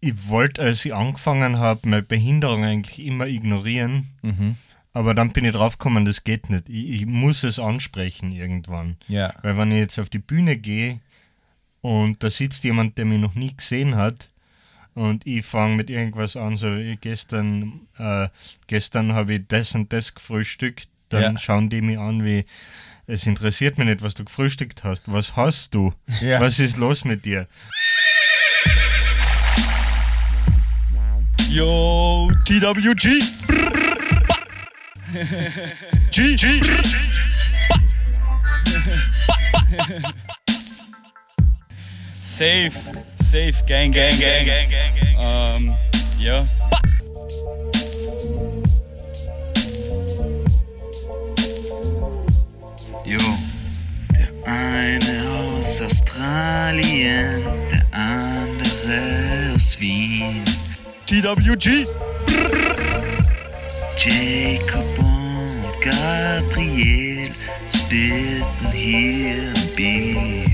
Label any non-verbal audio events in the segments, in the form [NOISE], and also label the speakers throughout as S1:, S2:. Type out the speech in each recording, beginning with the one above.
S1: ich wollte, als ich angefangen habe, meine Behinderung eigentlich immer ignorieren.
S2: Mhm.
S1: Aber dann bin ich draufgekommen, das geht nicht. Ich, ich muss es ansprechen irgendwann.
S2: Ja.
S1: Weil wenn ich jetzt auf die Bühne gehe und da sitzt jemand, der mich noch nie gesehen hat und ich fange mit irgendwas an, so ich gestern, äh, gestern habe ich das und das gefrühstückt, dann
S2: Ja.
S1: schauen die mich an wie, es interessiert mich nicht, was du gefrühstückt hast. Was hast du?
S2: Ja.
S1: Was ist los mit dir?
S2: Yo, TWG. Brr, brr, ba. G, G. brr, ba. Ba, ba. Safe, safe, gang, gang, gang, gang, gang,
S3: Um,
S2: gang. Ähm, ja.
S4: Jo, der eine aus Australien, der andere aus Wien.
S2: TWG.
S4: Jacob und Gabriel spitten hier im Beat.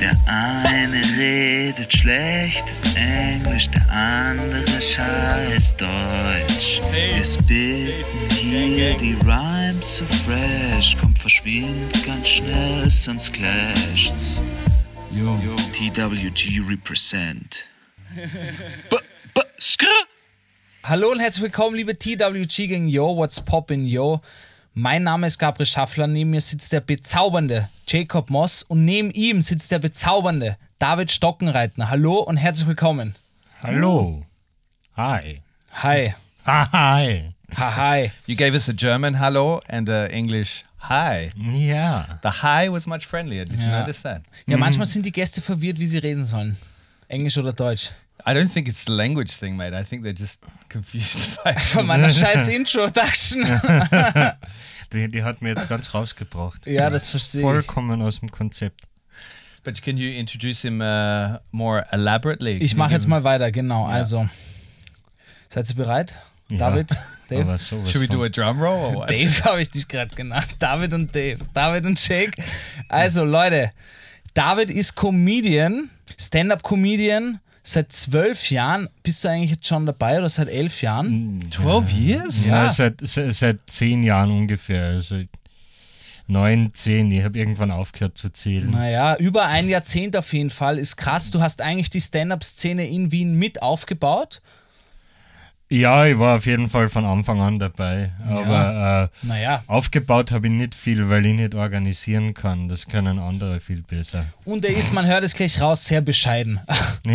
S4: Der eine redet schlechtes Englisch, der andere scheiß Deutsch. Wir spitten hier die Rhymes so fresh, kommt verschwind ganz schnell, sonst clasht's. TWG represent. B -b -skr
S5: Hallo und herzlich willkommen, liebe TWG Gang Yo, What's Poppin' Yo. Mein Name ist Gabriel Schaffler, neben mir sitzt der bezaubernde Jacob Moss und neben ihm sitzt der bezaubernde David Stockenreitner. Hallo und herzlich willkommen.
S1: Hallo. Hi.
S5: Hi,
S1: Ah, Hi.
S5: ha, hi.
S2: You gave us a German hello and a English hi.
S1: Ja.
S2: The hi was much friendlier. Did you
S5: Yeah.
S2: notice that?
S5: Ja, manchmal sind die Gäste verwirrt, wie sie reden sollen. Englisch oder Deutsch.
S2: I don't think it's the language thing, mate. I think they're just [LAUGHS] confused by
S5: Von meiner scheiß Introduction.
S1: Die, die hat mir jetzt ganz rausgebracht.
S5: Ja, das verstehe ich.
S1: Vollkommen aus dem Konzept.
S2: But can you introduce him uh, more elaborately? Can
S5: Ich
S2: you
S5: mache
S2: give
S5: jetzt
S2: him-
S5: mal weiter, genau. Also, seid ihr bereit? David? Dave?
S1: Aber sowas
S2: Should we
S1: von.
S2: do a drum roll or what?
S5: Dave habe ich dich gerade genannt. [LAUGHS] David und Dave. David und Jake. Also, Leute, David ist Comedian, Stand-up-Comedian. Seit zwölf Jahren bist du eigentlich jetzt schon dabei oder seit elf Jahren?
S2: 12 years?
S1: Ja,
S5: Ja.
S1: seit, se- seit zehn Jahren ungefähr. Also neun, zehn. Ich habe irgendwann aufgehört zu zählen.
S5: Naja, über ein Jahrzehnt auf jeden Fall. Ist krass. Du hast eigentlich die Stand-up-Szene in Wien mit aufgebaut.
S1: Ja, ich war auf jeden Fall von Anfang an dabei. Aber äh,
S5: Naja,
S1: aufgebaut habe ich nicht viel, weil ich nicht organisieren kann. Das können andere viel besser.
S5: und er ist, man hört es gleich raus, sehr bescheiden. [LAUGHS]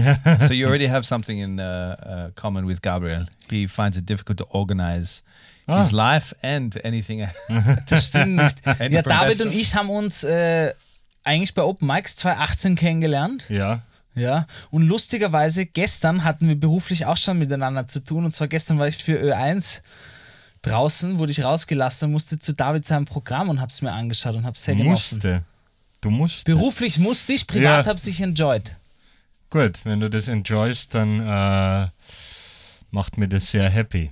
S2: So [LAUGHS] you already have something in uh, uh, common with Gabriel. He finds it difficult to organize his life and anything. [LAUGHS]
S5: Das stimmt nicht.
S2: Ein
S5: ja, David
S2: Professional.
S5: und ich haben uns äh, eigentlich bei Open Mics 2018 kennengelernt.
S1: Ja.
S5: Ja, und lustigerweise, gestern hatten wir beruflich auch schon miteinander zu tun. Und zwar gestern war ich für Ö1 draußen, wurde ich rausgelassen, musste zu David seinem Programm und hab's mir angeschaut und hab's sehr genossen.
S1: Musste. Du musst.
S5: Beruflich musste ich, privat
S1: Ja.
S5: hab's ich enjoyed.
S1: Gut, wenn du das enjoyst, dann äh, macht mir das sehr happy.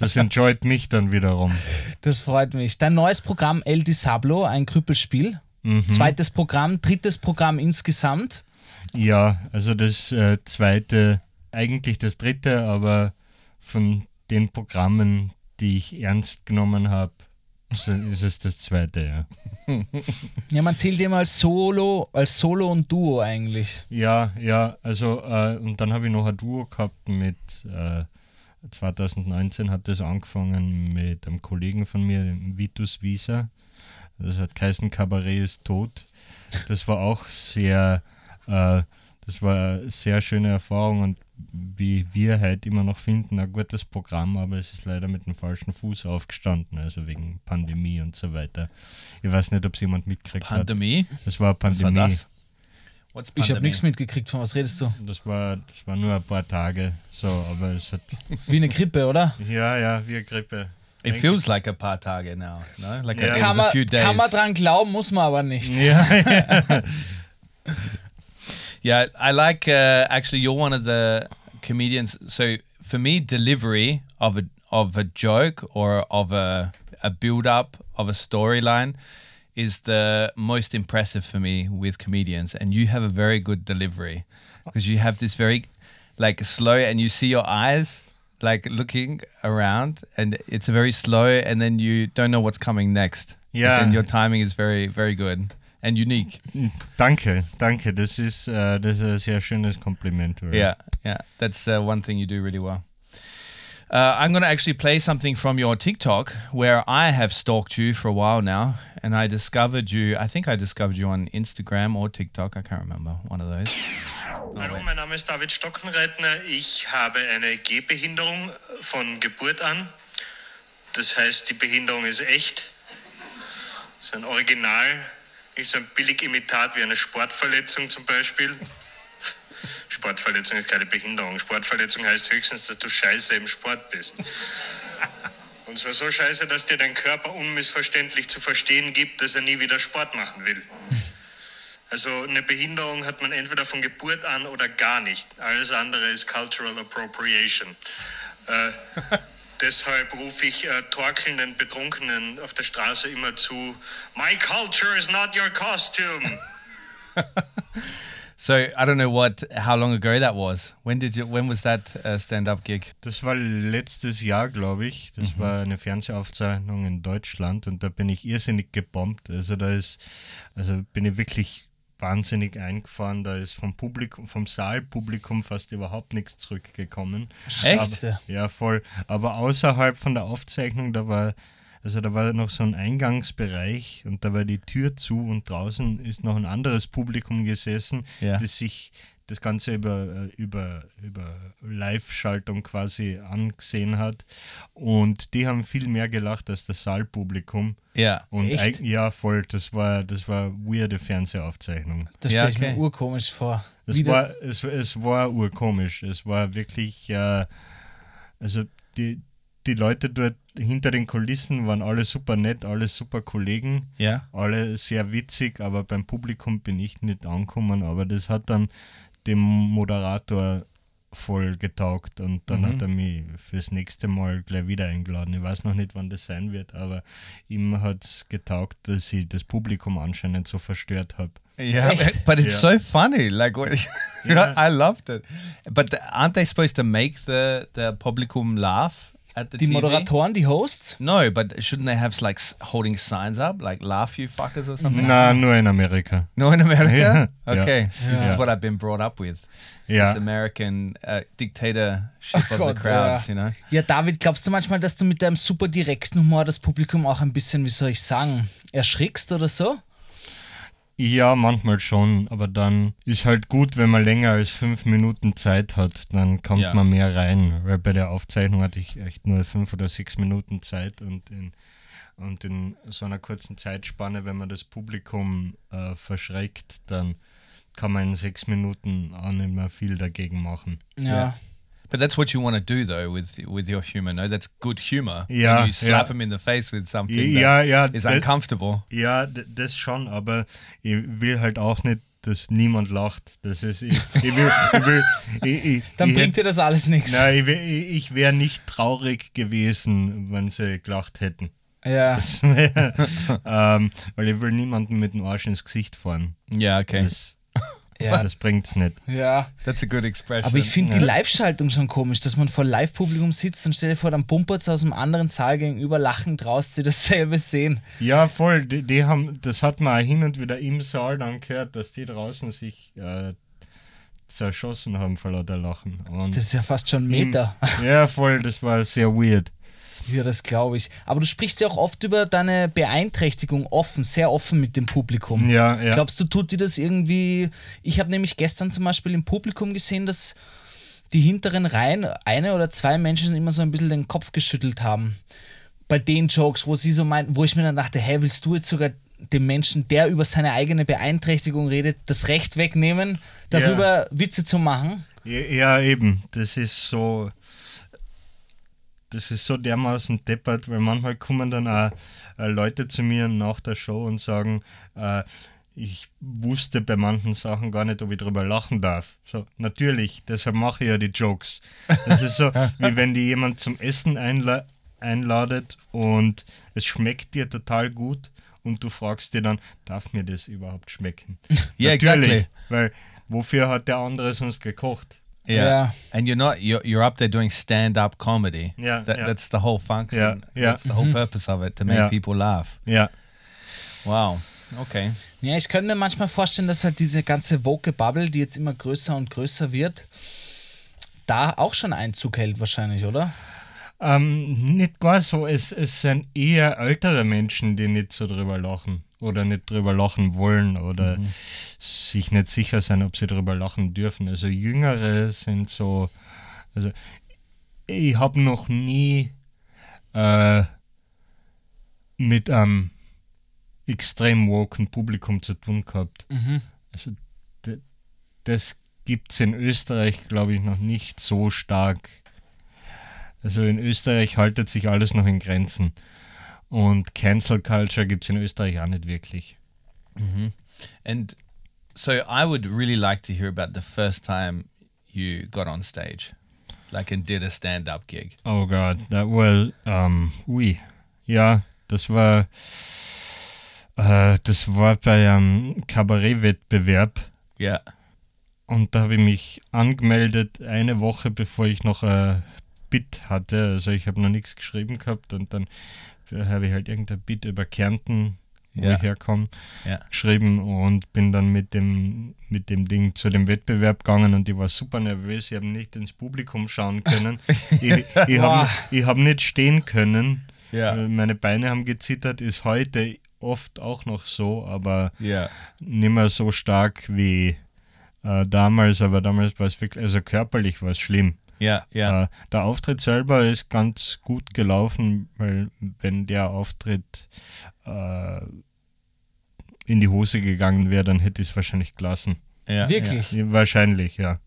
S1: das enjoyt mich dann wiederum.
S5: Das freut mich. Dein neues Programm El Disablo, ein Krüppelspiel.
S2: Mhm.
S5: Zweites Programm, drittes Programm insgesamt.
S1: Ja, also das äh, zweite, eigentlich das dritte, aber von den Programmen, die ich ernst genommen habe, ist es das zweite, ja.
S5: Ja, man zählt immer als Solo, als Solo und Duo eigentlich.
S1: Ja, ja, also äh, und dann habe ich noch ein Duo gehabt mit äh, 2019 hat das angefangen mit einem Kollegen von mir, dem Vitus Wieser. Das hat geheißen Kabarett ist tot. Das war auch sehr, äh, das war eine sehr schöne Erfahrung und wie wir heute immer noch finden, ein gutes Programm, aber es ist leider mit dem falschen Fuß aufgestanden, also wegen Pandemie und so weiter. Ich weiß nicht, ob es jemand mitgekriegt hat.
S2: Pandemie?
S1: Das war eine
S2: Was war
S1: Pandemie.
S2: das? What's
S5: Ich habe
S2: Pandemie?
S5: nichts mitgekriegt, von was redest du?
S1: Das war, das war nur ein paar Tage. So, aber es hat.
S5: Wie eine Grippe, oder?
S1: Ja, ja, wie eine Grippe.
S2: It feels like a paar Tage now. No? Like
S1: Yeah.
S2: it
S5: Kann
S2: was a
S5: man,
S2: few days.
S5: kann man dran glauben, muss man aber nicht.
S1: Ja,
S2: Yeah, I like. Uh, actually, you're one of the comedians. So for me, delivery of a of a joke or of a a build up of a storyline is the most impressive for me with comedians, and you have a very good delivery because you have this very like slow, and you see your eyes like looking around, and it's very slow, and then you don't know what's coming next.
S1: Yeah.
S2: and your timing is very very good and unique.
S1: [LAUGHS] Danke, danke. Das ist, äh, das ist ein sehr schönes Kompliment. oder?
S2: Yeah, yeah. That's uh, one thing you do really well. Uh, I'm going to actually play something from your TikTok where I have stalked you for a while now. And I discovered you, I think I discovered you on Instagram or TikTok. I can't remember. One of those.
S6: Hallo, mein Name ist David Stockenreitner. Ich habe eine Gehbehinderung von Geburt an. Das heißt, die Behinderung ist echt. Das ist ein Original. Nicht so ein Billigimitat wie eine Sportverletzung zum Beispiel. Sportverletzung ist keine Behinderung. Sportverletzung heißt höchstens, dass du scheiße im Sport bist. Und zwar so scheiße, dass dir dein Körper unmissverständlich zu verstehen gibt, dass er nie wieder Sport machen will. Also eine Behinderung hat man entweder von Geburt an oder gar nicht. Alles andere ist Cultural Appropriation. Äh,
S1: [LAUGHS]
S6: deshalb rufe ich äh, torkelnden Betrunkenen auf der Straße immer zu, My culture is not your costume.
S2: So I don't know what, how long ago that was. When did you, when was that uh, stand up gig?
S1: Das war letztes Jahr, glaube ich.
S6: Mhm.
S1: Das war eine Fernsehaufzeichnung in Deutschland und da bin ich irrsinnig gebombt. Also da ist, also bin ich wirklich wahnsinnig eingefahren. Da ist vom Publikum, vom Saalpublikum fast überhaupt nichts zurückgekommen.
S5: Scheiße.
S1: Ja, voll. Aber außerhalb von der Aufzeichnung, da war, also da war noch so ein Eingangsbereich und da war die Tür zu und draußen ist noch ein anderes Publikum gesessen,
S2: Ja.
S1: das sich das Ganze über, äh, über, über Live-Schaltung quasi angesehen hat. Und die haben viel mehr gelacht als das Saalpublikum.
S2: Yeah.
S1: Und
S5: Echt?
S1: eig- ja, voll, das war, das war weirde Fernsehaufzeichnung.
S5: Das
S2: Ja,
S5: stelle ich
S2: okay.
S5: mir urkomisch vor.
S1: Es war, es, es war urkomisch. Es war wirklich, äh, also die, die Leute dort hinter den Kulissen waren alle super nett, alle super Kollegen,
S2: Yeah.
S1: alle sehr witzig, aber beim Publikum bin ich nicht angekommen. Aber das hat dann dem Moderator voll getaugt und dann hat er mich fürs nächste Mal gleich wieder eingeladen. Ich weiß noch nicht, wann das sein wird, aber ihm hat es getaugt, dass ich das Publikum anscheinend so verstört habe.
S2: Yeah, [LAUGHS] but it's
S1: Yeah.
S2: so funny. Like, what, [LAUGHS] you know, I loved it. But the, aren't they supposed to make the the publicum laugh at the
S5: die
S2: TV?
S5: Moderatoren, die Hosts?
S2: No, but shouldn't they have like s- holding signs up, like "laugh you fuckers" or something?
S1: Na, nur in Amerika.
S2: No, in America.
S1: Mm. Yeah.
S2: [LAUGHS] Okay, this
S1: Yeah.
S2: is what I've been brought up with.
S1: Yeah. Oh,
S2: this American uh,
S1: [LAUGHS]
S2: dictatorship of
S5: Gott,
S2: the crowds.
S5: ja.
S2: You know.
S5: Ja, David, glaubst du manchmal, dass du mit deinem super direkten Humor das Publikum auch ein bisschen, wie soll ich sagen, erschrickst oder so?
S1: Ja, manchmal schon, aber dann ist halt gut, wenn man länger als fünf Minuten Zeit hat, dann kommt
S2: Ja.
S1: man mehr rein. Weil bei der Aufzeichnung hatte ich echt nur fünf oder sechs Minuten Zeit und in, und in so einer kurzen Zeitspanne, wenn man das Publikum äh, verschreckt, dann kann man in sechs Minuten auch nicht mehr viel dagegen machen.
S5: Ja.
S2: But that's what you want to do, though, with with your humor. No, that's good humor. when
S1: Yeah,
S2: you slap
S1: yeah.
S2: them in the face with something
S1: Yeah,
S2: that
S1: yeah,
S2: is
S1: that-
S2: uncomfortable.
S1: Ja, d- das schon, aber ich will halt auch nicht, dass niemand lacht. Das ist, ich, ich will, ich
S5: [LAUGHS]
S1: will, ich, ich,
S5: Dann
S1: ich
S5: bringt dir das alles nichts.
S1: Nein, ich, wär- ich ich wäre nicht traurig gewesen, wenn sie gelacht hätten.
S5: Ja.
S1: Das wär-
S5: [LAUGHS]
S1: ähm, weil ich will niemanden mit dem Arsch ins Gesicht fahren.
S2: Yeah. Okay.
S1: Das,
S5: Ja.
S1: das bringt's nicht.
S5: ja.
S2: That's a good expression.
S5: Aber ich finde die Live-Schaltung schon komisch, dass man vor Live-Publikum sitzt und stell dir vor, dann pumpert aus einem anderen Saal gegenüber, lachend raus, die dasselbe sehen.
S1: Ja, voll. Die, die haben, das hat man auch hin und wieder im Saal dann gehört, dass die draußen sich äh, zerschossen haben vor lauter Lachen. Und
S5: Das ist ja fast schon Meter.
S1: ja, voll, das war sehr weird.
S5: Ja, das glaube ich. Aber du sprichst ja auch oft über deine Beeinträchtigung offen, sehr offen mit dem Publikum.
S1: Ja, ja.
S5: Glaubst du, tut dir das irgendwie? Ich habe nämlich gestern zum Beispiel im Publikum gesehen, dass die hinteren Reihen eine oder zwei Menschen immer so ein bisschen den Kopf geschüttelt haben. Bei den Jokes, wo sie so meinten, wo ich mir dann dachte, hey, willst du jetzt sogar dem Menschen, der über seine eigene Beeinträchtigung redet, das Recht wegnehmen, darüber Witze zu machen?
S1: Ja, ja, eben. Das ist so. Das ist so dermaßen deppert, weil manchmal kommen dann auch äh, Leute zu mir nach der Show und sagen, äh, ich wusste bei manchen Sachen gar nicht, ob ich drüber lachen darf. So, natürlich, deshalb mache ich ja die Jokes. Das ist so, wie wenn dir jemand zum Essen einla einladet und es schmeckt dir total gut und du fragst dir dann, darf mir das überhaupt schmecken?
S2: Yeah, exactly.
S1: Weil wofür hat der andere sonst gekocht?
S2: Yeah.
S5: Yeah.
S2: And you're not you're, you're up there doing stand up comedy.
S1: Yeah,
S2: That,
S1: yeah.
S2: That's the whole function.
S1: Yeah, yeah.
S2: That's the
S1: [LAUGHS]
S2: whole purpose of it to make
S1: Yeah.
S2: people laugh.
S1: Ja,
S2: Wow. Okay.
S5: Ja, ich könnte mir manchmal vorstellen, dass halt diese ganze Woke-Bubble, die jetzt immer größer und größer wird, da auch schon Einzug hält wahrscheinlich, oder?
S1: ähm, nicht gar so. Es, es sind eher ältere Menschen, die nicht so drüber lachen oder nicht drüber lachen wollen oder sich nicht sicher sein, ob sie drüber lachen dürfen. Also Jüngere sind so. Also ich habe noch nie äh, mit einem extrem woken Publikum zu tun gehabt. Also d- das gibt es in Österreich, glaube ich, noch nicht so stark. Also in Österreich haltet sich alles noch in Grenzen. Und Cancel Culture gibt es in Österreich auch nicht wirklich.
S2: And so I would really like to hear about the first time you got on stage, like and did a stand up gig.
S1: Oh Gott, that well, ähm, ui. Ja, das war, äh, das war bei einem Kabarettwettbewerb
S2: Yeah.
S1: und da habe ich mich angemeldet eine Woche bevor ich noch ein Bit hatte. Also ich habe noch nichts geschrieben gehabt und dann habe ich halt irgendein Bit über Kärnten, wo
S2: Ja.
S1: ich herkomme,
S2: Ja.
S1: geschrieben und bin dann mit dem, mit dem Ding zu dem Wettbewerb gegangen und ich war super nervös. Ich habe nicht ins Publikum schauen können. ich ich habe ich hab nicht stehen können.
S2: Ja.
S1: Äh, Meine Beine haben gezittert, ist heute oft auch noch so, aber
S2: Yeah.
S1: nicht mehr so stark wie äh, damals, aber damals war es wirklich, also körperlich war es schlimm.
S2: Yeah. Yeah.
S1: Äh, der Auftritt selber ist ganz gut gelaufen, weil wenn der Auftritt äh, in die Hose gegangen wäre, dann hätte ich es wahrscheinlich gelassen.
S2: yeah.
S5: Wirklich?
S1: Wahrscheinlich, ja.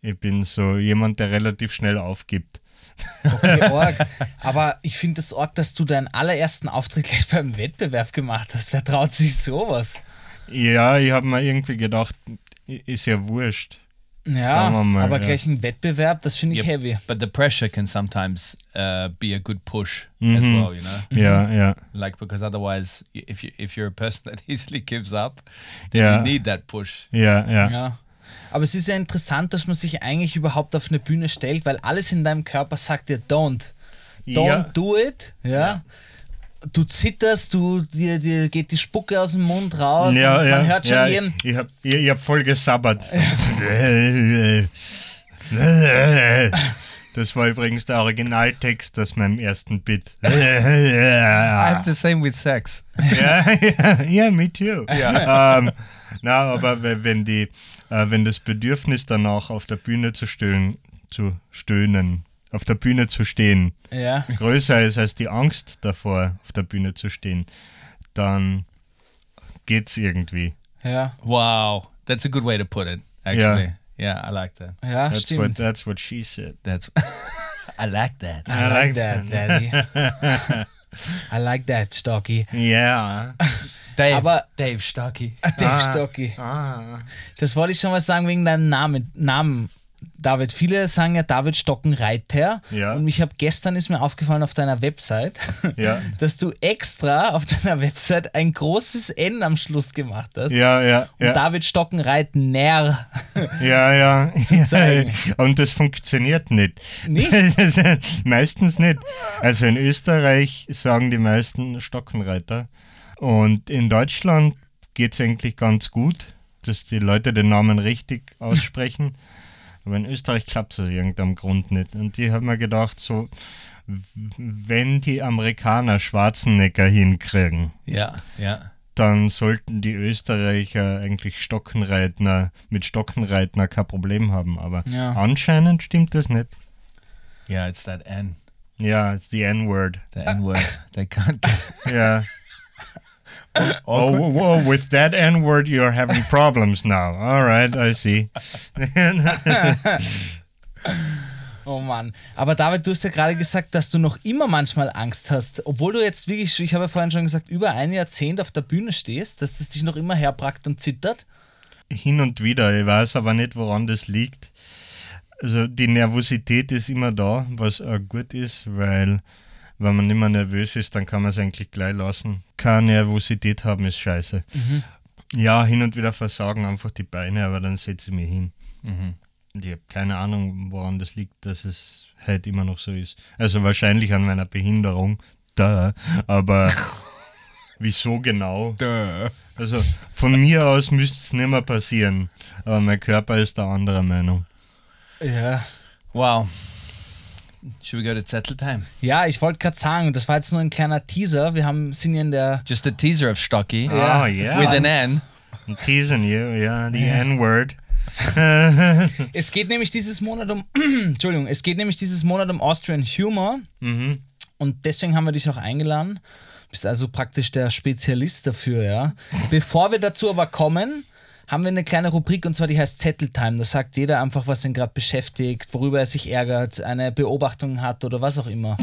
S1: Ich bin so jemand, der relativ schnell aufgibt.
S5: Okay, Org. Aber ich finde es das Org, dass du deinen allerersten Auftritt gleich beim Wettbewerb gemacht hast. Wer traut sich sowas?
S1: Ja, ich habe mir irgendwie gedacht, i- ist ja wurscht.
S5: Ja,
S1: Schauen wir mal,
S5: aber
S1: ja.
S5: gleich ein Wettbewerb, das finde ich
S2: Yep.
S5: heavy.
S2: But the pressure can sometimes uh, be a good push as well, you know. [LAUGHS]
S1: Ja, ja.
S2: Like because otherwise, y- if you if you're a person [LAUGHS] that easily gives up, then
S1: Ja,
S2: you need that push.
S1: ja, ja.
S5: Ja. Aber es ist ja interessant, dass man sich eigentlich überhaupt auf eine Bühne stellt, weil alles in deinem Körper sagt dir don't. Don't
S1: Ja.
S5: do it. Ja. Du zitterst, du, dir, dir geht die Spucke aus dem Mund raus.
S1: Ja,
S5: und
S1: ja,
S5: man hört schon
S1: ja,
S5: jeden.
S1: Ich habe ich, ich hab voll gesabbert.
S5: [LAUGHS]
S1: das war übrigens der Originaltext aus meinem ersten
S5: [LAUGHS]
S1: Bit.
S2: I
S1: ja,
S2: have the same with sex.
S1: ja, ja, me too. Ja. Ähm, na, aber we- wenn, die, äh, wenn das Bedürfnis danach auf der Bühne zu stöhnen, zu stöhnen, auf der Bühne zu stehen,
S5: Ja.
S1: größer ist als die Angst davor, auf der Bühne zu stehen, dann geht's irgendwie.
S5: Ja.
S2: Wow, that's a good way to put it. Actually, yeah, I like that.
S5: Ja,
S1: That's what,
S5: stimmt.
S1: that's what she said.
S2: That's [LAUGHS] I like that.
S5: I
S1: like
S5: like that, Daddy.
S1: [LAUGHS]
S5: I like that, Stocky. [LAUGHS]
S1: Ja.
S2: Dave,
S5: Aber-
S2: Dave Stocky.
S5: Dave
S1: Ah.
S5: Stocky. Das wollte ich schon mal sagen wegen deinem Namen. Namen. David, viele sagen ja David Stockenreiter.
S1: Ja.
S5: Und mich habe gestern ist mir aufgefallen auf deiner Website,
S1: Ja.
S5: [LAUGHS] dass du extra auf deiner Website ein großes N am Schluss gemacht hast.
S1: Ja, ja,
S5: Und
S1: ja,
S5: David Stockenreiter.
S1: ja, ja.
S5: zeigen.
S1: [LAUGHS] Und das funktioniert nicht.
S5: Nicht?
S1: [LAUGHS] Das ist- meistens nicht. Also in Österreich sagen die meisten Stockenreiter. Und in Deutschland geht es eigentlich ganz gut, dass die Leute den Namen
S5: [LAUGHS]
S1: richtig aussprechen. Aber in Österreich klappt es aus irgendeinem Grund nicht. Und ich habe mir gedacht, so, w- wenn die Amerikaner Schwarzenegger hinkriegen,
S2: Yeah, yeah.
S1: dann sollten die Österreicher eigentlich Stockenreitner mit Stockenreitner kein Problem haben. Aber
S5: Ja.
S1: anscheinend stimmt das nicht.
S2: Yeah, it's that N.
S1: Ja, it's the N-word.
S2: The N word. they can't get
S1: Ja. Oh, whoa, whoa, with that N-word you're having problems now. Alright, I see.
S5: Oh Mann. Aber David, du hast ja gerade gesagt, dass du noch immer manchmal Angst hast, obwohl du jetzt wirklich, ich habe ja vorhin schon gesagt, über ein Jahrzehnt auf der Bühne stehst, dass das dich noch immer herbrackt und zittert.
S1: Hin und wieder, ich weiß aber nicht, woran das liegt. Also die Nervosität ist immer da, was auch gut ist, weil wenn man nicht mehr nervös ist, dann kann man es eigentlich gleich lassen. Keine Nervosität haben ist scheiße. Ja, hin und wieder versagen einfach die Beine, aber dann setze ich mich hin. Und ich habe keine Ahnung, woran das liegt, dass es halt immer noch so ist. Also wahrscheinlich an meiner Behinderung, da, aber wieso genau?
S2: Duh.
S1: Also von mir aus müsste es nicht mehr passieren, aber mein Körper ist da anderer Meinung.
S5: Ja.
S2: Wow. Should we go to Zettel time?
S5: Ja, ich wollte gerade sagen, das war jetzt nur ein kleiner Teaser. Wir haben, sind hier in der.
S2: Just a teaser of Stocky
S5: Ja,
S1: ah,
S5: das
S1: ja.
S2: with an N.
S1: I'm teasing you, ja, die N-Word.
S5: Es geht nämlich dieses Monat um. [CLEARS THROAT] Entschuldigung, es geht nämlich dieses Monat um Austrian Humor.
S1: Mhm.
S5: Und deswegen haben wir dich auch eingeladen. Du bist also praktisch der Spezialist dafür, ja. Bevor wir dazu aber kommen, haben wir eine kleine Rubrik und zwar die heißt Zetteltime. Da sagt jeder einfach, was ihn gerade beschäftigt, worüber er sich ärgert, eine Beobachtung hat oder was auch immer.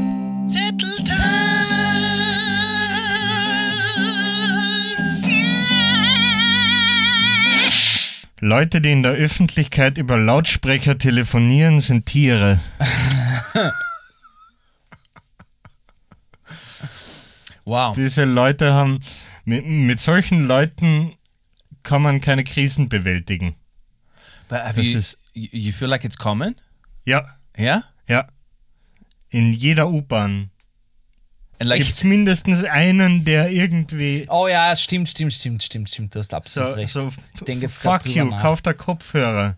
S1: Leute, die in der Öffentlichkeit über Lautsprecher telefonieren, sind Tiere.
S2: Wow.
S1: Diese Leute haben. Mit, mit solchen Leuten kann man keine Krisen bewältigen.
S2: But have
S1: Das
S2: you,
S1: ist-
S2: you you feel like it's common?
S1: Ja,
S2: Yeah?
S1: ja. In jeder U-Bahn
S2: And like
S1: gibt es mindestens einen, der irgendwie.
S5: Oh ja, stimmt, stimmt, stimmt, stimmt, stimmt. Du hast absolut
S1: So,
S5: recht.
S1: so,
S5: Ich denk jetzt grad
S1: fuck
S5: drüber
S1: you,
S5: nach.
S1: kauft da Kopfhörer.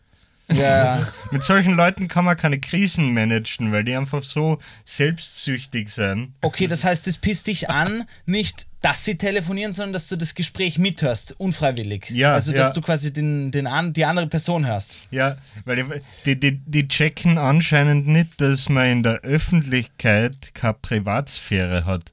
S1: [LAUGHS]
S5: Ja, ja.
S1: Mit solchen Leuten kann man keine Krisen managen, weil die einfach so selbstsüchtig sind.
S5: Okay, das heißt, es pisst dich an, nicht, dass sie telefonieren, sondern dass du das Gespräch mithörst, unfreiwillig.
S1: Ja,
S5: Also, dass
S1: ja.
S5: du quasi den, den an, die andere Person hörst.
S1: Ja, weil die, die, die checken anscheinend nicht, dass man in der Öffentlichkeit keine Privatsphäre hat.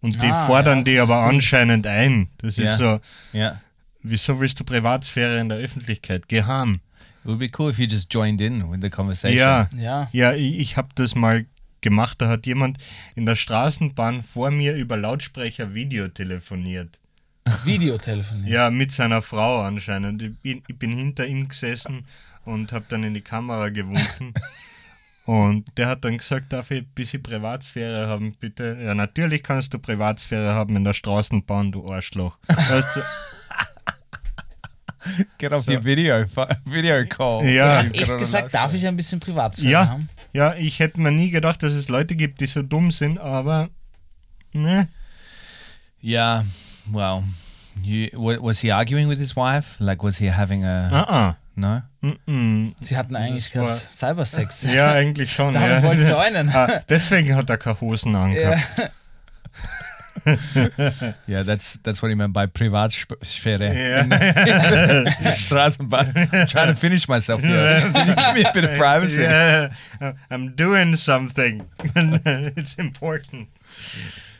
S1: Und die
S5: Ah,
S1: fordern
S5: ja,
S1: die aber anscheinend ein. Das
S2: Ja.
S1: ist so,
S2: yeah.
S1: wieso willst du Privatsphäre in der Öffentlichkeit? Geh heim.
S2: It would be cool if you just joined in with the conversation.
S1: Ja,
S5: Ja.
S1: ja ich, ich habe das mal gemacht. Da hat jemand in der Straßenbahn vor mir über Lautsprecher Video telefoniert.
S5: Videotelefonieren.
S1: Ja, mit seiner Frau anscheinend. Ich bin, ich bin hinter ihm gesessen und habe dann in die Kamera
S5: [LAUGHS]
S1: gewunken. und der hat dann gesagt, darf ich ein bisschen Privatsphäre haben, bitte? Ja, natürlich kannst du Privatsphäre haben in der Straßenbahn, du Arschloch.
S5: [LAUGHS]
S1: Weißt du,
S2: Get off your video fu- video call.
S1: ja,
S5: Hat echt gesagt, darf ich ein bisschen Privatsphäre
S1: ja,
S5: haben?
S1: ja, ich hätte mir nie gedacht, dass es Leute gibt, die so dumm sind, aber ne,
S2: Yeah. Wow. You, wa- was he arguing with his wife? Like, was he having a
S1: ah, ah,
S2: no?
S1: mm,
S5: Sie hatten eigentlich
S1: war-
S5: gerade Cybersex.
S1: ja, eigentlich schon.
S5: [LAUGHS] Damit
S1: ja. [LAUGHS]
S5: wollte ich joinen. [LAUGHS]
S1: Ah, deswegen hat er keine Hosen angehabt.
S2: Yeah, that's that's what he meant by Privatsphäre. [LAUGHS]
S1: Ja.
S2: Straßenbahn.
S1: [LAUGHS]
S2: I'm trying to finish myself here. Can you [LAUGHS] give me a bit of privacy?
S1: Yeah, I'm doing something. [LAUGHS] it's important.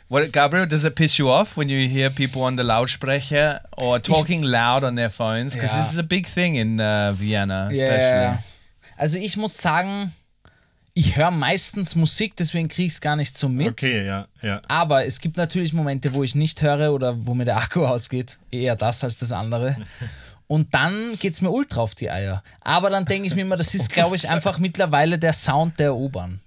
S2: What, Gabriel, does it piss you off when you hear people on the loudsprecher or talking loud on their phones? Because
S5: Yeah.
S2: this is a big thing in uh, Vienna,
S5: Ja,
S2: especially.
S5: ja, ja. Also, ich muss sagen, ich höre meistens Musik, deswegen kriege ich es gar nicht so mit.
S1: Okay, ja, ja.
S5: Aber es gibt natürlich Momente, wo ich nicht höre oder wo mir der Akku ausgeht. Eher das als
S1: [LAUGHS]
S5: das andere. Und dann geht es mir ultra auf die Eier. Aber dann denke ich mir immer, das ist, glaube ich, einfach mittlerweile der Sound der U-Bahn.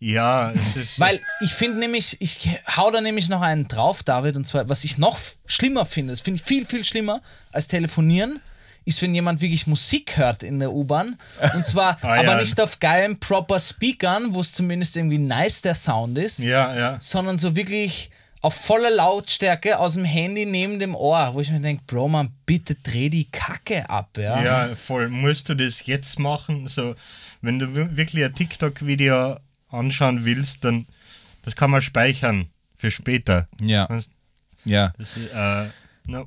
S1: Ja, es ist.
S5: Weil ich finde nämlich, ich hau da nämlich noch einen drauf, David, und zwar, was ich noch f- schlimmer finde, das finde ich viel, viel schlimmer als telefonieren, ist, wenn jemand wirklich Musik hört in der U-Bahn. Und zwar
S1: [LAUGHS] Ah,
S5: aber
S1: ja.
S5: nicht auf geilen, proper Speakern, wo es zumindest irgendwie nice der Sound ist,
S1: ja, ja.
S5: sondern so wirklich auf voller Lautstärke aus dem Handy neben dem Ohr, wo ich mir denke, Bro, man, bitte dreh die Kacke ab, ja.
S1: Ja, voll. Musst du das jetzt machen? So, wenn du wir- wirklich ein TikTok-Video anschauen willst, dann das kann man speichern für später.
S2: Yeah.
S1: Das,
S2: Yeah.
S1: das, äh, no.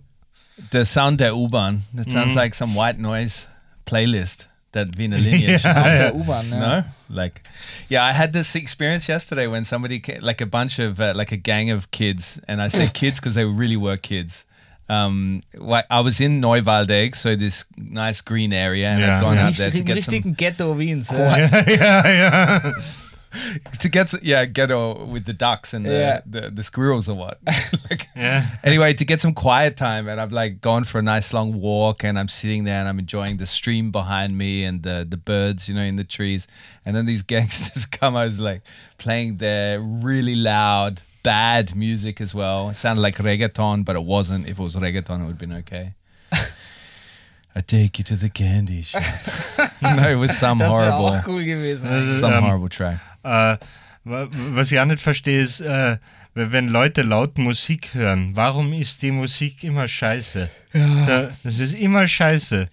S2: The sound der U-Bahn. That
S1: Mm.
S2: sounds like some white noise playlist that
S1: [LAUGHS]
S2: Wiener lineage.
S1: Yeah.
S5: Sound der
S1: ja.
S5: U-Bahn, ja.
S2: No, like, yeah, I had this experience yesterday when somebody, ca like a bunch of, uh, like a gang of kids, and I say kids because they really were kids. Um, wh- I was in Neuwaldeck, so this nice green area, and
S1: Yeah.
S2: I'd gone
S1: Yeah.
S2: out there
S5: Richtig,
S2: to
S5: Im
S2: get some
S1: [LAUGHS]
S5: richtigen Ghetto Wiens. Ja.
S1: ja, ja, ja.
S2: to get s- yeah ghetto with the ducks and the
S5: Yeah.
S2: the, the squirrels or what. [LAUGHS] Like, Anyway, to get some quiet time, and I've like gone for a nice long walk, and I'm sitting there and I'm enjoying the stream behind me and the the birds, you know, in the trees, and then these [LAUGHS] gangsters come. I was like playing their really loud. Bad music as well. It sounded like reggaeton, but it wasn't. If it was reggaeton, it would have been okay. I take you to the candy shop. [LAUGHS] no, it was some
S5: Das wäre
S2: horrible.
S5: auch cool gewesen.
S1: Das ist,
S2: Some
S1: ähm,
S2: horrible track.
S1: Äh, wa- was ich auch nicht verstehe, ist, äh, wenn wenn Leute laut Musik hören, warum ist die Musik immer scheiße? Da, das ist immer scheiße.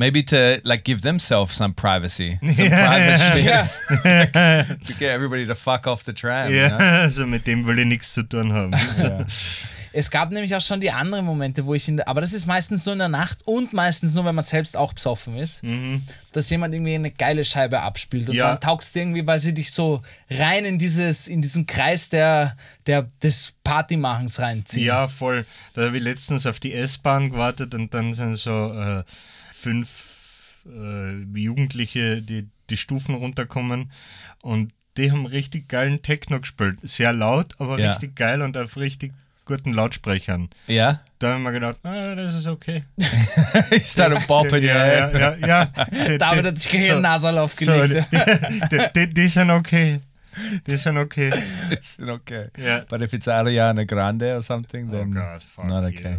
S2: Maybe to like give themselves
S1: [LAUGHS]
S2: some privacy, some
S1: Yeah.
S2: private shit, Like, [LAUGHS] to get everybody to fuck off the tram.
S1: Ja,
S2: you
S1: [LAUGHS]
S2: know?
S1: also mit dem will ich nichts zu tun haben. Also,
S5: Es gab nämlich auch schon die anderen Momente, wo ich in der, aber das ist meistens nur in der Nacht und meistens nur, wenn man selbst auch besoffen ist, dass jemand irgendwie eine geile Scheibe abspielt und
S1: Mhm. Ja.
S5: dann taugt es dir irgendwie, weil sie dich so rein in dieses, in diesen Kreis der, der, des Partymachens
S1: [LAUGHS]
S5: reinziehen.
S1: Ja, voll. Da habe ich letztens auf die S-Bahn gewartet und dann sind so äh, fünf äh, Jugendliche, die die Stufen runterkommen und die haben richtig geilen Techno gespielt. Sehr laut, aber
S2: Ja.
S1: richtig geil und auf richtig guten Lautsprechern.
S2: Yeah, [LAUGHS]
S1: Da haben wir gedacht, ah, das ist okay.
S2: you started bopping your
S1: ja,
S2: head. [LAUGHS]
S1: ja, ja. Die-
S5: David
S1: die-
S5: hat sich gegen
S1: so-
S5: den Nasal
S1: so,
S5: aufgelegt.
S1: die, [LAUGHS] die, die, die sind okay. Die sind okay.
S2: It's okay.
S1: Yeah.
S2: But if it's Ariana Grande or something,
S1: Oh
S2: then
S1: God, fuck
S2: not
S1: you.
S2: okay.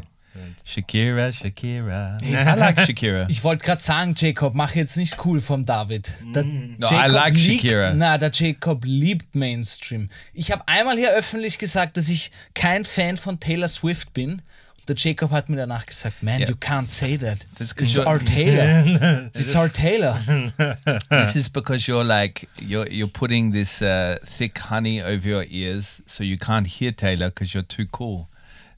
S2: Shakira, Shakira. I
S1: [LAUGHS]
S2: like Shakira.
S5: Ich wollte gerade sagen, Jacob, mach jetzt nicht cool vom David. Der
S2: Mm. No, I like
S5: liebt,
S2: Shakira.
S5: Na, der Jacob liebt Mainstream. Ich habe einmal hier öffentlich gesagt, dass ich kein Fan von Taylor Swift bin. Und der Jacob hat mir danach gesagt, man,
S2: Yeah.
S5: you can't say that.
S2: That's 'cause
S5: It's
S2: you're-
S1: [LAUGHS]
S5: our Taylor. It's our Taylor.
S2: This is because you're like you're you're putting this uh, thick honey over your ears, so you can't hear Taylor because you're too cool,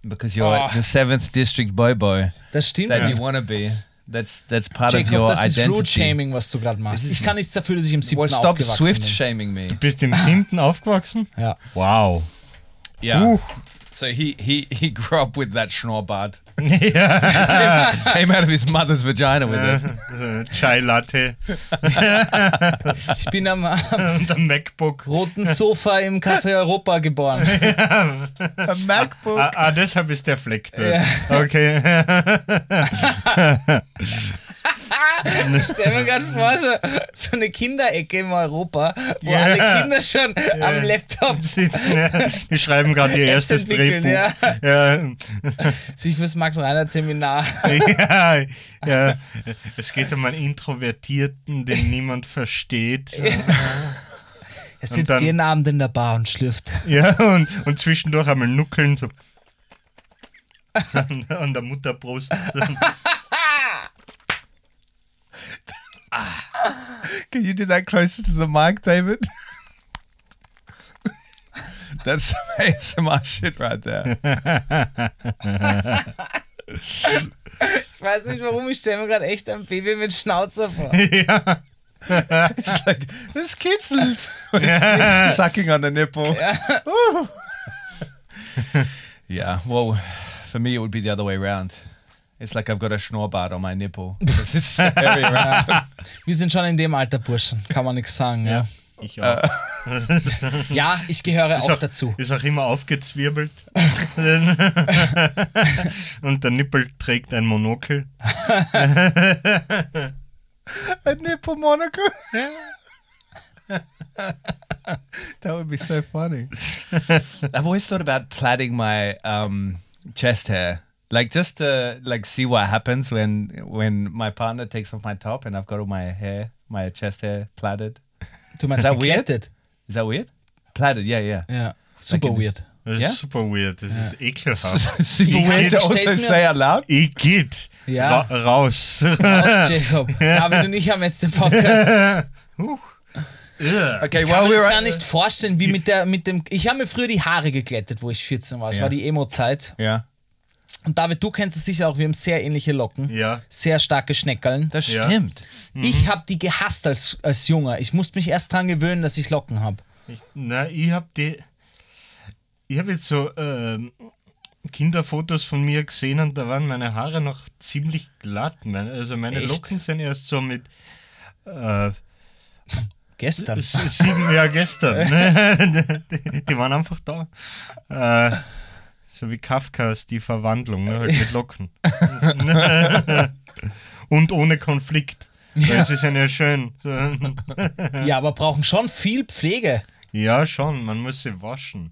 S2: because you're
S1: Ah.
S5: Oh.
S2: the seventh district boy boy.
S5: Das stimmt.
S2: that
S5: nicht.
S2: you want to be. That's that's part of
S5: Jacob,
S2: your
S5: das ist
S2: identity.
S5: Root-Shaming, was du gerade machst. Ich kann nichts dafür, dass ich im siebten
S2: Well, stop
S5: aufgewachsen
S2: Swift
S5: bin.
S2: shaming me.
S1: Bist im siebten aufgewachsen?
S5: Ja.
S1: Wow.
S2: Yeah. So he he he grew up with that schnorbart. [LAUGHS]
S1: ja.
S2: Came out of his mother's vagina with it.
S1: Äh, [LAUGHS] Chai Latte [LAUGHS]
S5: Ich bin am, am
S1: und ein MacBook.
S5: roten Sofa im Café Europa geboren.
S2: A MacBook.
S1: Ah, ah, deshalb ist der Fleck dort. Okay. [LAUGHS]
S5: Ich [LAUGHS] stell mir gerade vor, so, so eine Kinderecke in Europa, wo
S1: Ja.
S5: alle Kinder schon am Laptop
S1: Sitzen, ja. Die schreiben gerade ihr
S5: Apps
S1: erstes
S5: entwickeln,
S1: Drehbuch. [LAUGHS] Ja.
S5: sich fürs Max-Reiner-Seminar.
S1: Ja. ja, Es geht um einen Introvertierten, den niemand versteht.
S5: Er sitzt
S1: dann-
S5: jeden Abend in der Bar und schlürft.
S1: [LAUGHS] Ja, und, und zwischendurch einmal nuckeln, so. So An, an der Mutterbrust.
S2: Can you do that closer to the mic, David? That's some ASMR shit right there.
S5: Ich weiß nicht warum, ich stelle mir gerade echt ein Baby mit Schnauzer vor.
S1: ja.
S2: It's like this kitzelt. [LAUGHS] It's sucking on the nipple. [LAUGHS] Ooh. yeah. Well, for me, it would be the other way around. It's like I've got a schnorbart on my nipple. [LAUGHS] It's just very round.
S5: Wir sind schon in dem Alter, Burschen, kann man nichts sagen. Ja,
S1: Ich auch.
S5: [LAUGHS] ja. ich gehöre auch dazu.
S1: Ist auch immer aufgezwirbelt. und der Nippel trägt ein Monokel.
S2: a nipple [LAUGHS] monocle. that would be so funny. [LAUGHS] I've always thought about plaiting my um, chest hair, like just to like see what happens when when my partner takes off my top and I've got all my hair, my chest hair plaited.
S5: Du meinst
S2: Is that
S5: geklettet?
S2: Is that weird? Plaited, yeah, yeah.
S5: Ja, super
S2: Like in-
S5: weird.
S1: Das
S2: Ja?
S1: ist super weird. Das ist ekelhaft.
S2: [LAUGHS] Super
S5: You
S2: weird to
S5: can't
S2: also
S5: taste me-
S2: say out loud.
S1: Ich geht
S5: Ja.
S1: ra raus.
S5: Aus, Jacob. [LAUGHS] David und ich haben jetzt den Podcast.
S1: Huch. Ugh.
S2: Okay,
S5: Ich kann
S2: while
S5: mir
S2: we're
S5: das gar nicht vorstellen, wie mit der, mit dem. Ich habe mir früher die Haare geklettet, wo ich 14 war. Es
S2: Ja.
S5: war die Emo-Zeit.
S2: yeah,
S5: Und David, du kennst es sicher auch, wir haben sehr ähnliche Locken.
S1: Ja.
S5: Sehr starke Schneckerln.
S2: das
S1: Ja.
S2: stimmt.
S5: Ich habe die gehasst als, als Junger. Ich musste mich erst dran gewöhnen, dass ich Locken habe.
S1: Ich, na, ich hab die. Ich habe jetzt so ähm, Kinderfotos von mir gesehen und da waren meine Haare noch ziemlich glatt. Meine, also meine
S5: Echt?
S1: Locken sind erst so mit äh,
S5: Gestern.
S1: S- Sieben Jahre gestern. [LAUGHS] Ne? Die, die waren einfach da. Äh, so wie Kafkas, die Verwandlung, ne? halt mit Locken. Und ohne Konflikt. Ja. Das ist ja nicht schön. So.
S5: Ja, aber brauchen schon viel Pflege.
S1: Ja, schon, man muss sie waschen.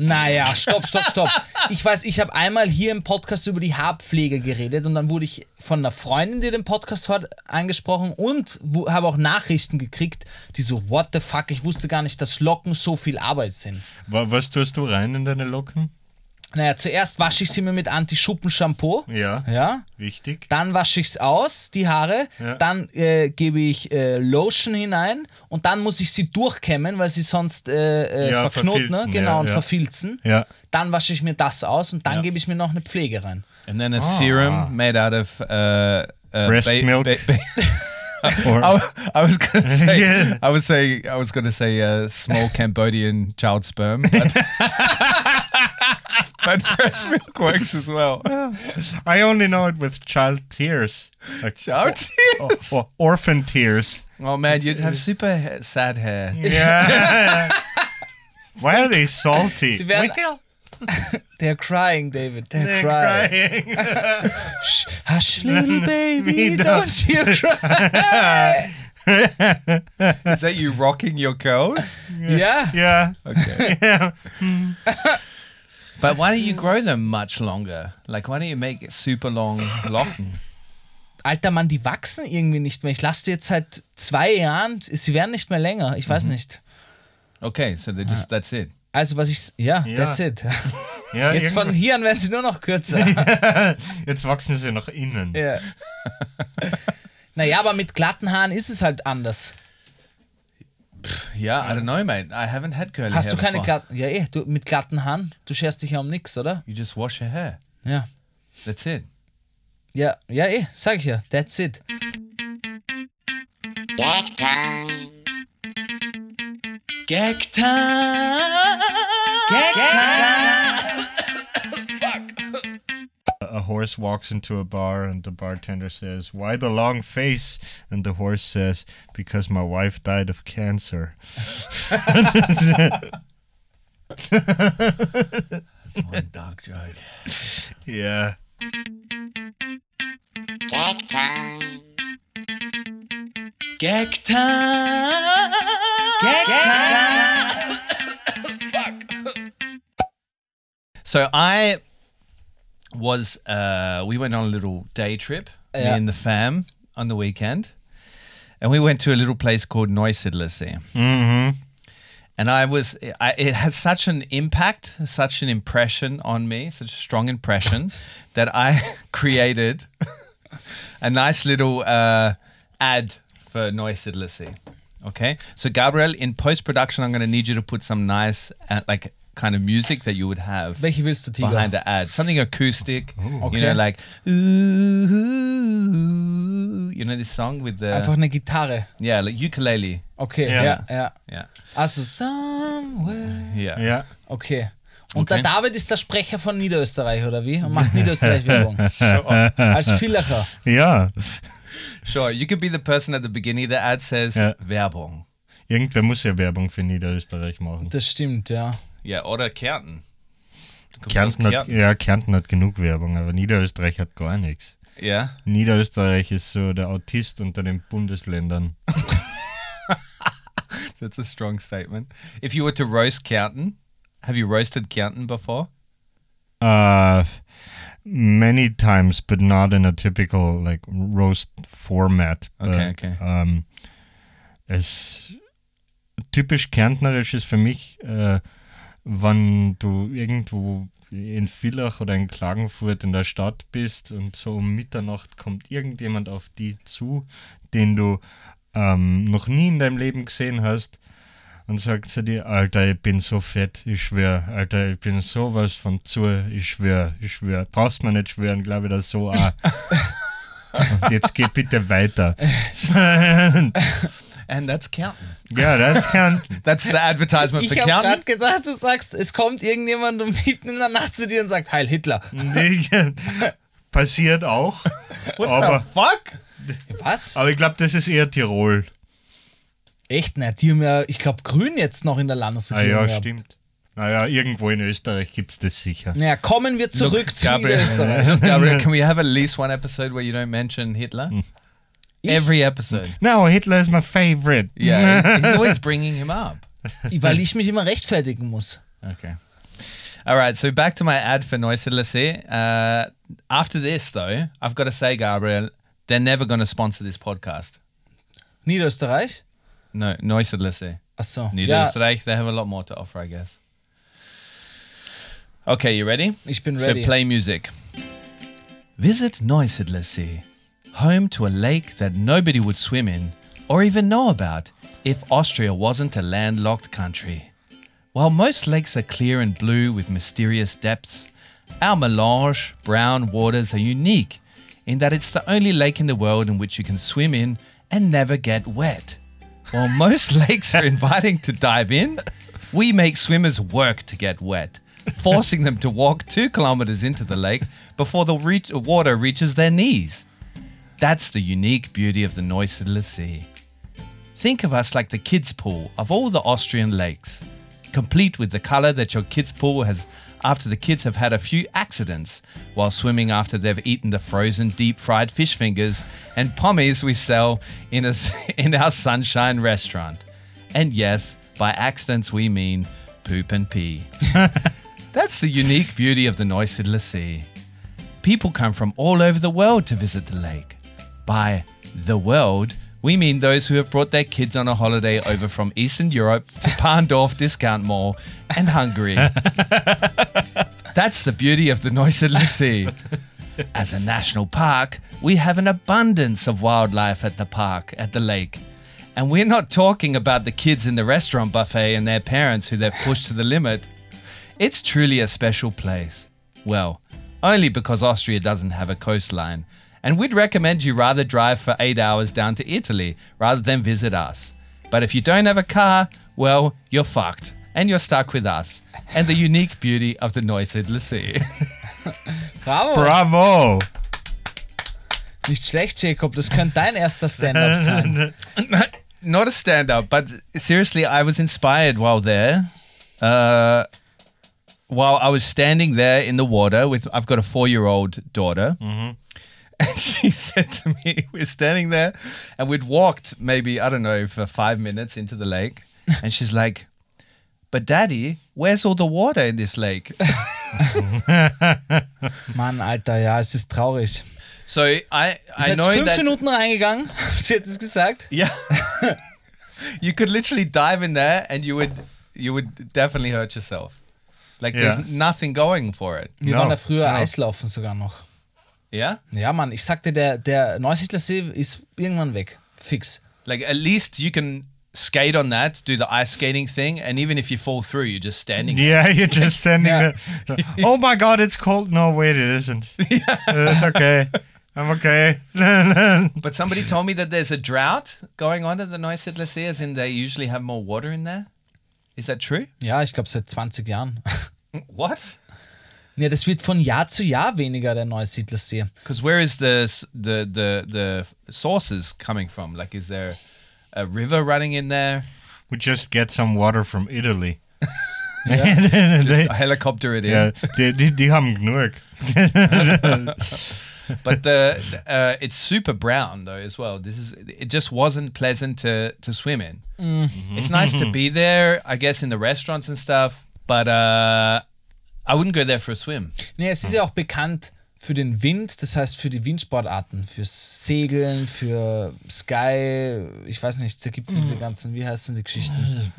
S5: Naja, stopp, stopp, stopp. Ich weiß, ich habe einmal hier im Podcast über die Haarpflege geredet und dann wurde ich von einer Freundin, die den Podcast hört, angesprochen und wo- habe auch Nachrichten gekriegt, die so, what the fuck, ich wusste gar nicht, dass Locken so viel Arbeit sind.
S1: Wa- Was tust du rein in deine Locken?
S5: Naja, zuerst wasche ich sie mir mit Anti-Schuppen-Shampoo.
S1: Ja,
S5: Ja.
S1: wichtig.
S5: Dann wasche ich es aus, die Haare.
S1: Ja.
S5: Dann äh, gebe ich äh, Lotion hinein und dann muss ich sie durchkämmen, weil sie sonst äh, äh,
S1: Ja,
S5: verknoten, ne?
S1: verfilzen,
S5: genau,
S1: ja,
S5: und
S1: ja.
S5: verfilzen.
S1: Ja.
S5: Dann wasche ich mir das aus und dann gebe ich mir noch eine Pflege rein.
S2: And then a serum made out of uh, uh,
S1: Breast
S2: ba-
S1: milk.
S2: ba- ba-
S1: Or-
S2: I, w- I was [LAUGHS] gonna say,
S1: Yeah.
S2: I was saying, I was gonna say, uh, small Cambodian child sperm, but, [LAUGHS] but breast milk works as well.
S1: I only know it with child tears. Like,
S2: Child
S1: or-
S2: tears.
S1: or orphan tears.
S2: Oh man, you'd have super ha- sad hair.
S1: Yeah. Why are they salty?
S5: Sie werden-
S1: Well,
S5: They're crying, David.
S1: they're
S5: They're, crying.
S1: crying.
S5: Shh, hush,
S1: [LAUGHS]
S5: little baby,
S1: Me
S5: don't you cry.
S1: [LAUGHS]
S2: Is that you rocking your curls?
S5: ja.
S1: Yeah.
S2: Okay.
S1: Yeah.
S2: But why don't you grow them much longer? Like, why don't you make it super long locken?
S5: Alter Mann, die wachsen irgendwie nicht mehr. Ich lasse die jetzt seit zwei Jahren, sie werden nicht mehr länger. Ich
S1: Mhm.
S5: weiß nicht.
S2: Okay, so they just that's it.
S5: Also was ich, ja,
S1: Ja.
S5: that's it.
S1: Ja,
S5: Jetzt von
S1: irgendwie-
S5: hier an werden sie nur noch kürzer.
S1: Jetzt wachsen sie nach innen.
S5: Ja. [LAUGHS] naja, aber mit glatten Haaren ist es halt anders.
S2: Yeah, I don't know, mate. I haven't had curly
S5: Hast
S2: hair.
S5: du keine
S2: before.
S5: glatten Ja, eh, du, mit glatten Haaren, du scherst dich ja um nix, oder?
S2: You just wash your hair.
S5: Ja.
S2: That's it.
S5: Ja, ja, eh, sag ich ja. That's it.
S7: Gag Time. Gag Time. Gag, Time.
S1: A horse walks into a bar and the bartender says, Why the long face? And the horse says, Because my wife died of
S5: [LAUGHS]
S1: cancer. [LAUGHS]
S2: That's one dark joke.
S1: yeah.
S7: Gag Time. Gag Time. Gag, Time.
S2: So I was uh we went on a little day trip me
S5: Yeah.
S2: and the fam on the weekend. And we went to a little place called Neusiedlersee.
S1: Mm-hmm.
S2: And I was I, it had such an impact, such an impression on me, such a strong impression that I [LAUGHS] created [LAUGHS] a nice little uh ad for Neusiedlersee. Okay? So Gabriel in post-production I'm going to need you to put some nice uh, like kind of music that you would have
S5: Welche willst du, Tiger?
S2: behind the ad. Something acoustic, you
S5: Okay.
S2: know, like ooh, you know this song with the
S5: Einfach eine Gitarre.
S2: yeah, like ukulele.
S5: Okay,
S1: Ja.
S5: ja, ja.
S2: Yeah,
S5: Also, somewhere.
S2: yeah.
S1: Yeah.
S5: Okay. Und
S2: Okay.
S5: der David ist der Sprecher von Niederösterreich, oder wie? Und macht Niederösterreich-Werbung. Als Villacher.
S1: Ja.
S2: Sure, you could be the person at the beginning of the ad says
S1: Yeah.
S2: Werbung.
S1: Irgendwer muss ja Werbung für Niederösterreich machen.
S5: Das stimmt, ja.
S2: Yeah, oder Kärnten. Du kommst
S1: Kärnten
S2: aus
S1: hat, ja, Kärnten hat genug Werbung, aber Niederösterreich hat gar nichts.
S2: Yeah. [LAUGHS]
S1: Niederösterreich ist so der Autist unter den Bundesländern.
S2: That's a strong statement. If you were to roast Kärnten, have you roasted Kärnten before?
S1: Uh, many times, but not in a typical like roast format. But,
S2: Okay, okay.
S1: Um, es typisch kärntnerisch ist für mich, äh, wenn du irgendwo in Villach oder in Klagenfurt in der Stadt bist und so um Mitternacht kommt irgendjemand auf die zu, den du ähm, noch nie in deinem Leben gesehen hast und sagt zu dir, Alter, ich bin so fett, ich schwör, Alter, ich bin sowas von zu, ich schwör, ich schwör. Brauchst mir nicht schwören, glaube ich, das so auch. Und jetzt geh bitte weiter. [LAUGHS]
S2: And that's Kärnten.
S1: ja, das kann.
S2: That's the advertisement for
S5: Ich habe gerade
S2: Kärnten.
S5: gedacht, du sagst, es kommt irgendjemand und mitten in der Nacht zu dir und sagt, Heil Hitler.
S1: Passiert auch.
S2: What
S1: Aber-
S2: the fuck?
S5: Was?
S1: Aber ich glaube, das ist eher Tirol.
S5: Echt nicht. Die haben ja, ich glaube, Grün jetzt noch in der
S1: Ah
S5: Landesregierung.
S1: ja,
S5: gehabt.
S1: stimmt. Naja, irgendwo in Österreich gibt es das sicher.
S5: Naja, kommen wir zurück zu
S2: Gabriel, [LAUGHS]
S5: Österreich.
S2: Gabriel, can we have at least one episode where you don't mention Hitler? Every episode.
S1: No, Hitler is my favorite.
S2: [LAUGHS] Yeah, he's always bringing him up.
S5: Weil ich mich immer rechtfertigen muss.
S2: Okay. All right, so back to my ad for Neusiedlersee. Uh, after this, though, I've got to say, Gabriel, they're never going to sponsor this podcast.
S5: Niederösterreich?
S2: No, Neusiedlersee.
S5: Achso. Ja,
S2: Niederösterreich, they have a lot more to offer, I guess. Okay, you ready?
S5: ich bin
S2: So
S5: ready.
S2: play music. Visit Neusiedlersee, home to a lake that nobody would swim in or even know about if Austria wasn't a landlocked country. While most lakes are clear and blue with mysterious depths, our Melange brown waters are unique in that it's the only lake in the world in which you can swim in and never get wet. While [LAUGHS] most lakes are inviting to dive in, we make swimmers work to get wet, forcing them to walk two kilometers into the lake before the reach- water reaches their knees. That's the unique beauty of the Neusiedler Sea. Think of us like the kids' pool of all the Austrian lakes, complete with the color that your kids' pool has after the kids have had a few accidents while swimming after they've eaten the frozen deep fried fish fingers and pommies we sell in, a, [LAUGHS] in our sunshine restaurant. And yes, by accidents we mean poop and pee. That's the unique beauty of the Neusiedler Sea. People come from all over the world to visit the lake. By the world, we mean those who have brought their kids on a holiday over from Eastern Europe to Pandorf Discount Mall and Hungary. That's the beauty of the Neusiedler Sea. As a national park, we have an abundance of wildlife at the park, at the lake. And we're not talking about the kids in the restaurant buffet and their parents who they've pushed to the limit. It's truly a special place. Well, only because Austria doesn't have a coastline. And we'd recommend you rather drive for eight hours down to Italy rather than visit us. But if you don't have a car, well, you're fucked. And you're stuck with us and the unique beauty of the Neusiedler See. [LAUGHS]
S5: Bravo.
S1: Bravo!
S5: Nicht schlecht, Jacob. Das könnte dein erster Stand-up sein.
S2: Not a stand up, but seriously, I was inspired while there. Uh, while I was standing there in the water with, I've got a four year old daughter. [LAUGHS] And she said to me, [LAUGHS] We're standing there and we'd walked maybe, I don't know, for five minutes into the lake. And she's like, But daddy, where's all the water in this lake? [LAUGHS]
S5: Mann, Alter, ja, es ist traurig.
S2: So I, I
S5: Seid
S2: know
S5: fünf
S2: that.
S5: Minuten reingegangen? [LAUGHS] Sie hat es gesagt.
S2: Yeah. [LAUGHS] you could literally dive in there and you would you would definitely hurt yourself. Like
S1: Yeah.
S2: there's nothing going for it.
S5: Wir
S1: No,
S5: waren ja früher
S1: no.
S5: Eislaufen sogar noch.
S2: Yeah?
S5: Ja, Mann, ich sagte, der, der Neusiedler See ist irgendwann weg. Fix.
S2: Like at least you can skate on that, do the ice skating thing, and even if you fall through, you're just standing.
S1: Yeah, [LAUGHS] you're just sending
S5: Yeah.
S1: the. Oh my god, it's cold. No, wait, it isn't. Uh, it's okay. I'm okay. [LAUGHS]
S2: But somebody told me that there's a drought going on at the Neusiedler See, as in they usually have more water in there. Is that true?
S5: Ja, ich glaube seit 20 Jahren. [LAUGHS]
S2: What?
S5: Ja, das wird von Jahr zu Jahr weniger, der Neusiedlersee.
S2: Because where is the s- the the the sources coming from? Like, is there a river running in there?
S1: we just get some water from Italy.
S2: Just
S1: [LAUGHS] they,
S2: a helicopter it in.
S1: yeah, die, die, die haben genug.
S2: but the uh, it's super brown though as well. This is it just wasn't pleasant to to swim in. It's nice to be there, I guess, in the restaurants and stuff. But uh, I wouldn't go there for a swim.
S5: Nee, es ist ja auch bekannt für den Wind, das heißt für die Windsportarten, fürs Segeln, für Sky, ich weiß nicht, da gibt es diese ganzen, wie heißen die Geschichten?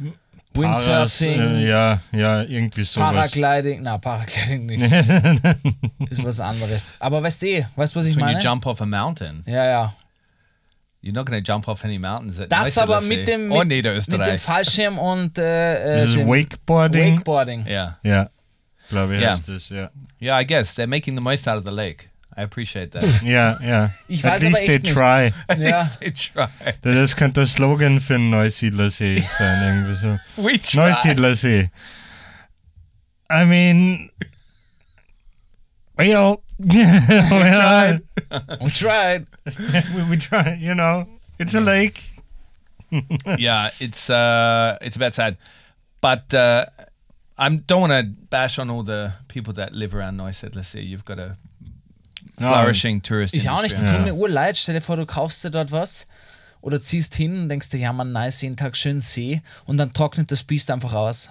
S5: Windsurfing,
S1: Paras, äh, ja, ja, irgendwie sowas.
S5: Paragliding, na,
S1: [LAUGHS]
S5: Paragliding nicht. ist was anderes. Aber weißt du, eh, weißt du, was ich
S2: When
S5: meine?
S2: you jump off a mountain,
S5: Ja, ja.
S2: you're not going to jump off any mountains. At
S5: Das aber
S2: Neusiedlersee
S5: mit dem,
S1: Oh,
S5: mit,
S2: or
S5: mit dem
S2: Niederösterreich.
S5: Fallschirm und äh, äh,
S1: Das ist
S5: dem
S1: Wakeboarding.
S5: Wakeboarding.
S2: Yeah,
S1: ja, glaube ich,
S2: Ja.
S1: heißt das, ja.
S2: yeah. I guess they're making the most out of the lake. I appreciate that.
S1: [LAUGHS] Ja, ja.
S5: Ich
S1: At
S5: weiß aber
S1: least they
S5: echt nicht.
S1: try.
S2: At
S5: Ja.
S2: least [LAUGHS] they try.
S1: Das- Das könnte der Slogan für einen Neusiedlersee sein, irgendwie so.
S2: We try.
S1: Neusiedlersee. I mean, well, [LAUGHS] well
S5: Und tried.
S1: we, we try, you know, it's a lake.
S2: yeah, it's uh, it's a bad side, but uh, I don't want to bash on all the people that live around Neusiedl. Let's see, you've got a flourishing tourist.
S5: Ich auch nicht.
S2: industry.
S5: Die tun mir urleid. Stell dir vor, du kaufst dir dort was oder ziehst hin und denkst dir, ja man, nice, jeden Tag schön See und dann trocknet das Biest einfach aus.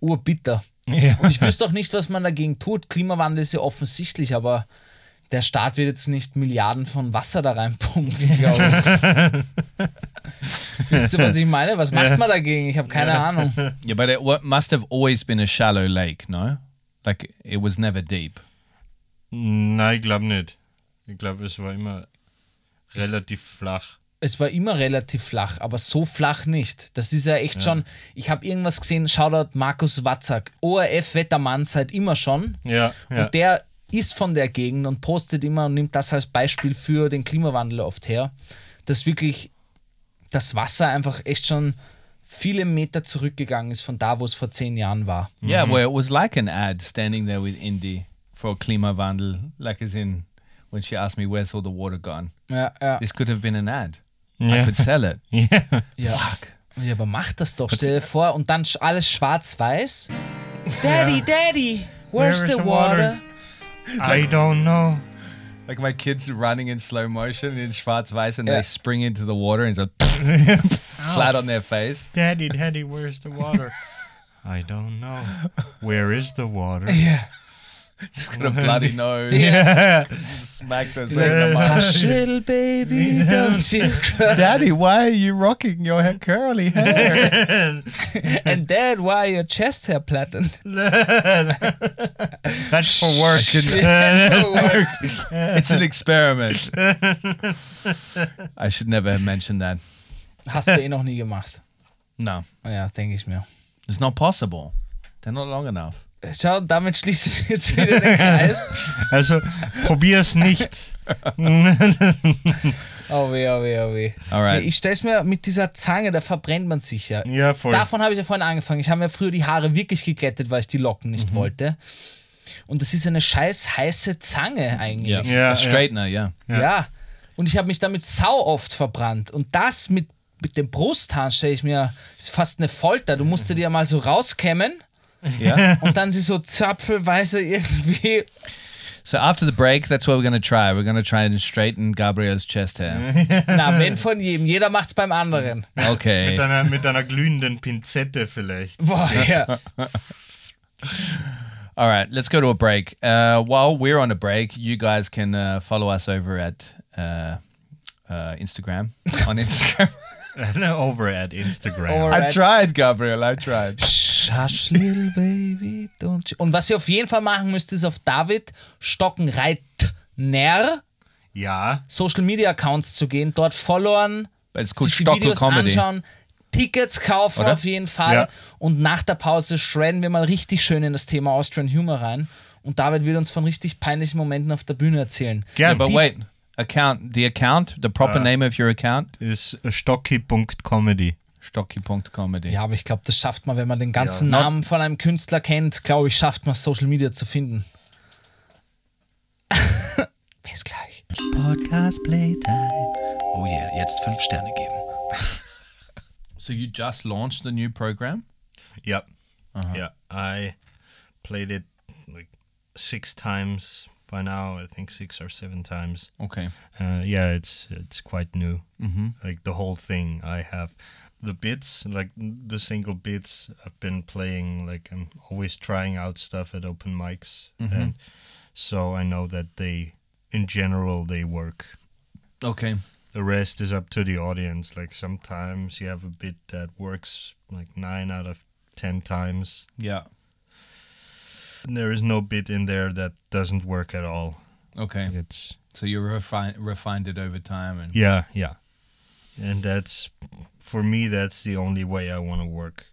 S5: Urbitter.
S1: Ja. [LAUGHS]
S5: Und ich wüsste auch nicht, was man dagegen tut. Klimawandel ist ja offensichtlich, aber der Staat wird jetzt nicht Milliarden von Wasser da reinpumpen, [LAUGHS] glaube ich. Wisst ihr, was ich meine? Was macht man dagegen? Ich habe keine Ahnung.
S2: Yeah, but it wa- must have always been a shallow lake, no? Like it was never deep.
S1: Nein, ich glaube nicht. Ich glaube, es war immer relativ flach.
S5: es war immer relativ flach, aber so flach nicht. Das ist ja echt schon. Ich habe irgendwas gesehen, Shoutout Markus Watzak, ORF-Wettermann seit immer schon.
S1: Ja, ja.
S5: Und der ist von der Gegend und postet immer und nimmt das als Beispiel für den Klimawandel oft her, dass wirklich das Wasser einfach echt schon viele Meter zurückgegangen ist von da, wo es vor zehn Jahren war.
S2: Yeah, well, it was like an ad standing there with Indy for Klimawandel, like as in when she asked me, where's all the water gone?
S5: Ja, ja.
S2: This could have been an ad. I
S1: Yeah.
S2: could sell it.
S1: [LAUGHS] ja.
S5: Ja. ja, aber mach das doch. Stell dir vor und dann sch- alles schwarz-weiß. Daddy, Daddy, where's the water?
S1: I don't know.
S2: Like my kids running in slow motion in Schwarz-Weiß and
S5: Yeah.
S2: they spring into the water and so flat on their face.
S1: Daddy, Daddy, where's the
S5: [LAUGHS]
S1: water? I don't know. Where is the
S5: [LAUGHS]
S1: water? [LAUGHS]
S5: Ja.
S2: It's got a bloody nose.
S1: Yeah.
S2: [LAUGHS] Smacked herself in the
S1: [LAUGHS]
S2: mouth.
S5: Hush, little baby, don't you cry.
S2: Oh, Daddy, why are you rocking your ha- curly [LAUGHS] hair?
S5: And dad, why your chest hair flattened?
S1: [LAUGHS] That's for
S5: [LAUGHS]
S1: work.
S2: It's an experiment. I should never have mentioned that.
S5: Hast du eh noch nie gemacht. Oh
S2: No,
S5: Ja, denke ich mir.
S2: it's not possible. They're not long enough.
S5: Schau, damit schließen wir jetzt
S1: [LAUGHS]
S5: wieder den Kreis.
S1: Also probier's nicht.
S5: Oh weh, oh weh, oh weh.
S2: Alright.
S5: Nee, Ich stell's mir mit dieser Zange, da verbrennt man sich ja.
S1: Ja, voll.
S5: Davon habe ich ja vorhin angefangen. Ich habe mir früher die Haare wirklich geglättet, weil ich die Locken
S1: Mhm.
S5: nicht wollte. Und das ist eine scheiß heiße Zange eigentlich.
S2: Yeah.
S1: Yeah,
S2: a straightener, yeah.
S5: Ja. Und ich habe mich damit sau oft verbrannt. Und das mit, mit dem Brusthaar stelle ich mir, ist fast eine Folter. Du musst dir ja mal so rauskämmen
S2: Yeah.
S5: und dann sie so zapfelweise irgendwie. [LAUGHS]
S2: so after the break, that's what we're going to try. We're going to try and straighten Gabriel's chest hair.
S5: Na, wenn von jedem. Jeder macht's beim anderen.
S1: Mit
S2: Okay.
S1: einer, mit einer glühenden Pinzette vielleicht. [LAUGHS]
S5: Boah, ja.
S2: All right. Let's go to a break. Uh, while we're on a break, you guys can uh, follow us over at uh, uh, Instagram. On Instagram.
S1: Over at Instagram.
S5: Over-
S2: I tried, Gabriel. I tried.
S5: Shush, little baby, don't you. Und was ihr auf jeden Fall machen müsst, ist auf David Stockenreitner
S1: Ja.
S5: Social Media Accounts zu gehen, dort followern,
S2: It's called
S5: sich die
S2: Stockel
S5: Videos
S2: Comedy.
S5: anschauen, Tickets kaufen
S2: Oder?
S5: auf jeden Fall
S1: Ja.
S5: und nach der Pause shredden wir mal richtig schön in das Thema Austrian Humor rein und David wird uns von richtig peinlichen Momenten auf der Bühne erzählen.
S2: Yeah, Uh,
S1: Gern.
S2: but wait. Account. The account. The proper name of your account.
S1: ist stocki.comedy.
S2: Stocky.comedy.
S5: Ja, aber ich glaube, das schafft man, wenn man den ganzen
S2: Ja.
S5: Namen von einem Künstler kennt, glaube ich, schafft man es, Social Media zu finden. Bis gleich.
S3: Podcast Playtime. Oh yeah, jetzt fünf Sterne geben.
S2: So you just launched a new program?
S1: Yeah. Yeah. I played it like six times by now, I think six or seven times.
S2: Okay.
S1: Uh, yeah, it's it's quite new. Mm-hmm. Like the whole thing, I have the bits, like the single bits. I've been playing, like I'm always trying out stuff at open mics, and so I know that they, in general, they work.
S2: Okay.
S1: The rest is up to the audience. Like sometimes you have a bit that works like nine out of ten times.
S2: Yeah.
S1: And there is no bit in there that doesn't work at all.
S2: Okay.
S1: It's
S2: So you refined refined it over time and
S1: Yeah, yeah. And that's for me that's the only way I want to work.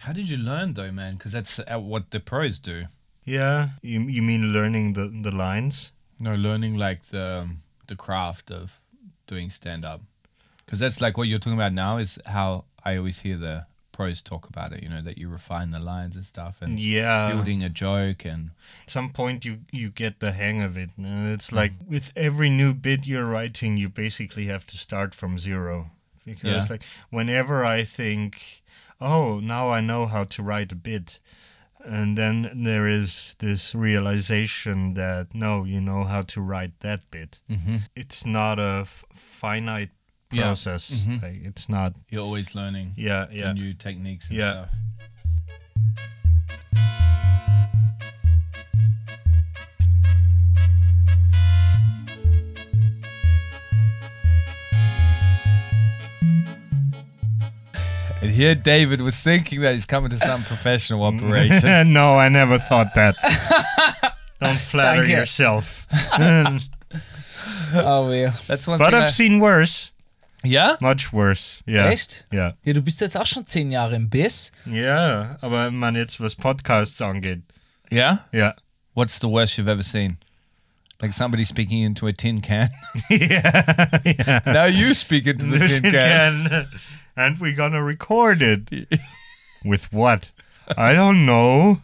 S2: How did you learn though, man? Cuz that's uh, what the pros do.
S1: Yeah, you you mean learning the the lines?
S2: No, learning like the um, the craft of doing stand up. Cuz that's like what you're talking about now is how I always hear the pros talk about it, you know, that you refine the lines and stuff and
S1: Yeah.
S2: building a joke and
S1: At some point you you get the hang of it. And it's like with every new bit you're writing, you basically have to start from zero. because
S2: Yeah.
S1: like whenever I think, oh, now I know how to write a bit, and then there is this realization that no, you know how to write that bit. Mm-hmm. It's not a f- finite
S8: Yeah.
S1: process. Like, it's not.
S8: You're always learning
S1: Yeah, yeah. [LAUGHS]
S8: new techniques and
S1: Yeah.
S8: stuff.
S2: And here David was thinking that he's coming to some [LAUGHS] professional operation.
S1: no, I never thought that. Don't flatter
S5: Danke.
S1: yourself. [LAUGHS]
S5: Oh, ja.
S2: That's one
S1: But
S2: thing. I-
S1: I've seen worse,
S2: yeah?
S1: much worse. Yeah.
S5: Echt?
S1: Yeah.
S5: Ja, du bist jetzt auch schon zehn Jahre im Biss.
S1: Ja, aber ich meine jetzt, was Podcasts angeht.
S2: Yeah?
S5: [LAUGHS]
S1: Ja.
S2: What's the worst you've ever seen? Like somebody speaking into a tin [LAUGHS] can.
S1: yeah. yeah.
S2: [LAUGHS] now you speak into the tin can.
S1: And we're gonna record
S5: [LAUGHS]
S1: it. With what? I don't know.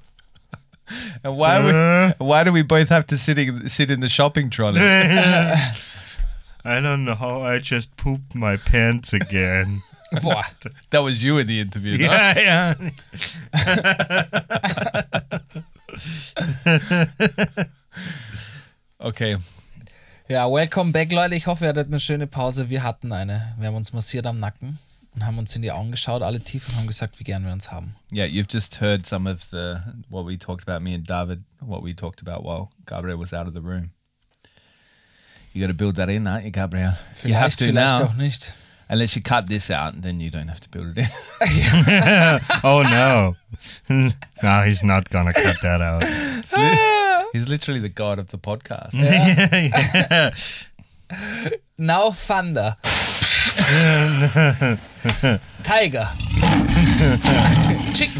S2: And why would
S1: Uh,
S2: why do we both have to sit in, sit in the shopping trolley?
S1: I don't know how I just pooped my pants
S5: [LAUGHS]
S1: again.
S5: Boah,
S2: That was you in the interview. no?
S1: yeah, yeah.
S2: Okay.
S5: Ja, welcome back, Leute. Ich hoffe, ihr hattet eine schöne Pause. Wir hatten eine. Wir haben uns massiert am Nacken und haben uns in die Augen geschaut, alle tief und haben gesagt, wie gern wir uns haben.
S2: Yeah, you've just heard some of the what we talked about, me and David, what we talked about while Gabriel was out of the room. You got to build that in, aren't you, Gabriel? you have
S5: Vielleicht,
S2: to
S5: vielleicht
S2: now,
S5: auch nicht.
S2: unless you cut this out, and then you don't have to build it in.
S1: Oh no. [LAUGHS] no, he's not gonna cut that
S5: [LAUGHS]
S1: out.
S2: He's literally the god of the podcast.
S5: Now Thunder. Tiger. Chick.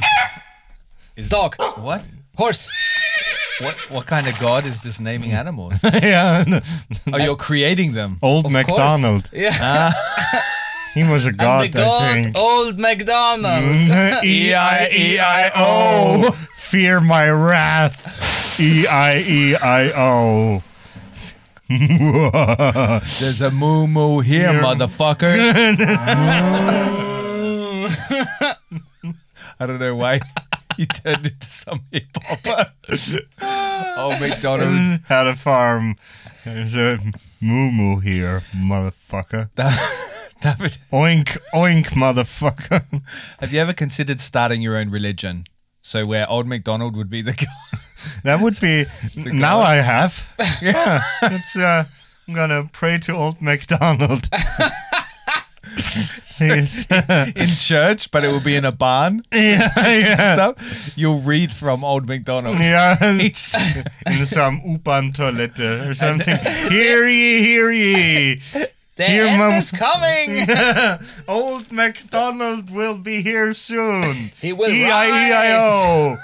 S5: Dog.
S2: What?
S5: Horse.
S2: What? What kind of god is just naming animals?
S1: [LAUGHS] yeah. no.
S2: Oh, you're creating them.
S1: Old
S5: Of
S1: MacDonald.
S5: Course. Yeah.
S1: He was a
S5: I'm the
S1: god, I
S5: God,
S1: think.
S5: Old McDonald.
S1: E I E I O. Fear my wrath. E I E I O. [LAUGHS]
S2: There's a moo moo here, motherfucker. [LAUGHS] I don't know why he turned into some hip
S1: [LAUGHS]
S2: hopper. oh, McDonald.
S1: Had a farm. There's a moo moo here, motherfucker.
S2: David,
S1: Oink, oink, motherfucker. [LAUGHS]
S2: have you ever considered starting your own religion? So where old McDonald would be the god.
S1: That would be. Now I [LAUGHS] have. Yeah. It's, uh, I'm gonna pray to old [LAUGHS] MacDonald. He's-
S2: [LAUGHS] in church, but it will be in a barn.
S1: [LAUGHS] yeah, yeah.
S2: Stuff. You'll read from old McDonald.
S1: Yeah.
S2: Each-
S1: in some U-Bahn toilette
S5: [LAUGHS]
S1: or something. hear ye, hear ye. [LAUGHS]
S5: The
S1: Here,
S5: end
S1: Mom.
S5: is coming.
S1: Old MacDonald will be here soon. E
S5: He will
S1: E-I-E-I-O.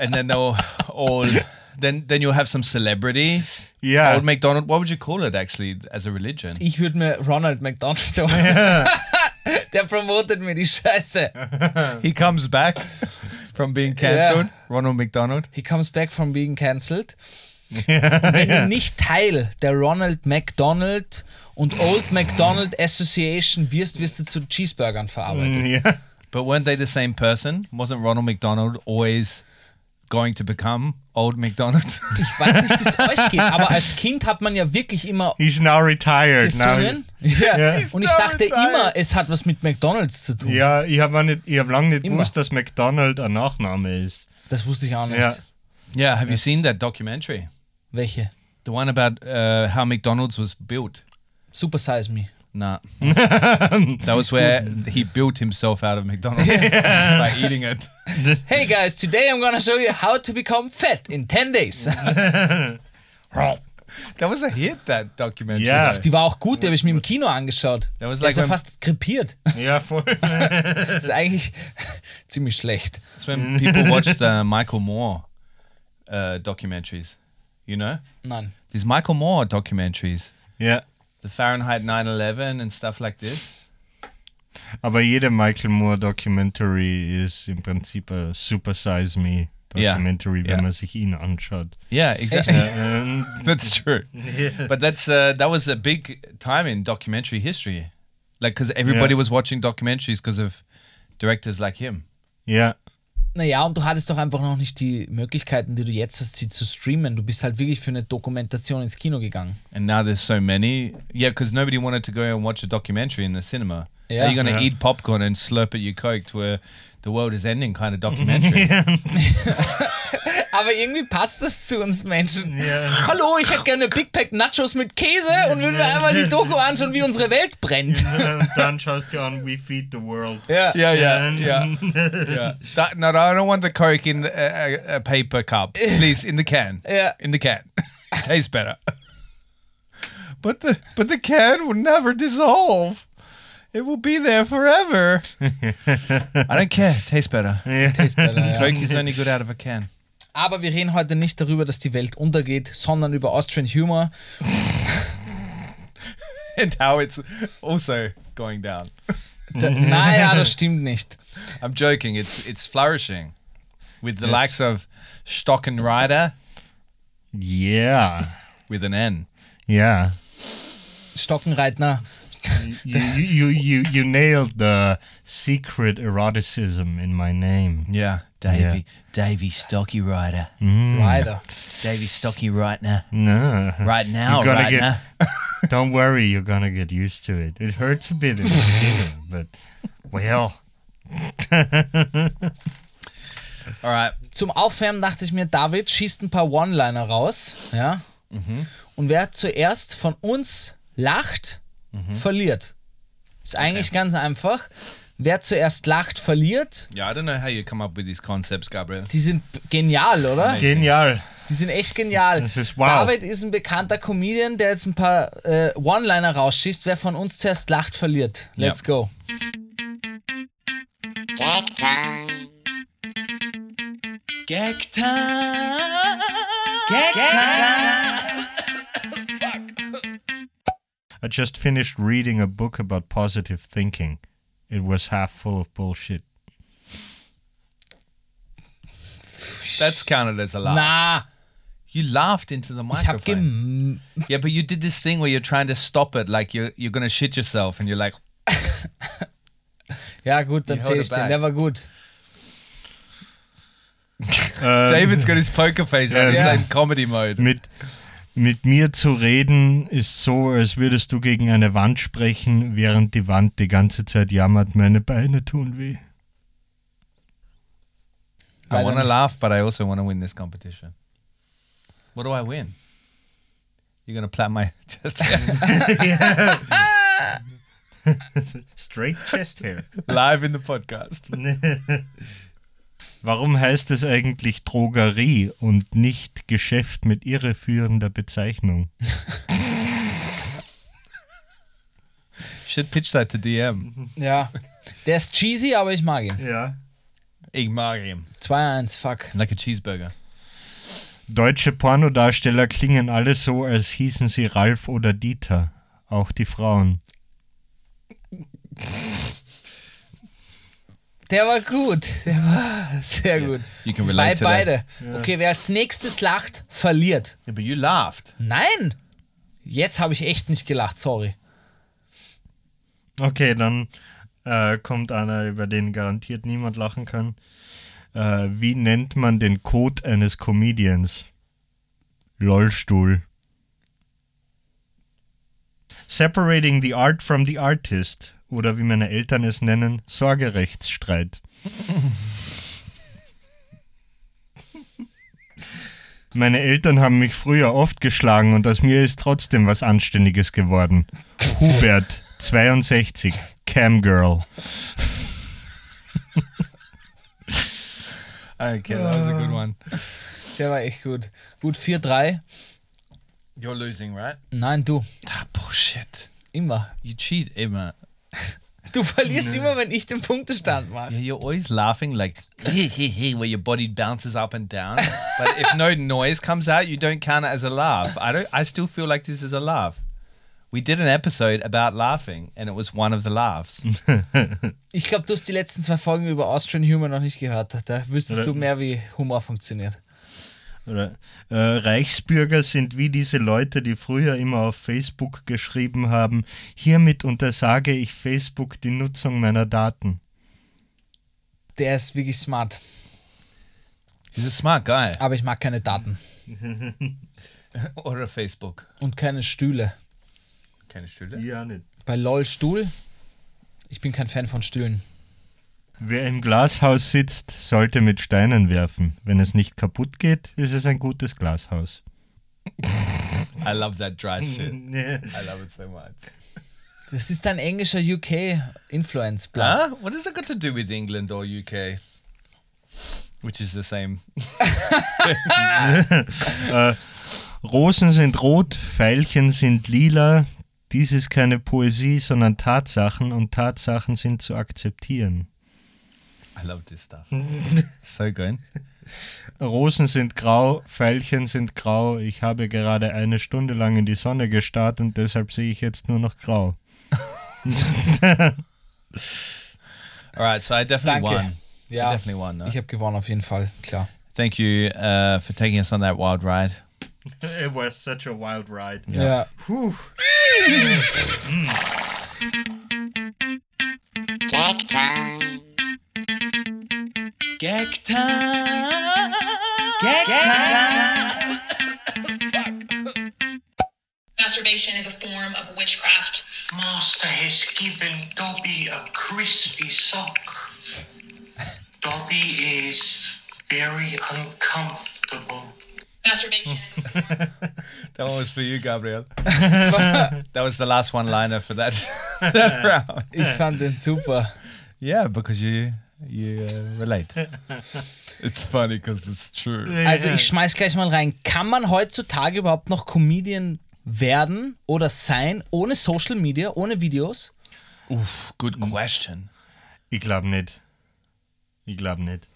S2: and then they'll all then then you'll have some celebrity.
S1: Yeah.
S2: Old McDonald. What would you call it actually as a religion?
S5: Ich würde mir Ronald McDonald sagen. [LAUGHS] Der promotet mir die Scheiße.
S2: He comes [LAUGHS] back from being cancelled. Ronald McDonald.
S5: He comes back from being cancelled. Wenn du nicht Teil der Ronald McDonald und Old McDonald Association wirst, wirst du zu Cheeseburgern verarbeitet.
S1: yeah.
S2: But weren't they the same person? Wasn't Ronald McDonald always going to become old [LAUGHS] McDonald?
S5: Ich weiß nicht, wie es euch geht, aber als Kind hat man ja wirklich immer
S1: He's now retired. Now
S5: gesungen.
S1: he-
S5: Ja.
S1: genau. Ja.
S5: Und ich dachte
S2: He's now
S5: immer, es hat was mit McDonalds zu tun.
S1: ja, ich habe nicht, ich hab lange nicht
S5: Immer.
S1: gewusst, dass McDonald ein Nachname ist.
S5: Das wusste ich auch nicht.
S1: Ja.
S2: yeah. Have you seen that documentary?
S5: Welche?
S2: The one about uh, how McDonald's was built.
S5: Super Size Me.
S2: [LAUGHS] Nah. that was where he built himself out of [LAUGHS] McDonald's by eating it.
S5: Hey guys, today I'm gonna show you how to become fat in 10 days.
S2: [LAUGHS] That was a hit, that documentary.
S1: Yeah.
S5: Die war auch gut, die habe ich mir im Kino angeschaut.
S2: That was
S5: Der
S2: like
S5: ist ja
S2: when-
S5: fast krepiert. [LAUGHS]
S1: Ja, voll.
S5: Das ist eigentlich [LAUGHS] ziemlich schlecht.
S2: It's [LAUGHS] when people watched uh, Michael Moore uh, documentaries, you know?
S5: Nein.
S2: These Michael Moore documentaries,
S1: ja.
S2: the Fahrenheit 9 11 and stuff like this.
S1: Aber jede Michael Moore Documentary ist im Prinzip ein Super Size Me
S2: Ja.
S1: Documentary, wenn
S2: Ja.
S1: man sich ihn anschaut.
S2: [LAUGHS] Yeah, exactly.
S1: Ähm, [LAUGHS]
S2: that's true. But that's uh, that was a big time in documentary history, like because everybody
S1: Yeah.
S2: was watching documentaries because of directors like him.
S1: ja,
S5: Naja, und du hattest doch einfach noch nicht die Möglichkeiten, die du jetzt hast, sie zu streamen. Du bist halt wirklich für eine Dokumentation ins Kino gegangen.
S2: And now there's so many. Yeah, because nobody wanted to go and watch a documentary in the cinema.
S5: Yeah.
S2: Are you going to
S1: Yeah.
S2: eat popcorn and slurp at your Coke to a the world is ending kind
S1: [LAUGHS]
S2: of documentary?
S5: Aber irgendwie passt das zu uns Menschen.
S1: ja.
S5: Hallo, ich hätte gerne Big Pack Nachos mit Käse und würde einmal die Doku anschauen, wie unsere
S1: [LAUGHS]
S5: Welt brennt.
S1: Und dann schaust du an, we feed the world.
S5: Ja.
S2: yeah, yeah,
S1: And-
S2: yeah. yeah. That, no, no, I don't want the Coke in a, a, a paper [LAUGHS] cup. Please, in the can.
S5: Yeah.
S2: In the can. [LAUGHS] It tastes better. But the but the can will never dissolve. It will be there forever. I don't care. Tastes [LAUGHS] better. Coke is only good out of a can.
S5: Aber wir reden heute nicht darüber, dass die Welt untergeht, sondern über Austrian Humor.
S2: [LAUGHS] And how it's also going down.
S5: Da, naja, das stimmt nicht.
S2: I'm joking. It's it's flourishing with the likes of Stock and Ryder
S1: Yeah.
S2: with an N.
S1: Yeah.
S5: Stockenreitner,
S1: You, you, you, you nailed the secret eroticism in my name.
S2: Yeah.
S1: Davey-
S2: Davy Stocky Ryder.
S5: Rider.
S2: Davy Stocky right now.
S1: No.
S2: Right
S1: Hmm.
S2: now,
S1: You gotta
S2: right
S1: get-
S2: now.
S1: Don't worry, you're gonna get used to it. It hurts a bit in the beginning,
S2: [LAUGHS]
S1: but well,
S2: All right.
S5: Zum Aufwärmen dachte ich mir, David schießt ein paar One-Liner raus. Ja? Und wer zuerst von uns lacht, verliert. Ist eigentlich ganz einfach. Wer zuerst lacht, verliert.
S2: Yeah, I don't know how you come up with these concepts, Gabriel.
S5: Die sind b- genial, oder?
S1: genial.
S5: Die sind echt genial.
S1: Das ist wow.
S5: David ist ein bekannter Comedian, der jetzt ein paar äh, One-Liner rausschießt. Wer von uns zuerst lacht, verliert. Let's
S2: Ja.
S5: go.
S7: Gag time.
S3: Gag time.
S7: Gag time.
S1: I just finished reading a book about positive thinking. It was half full of bullshit.
S2: That's counted as a laugh.
S5: Na,
S2: You laughed into the
S5: ich hab
S2: microphone.
S5: gem...
S2: Yeah, but you did this thing where you're trying to stop it, like you're you're gonna shit yourself, and you're like,
S5: Ja gut, dann
S2: You
S5: zähl
S2: held
S5: ich
S2: it
S5: den.
S2: back.
S5: Der war gut.
S1: Ähm,
S2: David's got his poker face on.
S5: Yeah.
S2: He's in
S1: [LAUGHS]
S2: comedy mode.
S1: mit, mit mir zu reden ist so, als würdest du gegen eine Wand sprechen, während die Wand die ganze Zeit jammert, meine Beine tun weh.
S2: I
S5: Leider
S2: want to
S5: nicht.
S2: laugh, but I also want to win this competition. What do I win? You're gonna plait my [LAUGHS] just
S1: Straight chest hair.
S2: live in the podcast.
S1: [LAUGHS] Warum heißt es eigentlich Drogerie und nicht Geschäft mit irreführender Bezeichnung?
S2: Should pitch that
S5: [LAUGHS]
S2: to DM.
S5: Ja. Der ist cheesy, aber ich mag ihn.
S1: Ja.
S2: Igmarium.
S5: 2-1, fuck.
S2: Like a cheeseburger.
S1: Deutsche Pornodarsteller klingen alle so, als hießen sie Ralf oder Dieter. Auch die Frauen.
S5: Der war gut. Der war sehr gut.
S2: you can
S5: Zwei
S2: relate to that.
S5: beide. Okay, wer als nächstes lacht, verliert.
S2: Yeah, but you laughed.
S5: Nein! Jetzt habe ich echt nicht gelacht, sorry.
S1: Okay, dann äh, kommt einer, über den garantiert niemand lachen kann. Äh, wie nennt man den Code eines Comedians? Lollstuhl. Separating the art from the artist. Oder wie meine Eltern es nennen, Sorgerechtsstreit. [LAUGHS] Meine Eltern haben mich früher oft geschlagen und aus mir ist trotzdem was Anständiges geworden. Hubert, 62, Camgirl.
S2: I don't care. That was a good one.
S5: Der war echt gut. Gut, 4-3.
S2: You're losing, right?
S5: Nein, du.
S2: Ah, bullshit.
S5: Immer.
S2: You cheat, Emma.
S5: Du verlierst immer, wenn ich den Punktestand mache.
S2: Yeah, you're always laughing like [LAUGHS] hee hee hee, where your body bounces up and down. but if no noise comes out, you don't count it as a laugh. I don't. I still feel like this is a laugh. We did an episode about laughing, and it was one of the laughs.
S5: Ich glaube, du hast die letzten zwei Folgen über Austrian Humor noch nicht gehört. Da wüsstest
S1: Oder-
S5: du mehr, wie Humor funktioniert.
S1: Oder, äh, Reichsbürger sind wie diese Leute, die früher immer auf Facebook geschrieben haben, hiermit untersage ich Facebook die Nutzung meiner Daten.
S5: Der ist wirklich smart,
S2: He's a smart guy. [LAUGHS]
S5: aber ich mag keine Daten
S2: Oder Facebook.
S5: und keine Stühle.
S2: Keine Stühle.
S1: Ja, nicht.
S5: Bei LOL Stuhl, ich bin kein Fan von Stühlen.
S1: Wer im Glashaus sitzt, sollte mit Steinen werfen. Wenn es nicht kaputt geht, ist es ein gutes Glashaus.
S2: I love that dry shit.
S1: Nee.
S2: I love it so much.
S5: Das ist ein englischer UK-Influence-Blatt.
S2: Huh? What has it got to do with England or UK? Which is the same.
S1: Rosen sind rot, Veilchen sind lila. Dies ist keine Poesie, sondern Tatsachen und Tatsachen sind zu akzeptieren.
S2: I love this stuff. so good.
S1: Rosen sind grau, Veilchen sind grau. Ich habe gerade eine Stunde lang in die Sonne gestarrt und deshalb sehe ich jetzt nur noch grau.
S2: All right, so I definitely
S5: Danke.
S2: won. I
S5: Ja,
S2: definitely won. No?
S5: ich habe gewonnen auf jeden Fall, klar.
S2: Thank you uh, for taking us on that wild ride.
S1: [LAUGHS] It was such a wild ride.
S5: Ja.
S7: Gag time.
S3: Gag time. Gag time.
S8: Masturbation is a form of witchcraft.
S6: Master has given Dobby a crispy sock. Dobby is very uncomfortable.
S8: Masturbation is a form
S2: That one was for you, [LAUGHS] Gabriel. that was the last one liner for that, [LAUGHS] that round.
S5: Ich fand den
S2: [LAUGHS]
S5: super.
S2: Yeah, because you you uh, relate. [LAUGHS] it's funny because it's true.
S5: Also ich schmeiß gleich mal rein. Kann man heutzutage überhaupt noch Comedian werden oder sein ohne Social Media, ohne Videos?
S2: Good question.
S1: Ich glaube nicht. Ich glaube nicht.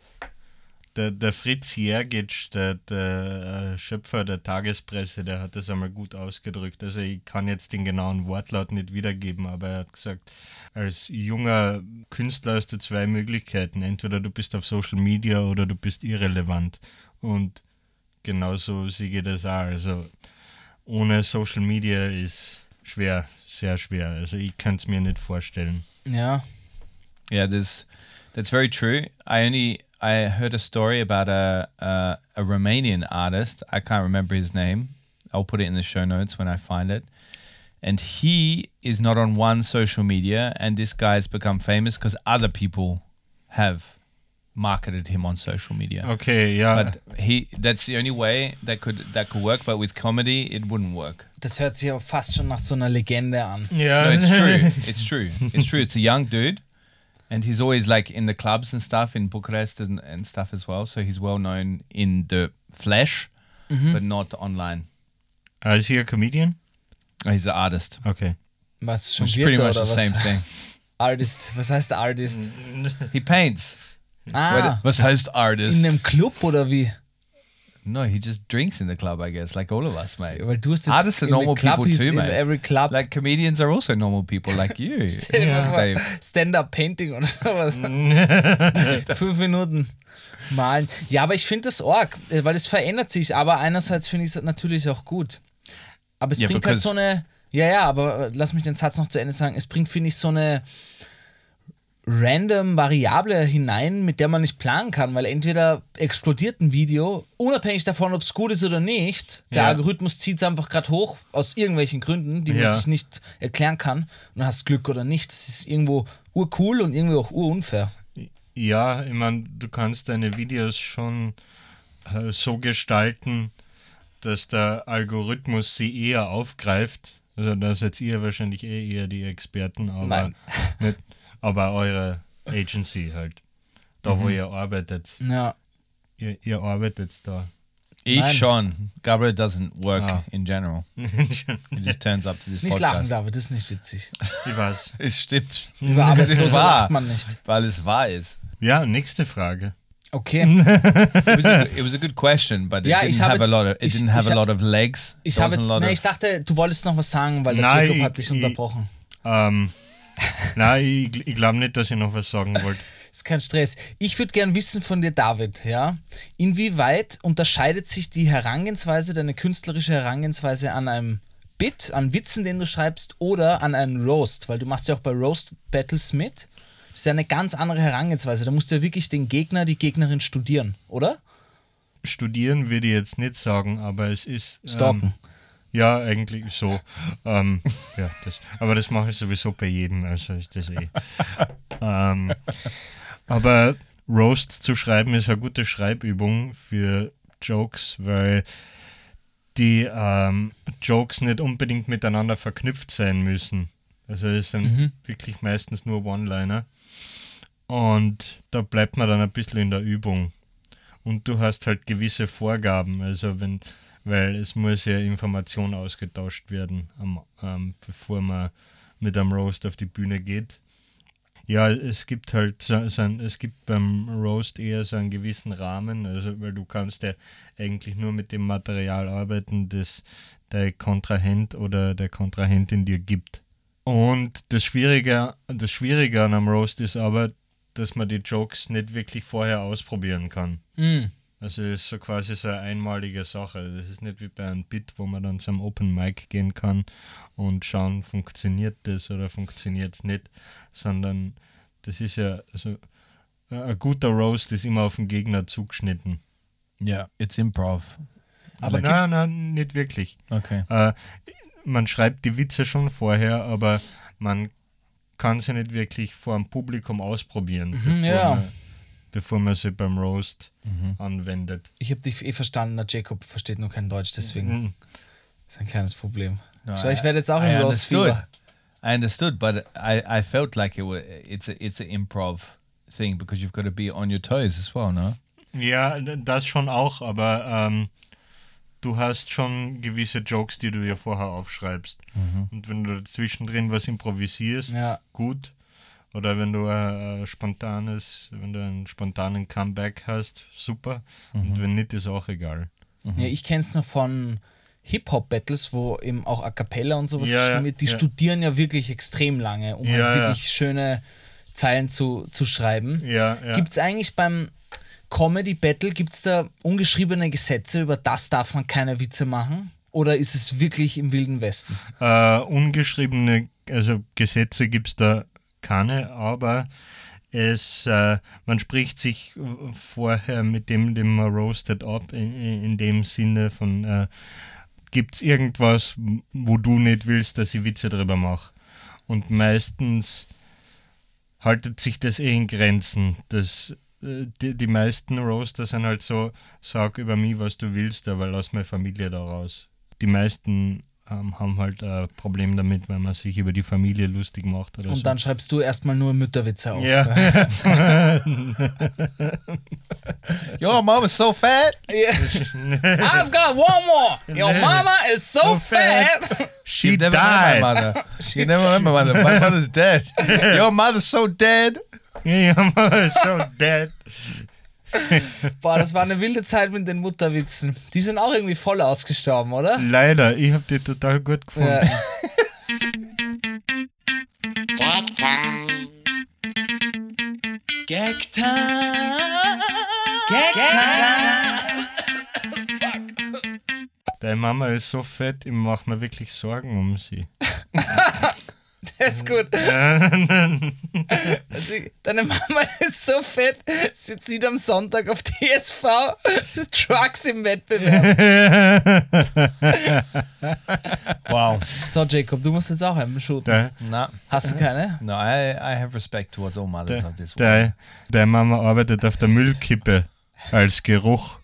S1: Der, der Fritz Jergic, der, der äh, Schöpfer der Tagespresse, der hat das einmal gut ausgedrückt. Also ich kann jetzt den genauen Wortlaut nicht wiedergeben, aber er hat gesagt, als junger Künstler hast du zwei Möglichkeiten. Entweder du bist auf Social Media oder du bist irrelevant. Und genauso sehe ich das auch. Also ohne Social Media ist schwer, sehr schwer. Also ich kann es mir nicht vorstellen.
S5: Ja.
S2: Yeah, there's that's very true. I only I heard a story about a a, a Romanian artist. I can't remember his name. I'll put it in the show notes when I find it. And he is not on one social media, and this guy's become famous because other people have marketed him on social media.
S1: Okay, ja.
S2: But he that's the only way that could that could work. But with comedy, it wouldn't work.
S5: Das hört sich aber fast schon nach so einer Legende an.
S1: Ja,
S5: [LAUGHS]
S2: No, it's true. It's true. It's true. It's a young dude, and he's always like in the clubs and stuff in Bucharest and, and stuff as well. So he's well known in the flesh,
S5: Mm-hmm.
S2: but not online.
S1: Uh, is he a comedian?
S2: He's an artist.
S1: Okay.
S5: Was schon
S2: Which is pretty
S5: oder
S2: much the
S5: was?
S2: same thing. Mhm.
S5: Artist. Was heißt Artist?
S2: He paints.
S5: Ah,
S2: Was heißt
S5: in
S2: artist?
S5: einem Club oder wie?
S2: No, he just drinks in the club, I guess, like all of us, mate.
S5: Weil du hast jetzt
S2: Artists are
S5: in
S2: normal
S5: den Club
S2: people
S5: hieß
S2: too,
S5: in
S2: mate.
S5: every club
S2: Like comedians are also normal people,
S5: [LAUGHS]
S2: like you. Dave.
S5: Stand-up-Painting oder
S2: [LAUGHS]
S5: sowas. Fünf Minuten malen. Ja, aber ich finde das arg, äh, weil es verändert sich. Aber einerseits finde ich es natürlich auch gut. Aber es
S2: Ja,
S5: bringt halt
S2: because-
S5: so eine. Ja, ja, aber äh, lass mich den Satz noch zu Ende sagen. Es bringt, finde ich, so eine random Variable hinein, mit der man nicht planen kann, weil entweder explodiert ein Video, unabhängig davon, ob es gut ist oder nicht, der
S1: Ja.
S5: Algorithmus zieht es einfach gerade hoch, aus irgendwelchen Gründen, die man
S1: Ja.
S5: sich nicht erklären kann. Und dann hast du Glück oder nicht. Das ist irgendwo urcool und irgendwie auch urunfair.
S1: Ja, ich meine, du kannst deine Videos schon äh, so gestalten, dass der Algorithmus sie eher aufgreift. Also da seid ihr wahrscheinlich eh eher die Experten, aber, [LAUGHS]
S5: Nein.
S1: Nicht, aber eure Agency halt. Da, wo ihr arbeitet.
S5: Ja.
S1: Ihr, ihr arbeitet da. [LAUGHS]
S2: Ich
S5: Nein.
S2: schon. Gabriel doesn't work
S1: Ah.
S2: in general. He just turns up to this
S5: Nicht lachen,
S2: podcast.
S5: David, das ist nicht witzig.
S1: Ich weiß.
S2: Es stimmt.
S5: Über
S2: Because it's
S5: Arbeitslose
S2: wahr.
S5: lacht man nicht.
S2: Weil es wahr ist.
S1: Ja, nächste Frage. [LAUGHS]
S5: Okay.
S2: It was a, it was a good question, but it
S5: Ja, ich
S2: didn't
S5: hab
S2: have a
S5: jetzt-
S2: lot of it
S5: ich-
S2: didn't have
S5: ich
S2: a
S5: hab-
S2: lot of legs.
S5: Ich,
S2: There
S5: habe
S2: wasn't
S5: jetzt,
S2: a lot
S5: nein,
S2: of-
S5: ich dachte, du wolltest noch was sagen, weil der
S1: Nein,
S5: Jacob
S1: ich-
S5: hat dich
S1: ich-
S5: unterbrochen.
S1: Ähm, nein, ich, gl- ich glaube nicht, dass ich noch was sagen wollte.
S5: Ist kein Stress. Ich würde gern wissen von dir, David, ja, inwieweit unterscheidet sich die Herangehensweise, deine künstlerische Herangehensweise an einem Bit, an Witzen, den du schreibst, oder an einem Roast? Weil du machst ja auch bei Roast Battles mit. Das ist ja eine ganz andere Herangehensweise. Da musst du ja wirklich den Gegner, die Gegnerin studieren, oder?
S1: Studieren würde ich jetzt nicht sagen, aber es ist.
S5: Stalken.
S1: Ähm, ja, eigentlich so. ähm, ja, das, aber das mache ich sowieso bei jedem, also ist das eh. ähm, aber Roasts zu schreiben ist eine gute Schreibübung für Jokes, weil die ähm, Jokes nicht unbedingt miteinander verknüpft sein müssen. Also es sind wirklich meistens nur One-Liner. Und da bleibt man dann ein bisschen in der Übung. Und du hast halt gewisse Vorgaben, also wenn, weil es muss ja Information ausgetauscht werden, am, ähm, bevor man mit einem Roast auf die Bühne geht. Ja, es gibt halt so, so ein, es gibt beim Roast eher so einen gewissen Rahmen, also weil du kannst ja eigentlich nur mit dem Material arbeiten, das der Kontrahent oder der Kontrahentin dir gibt. Und das Schwierige, das Schwierige an einem Roast ist aber, dass man die Jokes nicht wirklich vorher ausprobieren kann. Also es ist so quasi so eine einmalige Sache. Das ist nicht wie bei einem Bit, wo man dann zum Open Mic gehen kann und schauen, funktioniert das oder funktioniert es nicht, sondern das ist ja, also äh, ein guter Roast ist immer auf den Gegner zugeschnitten.
S2: Yeah, it's improv.
S5: Aber
S1: nein, nein, nicht wirklich.
S2: Okay.
S1: Äh, man schreibt die Witze schon vorher, aber man kann sie nicht wirklich vor dem Publikum ausprobieren, bevor,
S5: ja.
S1: man, bevor man sie beim Roast anwendet.
S5: Ich habe dich eh verstanden, der Jacob versteht nur kein Deutsch, deswegen ist ein kleines Problem. Schau, ich werde jetzt auch
S2: I
S5: im Roast
S2: understood.
S5: Fieber.
S2: I understood, but I, I felt like it was it's a, it's an improv thing because you've got to be on your toes as well, no?
S1: Ja, d- das schon auch, aber ähm, du hast schon gewisse Jokes, die du dir vorher aufschreibst. Und wenn du zwischendrin was improvisierst,
S5: Ja.
S1: gut. Oder wenn du äh, äh, spontanes, wenn du einen spontanen Comeback hast, super. Und wenn nicht, ist auch egal.
S5: Ja, ich kenne es nur von Hip-Hop-Battles, wo eben auch A Cappella und sowas
S1: Ja,
S5: geschrieben
S1: ja,
S5: wird. Die
S1: ja.
S5: studieren ja wirklich extrem lange, um
S1: Ja,
S5: halt
S1: ja.
S5: wirklich schöne Zeilen zu, zu schreiben.
S1: Ja, ja.
S5: Gibt es eigentlich beim Comedy-Battle, gibt es da ungeschriebene Gesetze, über das darf man keine Witze machen? Oder ist es wirklich im Wilden Westen?
S1: Äh, ungeschriebene also Gesetze gibt es da keine, aber es, äh, man spricht sich äh, vorher mit dem, dem man roastet ab, in, in in dem Sinne von, äh, gibt es irgendwas, wo du nicht willst, dass ich Witze drüber mache? Und meistens haltet sich das eh in Grenzen. Das, äh, die, die meisten Roaster sind halt so, sag über mich, was du willst, aber lass meine Familie da raus. Die meisten ähm, haben halt ein Problem damit, wenn man sich über die Familie lustig macht oder so.
S5: Und dann schreibst du erstmal nur Mütterwitze auf.
S1: ja,
S5: [LAUGHS]
S2: Your mom is so fat.
S1: [LAUGHS]
S5: I've got one more! Your mama is so
S1: fat.
S5: fat!
S1: [LAUGHS]
S5: Genau.
S1: she
S2: never
S1: [LAUGHS] died.
S2: met my mother. You never met my mother. My mother's dead. Your mother's so dead.
S1: Your mother is so dead.
S5: Boah, das war eine wilde Zeit mit den Mutterwitzen. Die sind auch irgendwie voll ausgestorben, oder?
S1: Leider, ich habe die total gut gefunden.
S5: Ja. [LAUGHS]
S7: Gag Time.
S3: Gag Time.
S1: Deine Mama ist so fett, ich mache mir wirklich Sorgen um sie.
S5: Der ist gut.
S1: [LAUGHS]
S5: Also, deine Mama ist so fett, sie zieht am Sonntag auf TSV Trucks im Wettbewerb.
S2: [LAUGHS] Wow.
S5: So, Jacob, du musst jetzt auch einen shooten.
S1: Deine
S2: no,
S5: Hast du keine?
S2: no, I, I have respect towards all mothers of this world.
S1: Deine deine Mama arbeitet auf der Müllkippe als Geruch.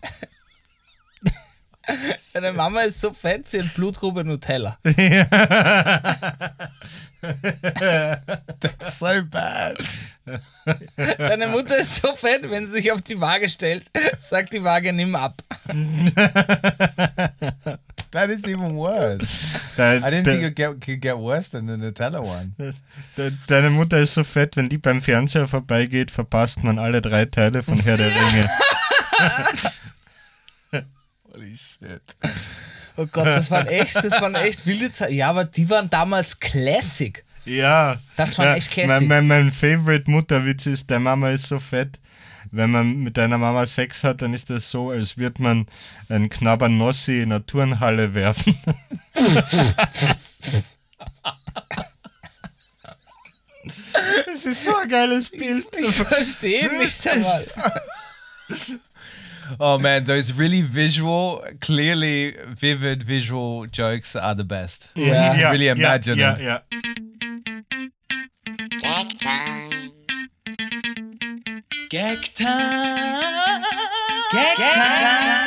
S5: Deine Mama ist so fett, sie hat Blutgruppe Nutella.
S2: So bad.
S5: Deine Mutter ist so fett, wenn sie sich auf die Waage stellt, sagt die Waage, nimm ab.
S2: that is even worse.
S1: Dein-
S2: I didn't
S1: de-
S2: think it get, could get worse than the Nutella [LAUGHS] one.
S1: de- Deine Mutter ist so fett, wenn die beim Fernseher vorbeigeht, verpasst man alle drei Teile von Herr der Ringe.
S2: [LAUGHS]
S1: [LAUGHS]
S2: Holy shit.
S5: Oh Gott, das waren echt, das waren echt wilde Zeiten. Ja, aber die waren damals Classic.
S1: Ja.
S5: Das war
S1: ja,
S5: echt classic.
S1: Mein, mein, mein Favorite Mutterwitz ist, deine Mama ist so fett. Wenn man mit deiner Mama Sex hat, dann ist das so, als würde man einen Knabbernossi in eine Turnhalle
S5: [LAUGHS]
S1: werfen. Es ist so ein geiles Bild. [LAUGHS]
S5: Ich verstehe nicht einmal.
S2: Oh man, those really visual, clearly vivid visual jokes are the best.
S5: Ja.
S2: can really imagine
S1: ja,
S2: it.
S1: ja, ja.
S7: Gag Time.
S3: Gag Time. Gag Time.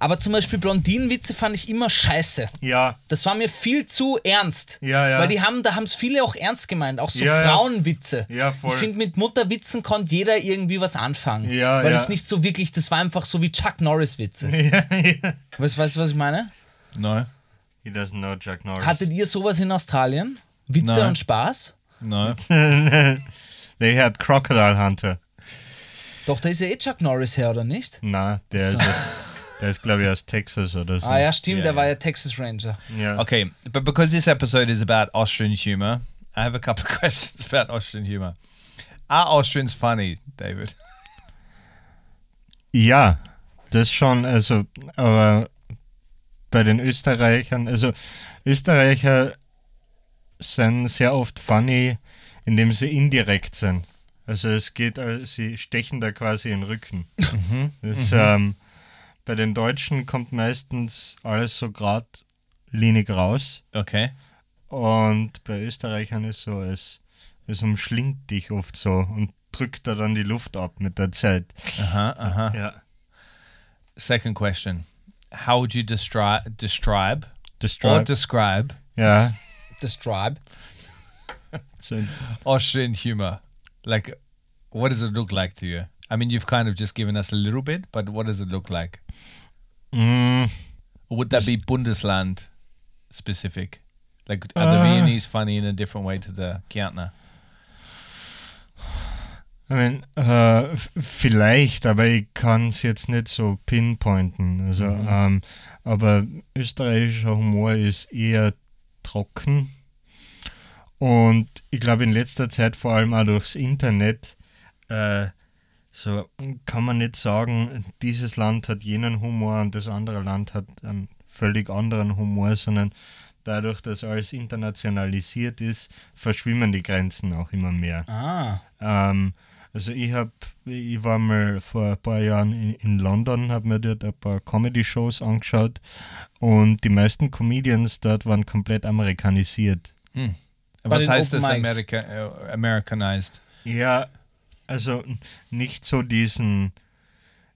S5: Aber zum Beispiel Blondinenwitze fand ich immer scheiße.
S1: Ja, [LAUGHS]
S5: Das war mir viel zu ernst.
S1: Ja, ja.
S5: Weil die haben, da haben es viele auch ernst gemeint, auch so
S1: Ja, ja.
S5: Frauenwitze.
S1: Ja, voll.
S5: Ich finde, mit Mutterwitzen konnte jeder irgendwie was anfangen.
S1: Ja,
S5: weil
S1: ja.
S5: es nicht so wirklich, das war einfach so wie Chuck Norris-Witze.
S1: ja, ja.
S5: Weißt weißt du, was ich meine?
S2: No,
S1: He doesn't know Jack Norris.
S5: Hattet ihr sowas in Australien? Witze
S2: Nein.
S5: und Spaß?
S2: no.
S1: [LAUGHS] They had Crocodile Hunter.
S5: Doch, da ist ja eh Chuck Norris her, oder nicht?
S1: Na, der ist, aus, der ist glaube ich aus Texas oder so.
S5: Ah ja, stimmt, der
S1: ja.
S5: war ja Texas Ranger.
S1: Ja.
S2: Okay, but because this episode is about Austrian humor, I have a couple of [LAUGHS] questions about Austrian humor. Are Austrians funny, David?
S1: Ja, das schon, also, aber bei den Österreichern, also Österreicher sind sehr oft funny, indem sie indirekt sind. Also es geht, äh, sie stechen da quasi in den Rücken. Das, ähm, bei den Deutschen kommt meistens alles so geradlinig raus
S2: Okay.
S1: und bei Österreichern ist so, es, es umschlingt dich oft so und drückt da dann die Luft ab mit der Zeit.
S2: Uh-huh, uh-huh.
S1: Ja.
S2: Second question. How would you destri- describe or
S1: Destroy-
S2: describe
S1: ja.
S5: Das Tribe.
S1: So,
S2: Austrian humor? Like, what does it look like to you? I mean, you've kind of just given us a little bit, but what does it look like?
S1: mm,
S2: Would that be Bundesland specific? Like, are the Viennese funny in a different way to the Kärntner?
S1: I mean, äh, f- vielleicht, aber ich kann es jetzt nicht so pinpointen. Also, ähm, aber österreichischer Humor ist eher trocken. Und ich glaube, in letzter Zeit, vor allem auch durchs Internet, äh, so kann man nicht sagen, dieses Land hat jenen Humor und das andere Land hat einen völlig anderen Humor, sondern dadurch, dass alles internationalisiert ist, verschwimmen die Grenzen auch immer mehr.
S5: Ah.
S1: Ähm, also ich hab, ich war mal vor ein paar Jahren in, in London, habe mir dort ein paar Comedy-Shows angeschaut und die meisten Comedians dort waren komplett amerikanisiert.
S2: Was
S5: den
S2: heißt
S5: Open
S2: das
S5: Mics.
S2: America, äh, Americanized?
S1: Ja, also nicht so diesen.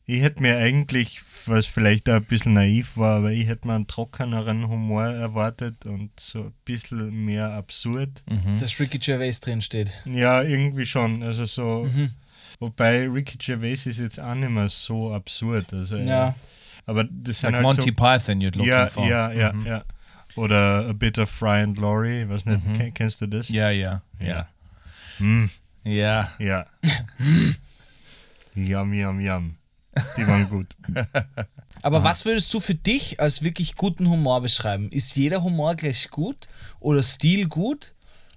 S1: Ich hätte mir eigentlich, was vielleicht auch ein bisschen naiv war, aber ich hätte mir einen trockeneren Humor erwartet und so ein bisschen mehr absurd.
S5: Dass Ricky Gervais drinsteht.
S1: Ja, irgendwie schon. Also so. Wobei Ricky Gervais ist jetzt auch nicht mehr so absurd. Also,
S5: Ja.
S1: Aber das sind
S2: Like
S1: halt
S2: Monty
S1: so,
S2: Python you're looking
S1: Ja,
S2: for.
S1: ja, ja, ja. Oder A Bit of Fry and Laurie, was nicht,
S2: Mhm.
S1: ken- kennst du das?
S2: Yeah, yeah, yeah.
S1: Ja.
S2: Yeah. [LAUGHS]
S1: Ja. yum, yum, yum. Die waren gut. [LAUGHS]
S5: Aber was würdest du für dich als wirklich guten Humor beschreiben? Ist jeder Humor gleich gut oder Stil gut?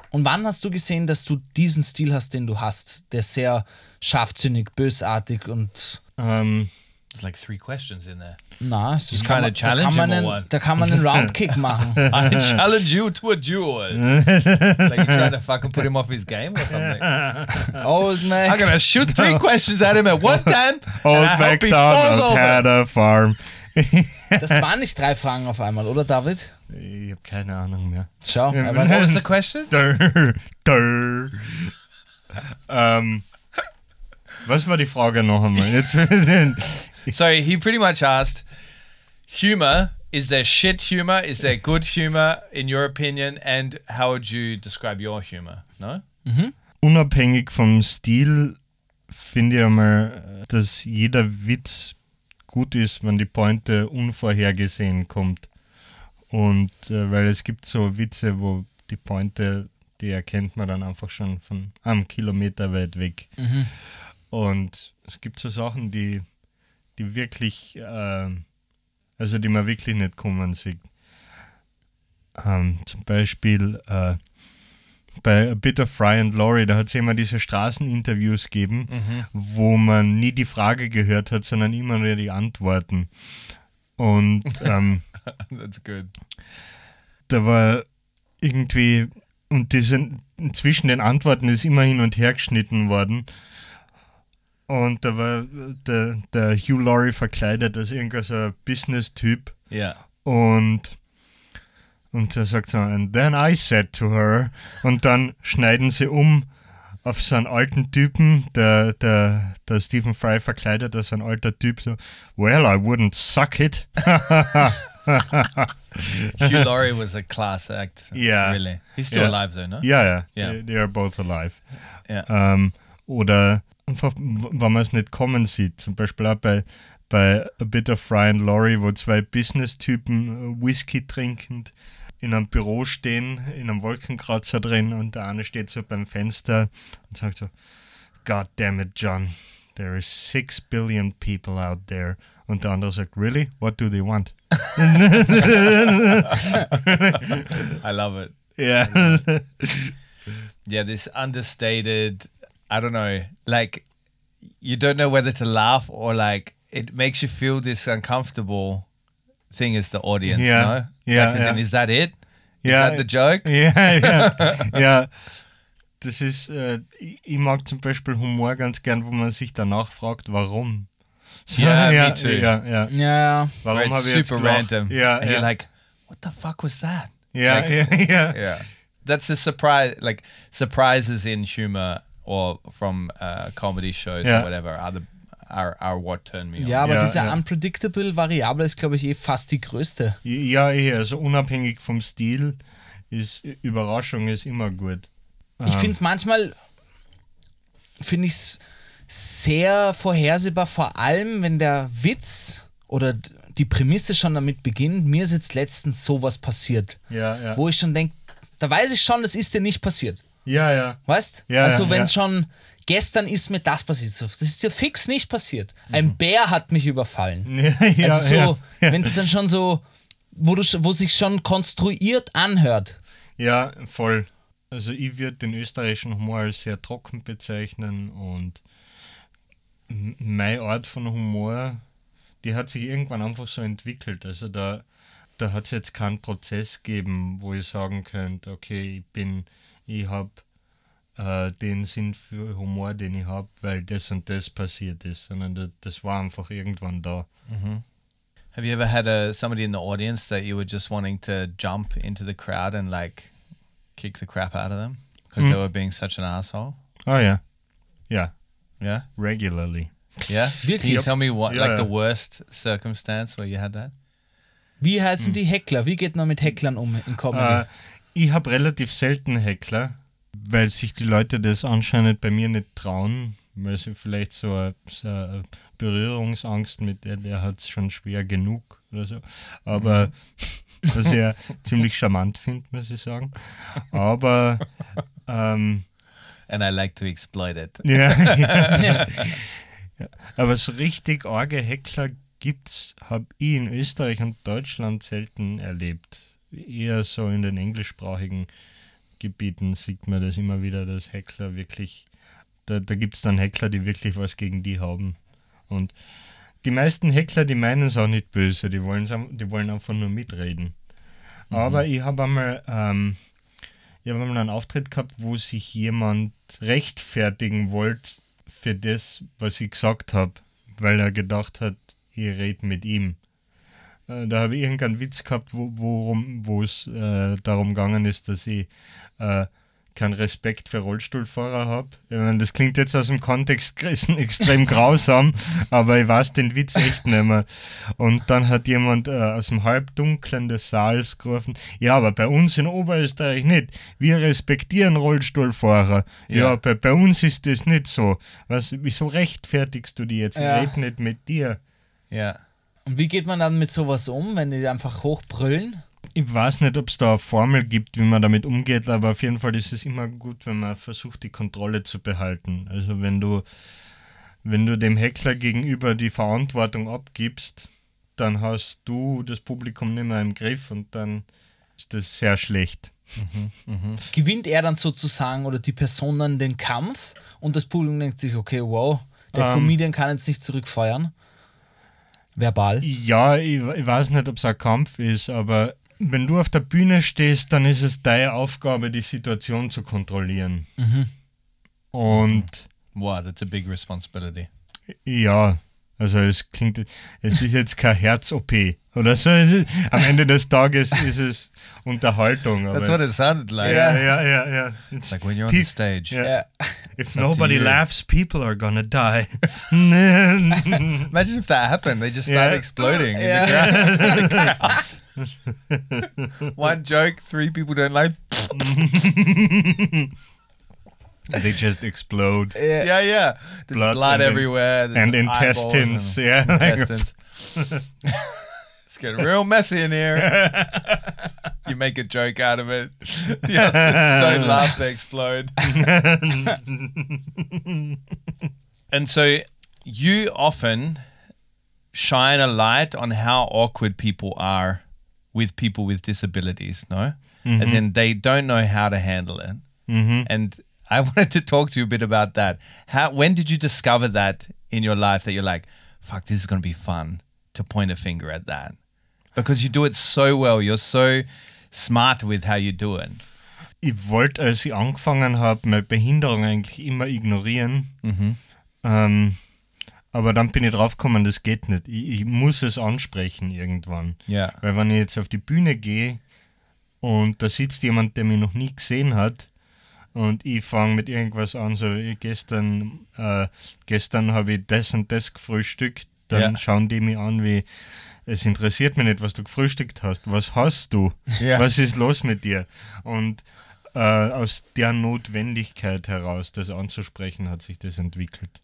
S5: Und wann hast du gesehen, dass du diesen Stil hast, den du hast, der sehr scharfsinnig, bösartig und
S1: ähm,
S2: There's like three questions in there.
S5: na, das
S2: Just
S5: kann
S2: kinda
S5: man- da kann
S2: challenging
S5: man
S2: or
S5: einen,
S2: what?
S5: da kann man einen [LAUGHS] Roundkick machen.
S2: I challenge you to a duel. like you're trying to fucking put him off his game or something.
S5: [LAUGHS]
S2: I'm
S5: Old Mac.
S2: gonna shoot three questions at him at
S1: [LAUGHS]
S2: one time.
S1: Old
S2: and I hope he falls
S1: MacDonald
S2: over.
S1: had a farm.
S5: Das waren nicht drei Fragen auf einmal, oder David?
S1: Ich habe keine Ahnung mehr.
S5: Schau, er weiß
S2: What was
S1: [LAUGHS]
S2: the question?
S1: Dörr, dörr. ähm, was war die Frage noch einmal? Jetzt, [LAUGHS]
S2: So he pretty much asked, humor. Is there shit humor? Is there good humor in your opinion? And how would you describe your humor?
S1: [LAUGHS]
S2: No.
S1: unabhängig vom Stil finde ich einmal, dass jeder Witz gut ist, wenn die Pointe unvorhergesehen kommt. Und äh, weil es gibt so Witze, wo die Pointe, die erkennt man dann einfach schon von einem Kilometer weit weg. Und es gibt so Sachen, die, die wirklich, äh, also die man wirklich nicht kommen sieht. Ähm, zum Beispiel äh, bei A Bit of Fry and Laurie, da hat es immer diese Straßeninterviews gegeben, wo man nie die Frage gehört hat, sondern immer nur die Antworten. Und ähm,
S2: That's good.
S1: da war irgendwie, und die sind zwischen den Antworten ist immer hin und her geschnitten worden. Und da war äh, der, der Hugh Laurie verkleidet als irgendein so Business-Typ [LAUGHS]
S2: Yeah.
S1: und und er sagt so, and then I said to her. Und dann schneiden sie um auf so einen alten Typen, der, der, der Stephen Fry verkleidet als ein alter Typ, so, well, I wouldn't suck it.
S2: Hugh Laurie was a class act.
S1: Yeah.
S2: Really. He's still
S1: Yeah.
S2: alive though, no?
S1: Ja, ja,
S2: Ja.
S1: They, they are both alive.
S2: Yeah.
S1: Ähm, oder einfach, w- wenn man es nicht kommen sieht, zum Beispiel auch bei, bei A Bit of Fry and Laurie, wo zwei Business-Typen äh, Whisky trinkend in einem Büro stehen, in einem Wolkenkratzer drin und der eine steht so beim Fenster und sagt so, God damn it, John, there is six billion people out there. Und der andere sagt, really? What do they want?
S2: I love it.
S1: Ja.
S2: Yeah, this understated, I don't know, like you don't know whether to laugh or like it makes you feel this uncomfortable thing as the audience,
S1: Yeah.
S2: no?
S1: Yeah,
S2: Like, as in,
S1: yeah.
S2: is that it? Is
S1: Ja,
S2: that the joke?
S1: [LAUGHS] Ja, ja, ja. Das ist, äh, ich ich mag zum Beispiel Humor ganz gern, wo man sich danach fragt, warum. So,
S2: Ja, me too.
S1: [LAUGHS] Ja, ja.
S5: Ja, ja.
S2: Where
S1: Warum
S2: it's
S1: habe ich jetzt
S2: super
S1: gelacht?
S2: random.
S1: Ja,
S2: and
S1: ja,
S2: you're like, what the fuck
S1: [LAUGHS]
S2: was that?
S1: ja,
S2: like-
S1: ja, ja,
S2: Yeah. That's a surprise, like surprises in humor or from uh, comedy shows
S1: Yeah.
S2: or whatever are, the, are, are what turn me on.
S5: Ja, aber
S1: Ja,
S5: diese
S1: ja.
S5: unpredictable Variable ist, glaube ich, eh fast die größte.
S1: ja. eh, also unabhängig vom Stil ist Überraschung ist immer gut. Ähm.
S5: Ich finde es manchmal, finde ich es sehr vorhersehbar, vor allem wenn der Witz oder d- die Prämisse schon damit beginnt. Mir ist jetzt letztens sowas passiert,
S1: Ja, ja.
S5: wo ich schon denke, da weiß ich schon, das ist dir nicht passiert.
S1: Ja, ja. [LAUGHS]
S5: Weißt?
S1: Ja,
S5: also
S1: ja,
S5: wenn
S1: ja.
S5: es schon gestern ist mir das passiert, so, das ist dir fix nicht passiert. Ein Bär hat mich überfallen.
S1: ja, Mhm. ja,
S5: also so,
S1: ja.
S5: wenn es dann schon so, wo, du, sch- wo sich schon konstruiert anhört.
S1: Ja, voll. Also ich würde den österreichischen Humor als sehr trocken bezeichnen und m- meine Art von Humor, die hat sich irgendwann einfach so entwickelt. Also da, da hat es jetzt keinen Prozess gegeben, wo ich sagen könnte, okay, ich bin, ich habe äh, den Sinn für Humor, den ich habe, weil das und das passiert ist, sondern das, das war einfach irgendwann da.
S2: Have you ever had a, somebody in the audience that you were just wanting to jump into the crowd and like kick the crap out of them because they were being such an asshole?
S1: Ah ja. Ja,
S2: Yeah.
S1: regularly.
S2: [LAUGHS] Yeah. Can you
S5: Yep.
S2: tell me what,
S1: Yeah,
S2: like
S1: yeah.
S2: the worst circumstance where you had that?
S5: Wie
S1: Mhm.
S5: heißen die Heckler? Wie geht man mit Hecklern um in Comedy?
S1: Äh, ich habe relativ selten Heckler, weil sich die Leute das anscheinend bei mir nicht trauen, weil sie vielleicht so eine, so eine Berührungsangst mit der, der hat es schon schwer genug oder so. Aber was ich ja ziemlich charmant finde, muss ich sagen. Aber ähm,
S2: And I like to exploit it.
S1: ja, [LAUGHS] ja. Aber so richtig arge Heckler gibt's, habe ich in Österreich und Deutschland selten erlebt. Eher so in den englischsprachigen Gebieten sieht man das immer wieder, dass Heckler wirklich, da, da gibt es dann Heckler, die wirklich was gegen die haben. Und die meisten Heckler, die meinen es auch nicht böse, die, wollen's am- die wollen einfach nur mitreden. Aber ich habe einmal ähm, ich habe einmal einen Auftritt gehabt, wo sich jemand rechtfertigen wollte für das, was ich gesagt habe, weil er gedacht hat, ich rede mit ihm. Äh, Da habe ich irgendeinen Witz gehabt, wo, worum, wo es äh, darum gegangen ist, dass ich äh, keinen Respekt für Rollstuhlfahrer habe. Ich meine, das klingt jetzt aus dem Kontext gerissen [LAUGHS] extrem grausam, aber ich weiß den Witz echt nicht mehr. Und dann hat jemand äh, aus dem Halbdunklen des Saals gerufen, ja, aber bei uns in Oberösterreich nicht. Wir respektieren Rollstuhlfahrer. Ja,
S2: Ja.
S1: bei, bei uns ist das nicht so. Was, wieso rechtfertigst du die jetzt?
S5: Ja.
S1: Ich rede nicht mit dir.
S2: Yeah.
S5: Und wie geht man dann mit sowas um, wenn die einfach hochbrüllen?
S1: Ich weiß nicht, ob es da eine Formel gibt, wie man damit umgeht, aber auf jeden Fall ist es immer gut, wenn man versucht, die Kontrolle zu behalten. Also wenn du, wenn du dem Heckler gegenüber die Verantwortung abgibst, dann hast du das Publikum nicht mehr im Griff und dann ist das sehr schlecht.
S5: Gewinnt er dann sozusagen oder die Person dann den Kampf und das Publikum denkt sich, okay, wow, der
S1: Ähm.
S5: Comedian kann jetzt nicht zurückfeuern. Verbal.
S1: Ja, ich, ich weiß nicht, ob es ein Kampf ist, aber wenn du auf der Bühne stehst, dann ist es deine Aufgabe, die Situation zu kontrollieren. Und
S2: Wow, that's a big responsibility.
S1: ja, also es klingt, es ist jetzt kein Herz-OP oder so. Es ist, am Ende des Tages ist es Unterhaltung. Aber,
S2: That's what it sounded like.
S1: ja, ja, ja, ja. It's
S2: Like when you're on the
S1: peop-
S2: stage.
S1: Yeah.
S5: Ja.
S1: If
S2: up to
S1: nobody
S2: you.
S1: laughs, people are gonna
S2: [LAUGHS]
S1: die. [LAUGHS] ja,
S2: Imagine if that happened. They just
S1: Yeah.
S2: start exploding. in the [LAUGHS] crowd. One joke, three people don't like.
S1: they just explode.
S2: Yeah, yeah. There's
S1: Blood
S2: blood,
S1: and in-
S2: everywhere. there's
S1: and
S2: eyeballs [LAUGHS]
S1: intestines, yeah, like-
S2: Intestines.
S1: [LAUGHS]
S2: it's getting real messy in here. you make a joke out of it. [LAUGHS] The
S1: [LAUGHS]
S2: others don't laugh, they explode. and so you often shine a light on how awkward people are with people with disabilities, no? As in, they don't know how to handle it. And I [LAUGHS] wanted to talk to you a bit about that. How when did you discover that in your life that you're like, fuck, this is gonna be fun to point a finger at that? Because you do it so well. You're so smart with how you do it.
S1: ich wollte, als ich angefangen habe, meine Behinderung eigentlich immer ignorieren.
S2: Mhm.
S1: Ähm, aber dann bin ich draufgekommen, das geht nicht. Ich, ich muss es ansprechen irgendwann.
S2: Ja.
S1: Weil wenn ich jetzt auf die Bühne gehe und da sitzt jemand, der mich noch nie gesehen hat und ich fange mit irgendwas an, so ich gestern, äh, gestern habe ich das und das gefrühstückt, dann
S2: Ja.
S1: schauen die mich an wie, es interessiert mich nicht, was du gefrühstückt hast. Was hast du?
S2: Ja.
S1: Was ist los mit dir? Und äh, aus der Notwendigkeit heraus, das anzusprechen, hat sich das entwickelt.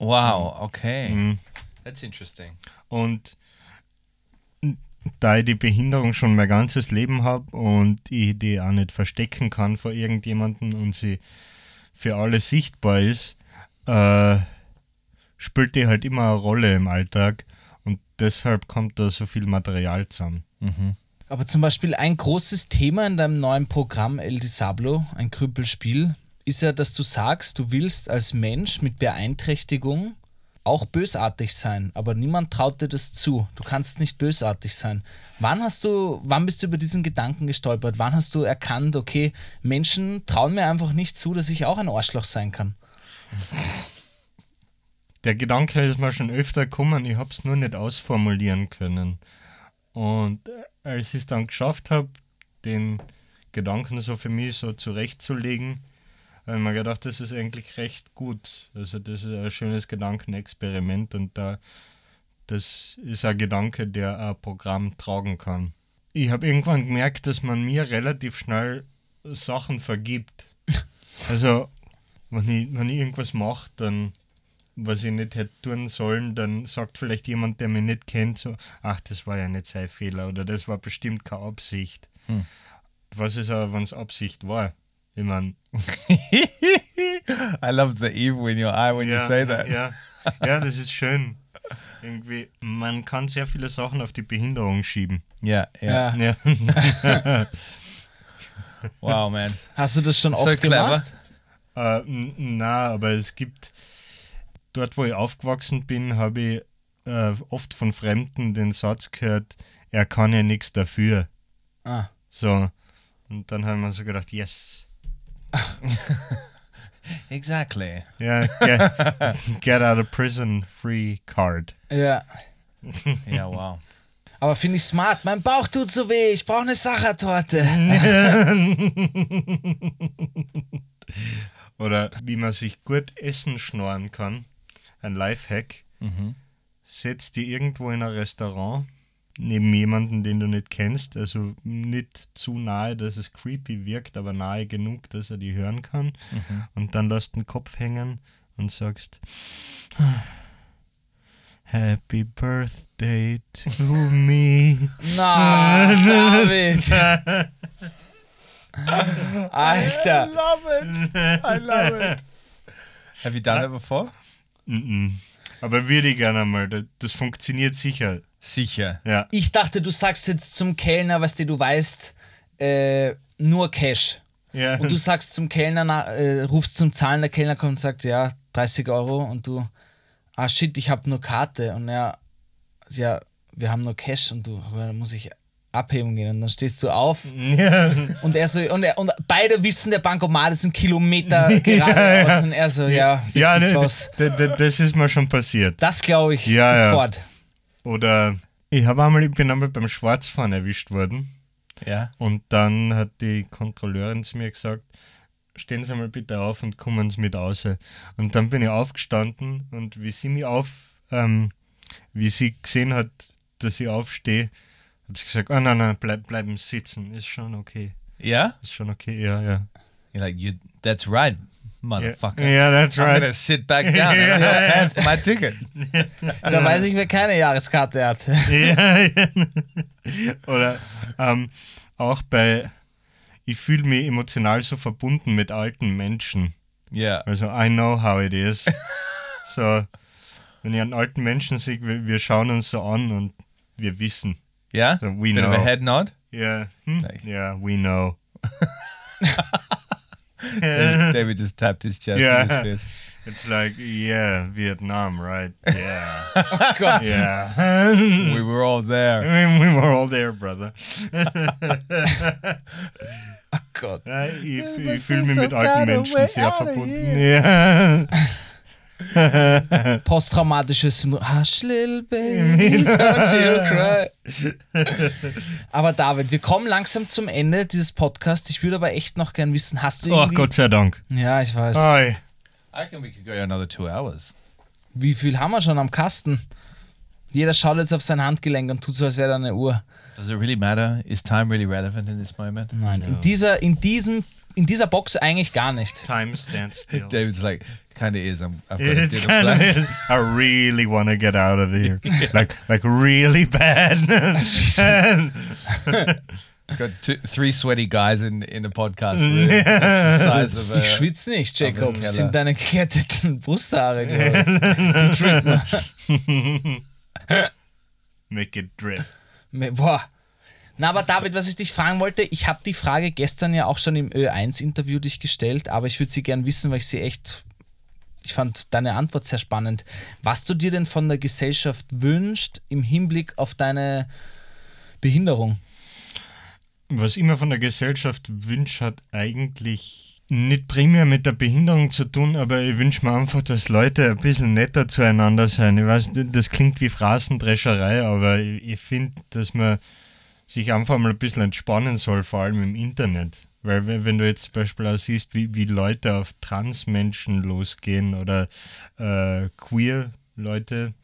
S2: Wow, okay. That's interesting. [LAUGHS]
S1: Und da ich die Behinderung schon mein ganzes Leben habe und ich die auch nicht verstecken kann vor irgendjemandem und sie für alle sichtbar ist, äh, spielt die halt immer eine Rolle im Alltag und deshalb kommt da so viel Material zusammen.
S5: Aber zum Beispiel ein großes Thema in deinem neuen Programm El Diablo, ein Krüppelspiel, ist ja, dass du sagst, du willst als Mensch mit Beeinträchtigung auch bösartig sein, aber niemand traut dir das zu. Du kannst nicht bösartig sein. Wann hast du, wann bist du über diesen Gedanken gestolpert? Wann hast du erkannt, okay, Menschen trauen mir einfach nicht zu, dass ich auch ein Arschloch sein kann?
S1: der Gedanke ist mir schon öfter gekommen, ich habe es nur nicht ausformulieren können. Und äh, als ich es dann geschafft habe, den Gedanken so für mich so zurechtzulegen, habe ich mir gedacht, das ist eigentlich recht gut. Also das ist ein schönes Gedankenexperiment und da das ist ein Gedanke, der ein Programm tragen kann. Ich habe irgendwann gemerkt, dass man mir relativ schnell Sachen vergibt. Also wenn ich, wenn ich irgendwas mache, dann was ich nicht hätte tun sollen, dann sagt vielleicht jemand, der mich nicht kennt, so, ach, das war ja nicht sein Fehler oder das war bestimmt keine Absicht. Was ist aber, wenn es Absicht war? Ich meine,
S2: I love the evil in your eye when you say that.
S1: Ja, ja, das ist [LAUGHS] schön. Irgendwie, man kann sehr viele Sachen auf die Behinderung schieben.
S2: yeah. yeah.
S1: [LAUGHS] Ja.
S2: Wow, man.
S5: Hast du das schon
S2: so
S5: oft
S2: clever.
S5: gemacht?
S1: Äh, n- na, aber es gibt dort, wo ich aufgewachsen bin, habe ich äh, oft von Fremden den Satz gehört, er kann ja nichts dafür.
S5: Ah.
S1: So. Und dann haben wir so gedacht, yes.
S2: Exactly.
S1: Ja, get, get out of prison free card.
S5: Ja.
S1: [LAUGHS]
S2: Yeah, wow.
S5: Aber finde ich smart. Mein Bauch tut so weh. Ich brauche eine Sachertorte.
S1: [LAUGHS] Oder wie man sich gut Essen schnorren kann. Ein Lifehack. Setz dir irgendwo in ein Restaurant neben jemanden, den du nicht kennst. Also nicht zu nahe, dass es creepy wirkt, aber nahe genug, dass er die hören kann. Und dann lässt den Kopf hängen und sagst, "Ah, Happy Birthday to me.
S5: Na, David. Alter.
S2: love it. I love it. Have you done it before?
S1: Mhm. Aber würde ich gerne mal. Das, das funktioniert sicher.
S2: Sicher.
S1: Ja.
S5: Ich dachte, du sagst jetzt zum Kellner, weißt du, du weißt, äh, nur Cash.
S1: ja.
S5: Und du sagst zum Kellner, na, äh, rufst zum Zahlen, der Kellner kommt und sagt, ja, 30 Euro und du, ah shit, ich habe nur Karte und er, ja, wir haben nur Cash und du, aber dann muss ich abheben gehen und dann stehst du
S1: [LAUGHS]
S5: auf
S1: Mhm. ja.
S5: und er so, und, er, und beide wissen, der Bankomat ist ein Kilometer geradeaus und er so, ja,
S1: ja
S5: wissen's
S1: ne,
S5: was.
S1: d- d- das ist mir schon passiert.
S5: Das glaube ich
S1: Ja, ja.
S5: sofort.
S1: Oder ich, hab einmal, ich bin einmal beim Schwarzfahren erwischt worden.
S2: Ja.
S1: Und dann hat die Kontrolleurin zu mir gesagt, stehen Sie mal bitte auf und kommen Sie mit raus. Und dann bin ich aufgestanden und wie sie mich auf, ähm, wie sie gesehen hat, dass ich aufstehe, hat sie gesagt, oh nein, nein, bleib, bleiben Sie sitzen, ist schon okay.
S2: Yeah?
S1: Ist schon okay, ja, ja.
S2: You're like, you. that's right, motherfucker.
S1: Yeah, that's
S2: I'm
S1: right.
S2: gonna sit back
S1: [LAUGHS]
S2: down and I'm gonna pay for my ticket.
S5: Da weiß ich, wer keine Jahreskarte hat.
S1: [LAUGHS]
S5: [LAUGHS] Oh
S1: ja, ja. Oder ähm, auch bei, ich fühle mich emotional so verbunden mit alten Menschen.
S2: Yeah.
S1: Also, I know how it
S5: [LAUGHS]
S1: is. so, wenn ich einen alten Menschen sehe, wir, wir schauen uns so an und wir wissen.
S2: Yeah?
S1: So we
S2: Bit of a
S1: know. [LAUGHS]
S2: head nod.
S1: Ja, hm?
S2: Like-
S1: ja, we
S5: [LAUGHS]
S1: know.
S2: David, David just tapped his chest with
S1: Yeah.
S2: his fist.
S1: It's like, yeah, Vietnam, right? Yeah,
S5: Oh Gott.
S1: yeah. [LAUGHS]
S2: We were all there.
S1: I mean, we were all there, brother.
S5: Oh Gott.
S1: Ja, ich ich
S2: must
S1: fühle
S2: be
S1: mich
S2: so
S1: mit
S2: kind
S1: alten
S2: of way
S1: Menschen sehr
S2: out of
S1: verbunden. Ja.
S5: posttraumatisches Syndrom. Hush, little
S1: [LAUGHS]
S5: baby, don't you cry. aber David, wir kommen langsam zum Ende dieses Podcasts. Ich würde aber echt noch gern wissen, hast
S1: Oh
S5: du irgendwie...
S1: sei Dank.
S5: Ja, ich weiß.
S1: Hi.
S2: I reckon we could go another two hours.
S5: Wie viel haben wir schon am Kasten? Jeder schaut jetzt auf sein Handgelenk und tut so, als wäre da eine Uhr.
S2: Does it really matter? Is time really relevant in this moment?
S5: Nein, in dieser, in diesem, in dieser Box eigentlich gar nicht.
S1: Time stands still.
S2: David's like, kind of is. I'm, I've got a
S1: It's
S2: dinner
S1: kind
S2: plans.
S1: of. I really want to get out of here, like like really bad.
S2: It's got two, three sweaty guys in, in a
S1: [LAUGHS]
S2: podcast. room. That's the size of a,
S1: Äh,
S5: Ich schwitze nicht, Jacob.
S2: Aber-
S5: Das sind deine gekletteten Brusthaare, glaube ich. Die trippen.
S1: [LAUGHS] Make it drip.
S5: Me- Boah. Na, aber David, was ich dich fragen wollte, ich habe die Frage gestern ja auch schon im Ö1-Interview dich gestellt, aber ich würde sie gern wissen, weil ich sie echt, ich fand deine Antwort sehr spannend. Was du dir denn von der Gesellschaft wünschst im Hinblick auf deine Behinderung? [LAUGHS]
S1: Was ich mir von der Gesellschaft wünsche, hat eigentlich nicht primär mit der Behinderung zu tun, aber ich wünsche mir einfach, dass Leute ein bisschen netter zueinander sein. Ich weiß, das klingt wie Phrasendrescherei, aber ich, ich finde, dass man sich einfach mal ein bisschen entspannen soll, vor allem im Internet. Weil wenn wenn du jetzt zum Beispiel auch siehst, wie, wie Leute auf Transmenschen losgehen oder äh, queer Leute,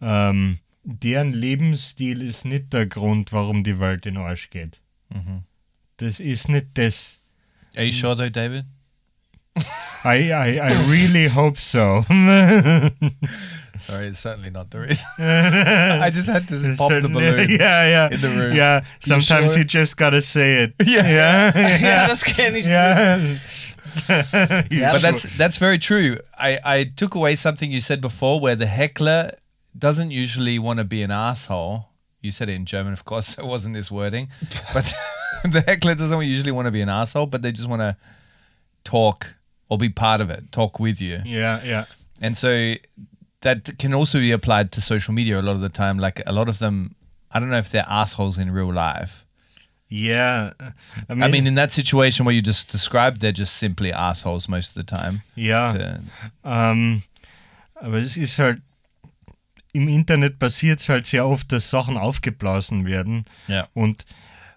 S1: ähm, deren Lebensstil ist nicht der Grund, warum die Welt in den Arsch geht. Das ist nicht das.
S2: Are you sure though, David?
S1: I, I, I really hope so.
S2: Sorry, it's certainly not
S1: [LAUGHS]
S2: the reason. I just had to pop the balloon.
S1: Yeah, yeah.
S2: in the room.
S1: Yeah, sometimes
S2: sure?
S1: you just gotta say
S2: [LAUGHS]
S1: it.
S2: Yeah.
S1: Yeah.
S5: Ja, das kenne ich.
S1: yeah. yeah.
S2: But that's that's very true. I, I took away something you said before where the heckler doesn't usually want to be an asshole. You said it in German, of course, [LAUGHS] so it wasn't this wording. But [LAUGHS] the heckler doesn't usually want to be an asshole, but they just want to talk or be part of it, talk with you.
S1: yeah, yeah.
S2: And so that can also be applied to social media a lot of the time. Like a lot of them, I don't know if they're assholes in real life.
S1: Yeah. I mean,
S2: I mean, in that situation where you just described, they're just simply assholes most of the time.
S1: yeah.
S2: To-
S1: Ähm, aber es ist halt, im Internet passiert es halt sehr oft, dass Sachen aufgeblasen werden.
S2: Ja.
S1: Und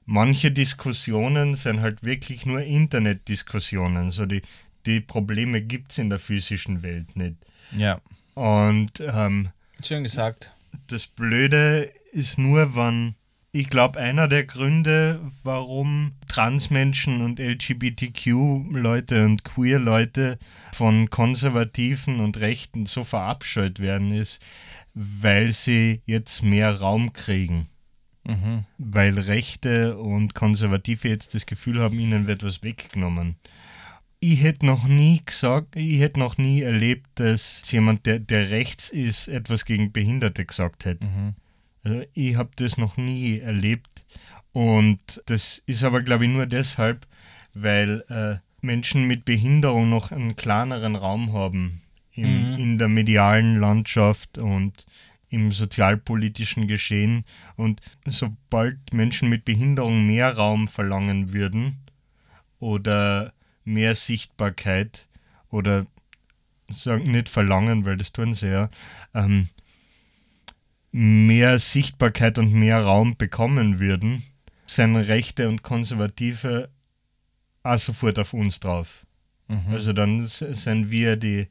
S1: manche Diskussionen sind halt wirklich nur Internetdiskussionen. So die, die Probleme gibt es in der physischen Welt nicht.
S2: yeah.
S1: Und ähm,
S5: Schön gesagt.
S1: das Blöde ist nur, wann. Ich glaube, einer der Gründe, warum Transmenschen und LGBTQ-Leute und Queer-Leute von Konservativen und Rechten so verabscheut werden, ist, weil sie jetzt mehr Raum kriegen. Weil Rechte und Konservative jetzt das Gefühl haben, ihnen wird was weggenommen. Ich hätte noch nie gesagt, ich hätte noch nie erlebt, dass jemand, der, der rechts ist, etwas gegen Behinderte gesagt hätte. Also ich habe das noch nie erlebt. Und das ist aber, glaube ich, nur deshalb, weil äh, Menschen mit Behinderung noch einen kleineren Raum haben im, in der medialen Landschaft und im sozialpolitischen Geschehen. Und sobald Menschen mit Behinderung mehr Raum verlangen würden oder mehr Sichtbarkeit oder sagen nicht verlangen, weil das tun sie ja, ähm, mehr Sichtbarkeit und mehr Raum bekommen würden, sind Rechte und Konservative auch sofort auf uns drauf.
S2: Mhm.
S1: Also dann s- sind wir die,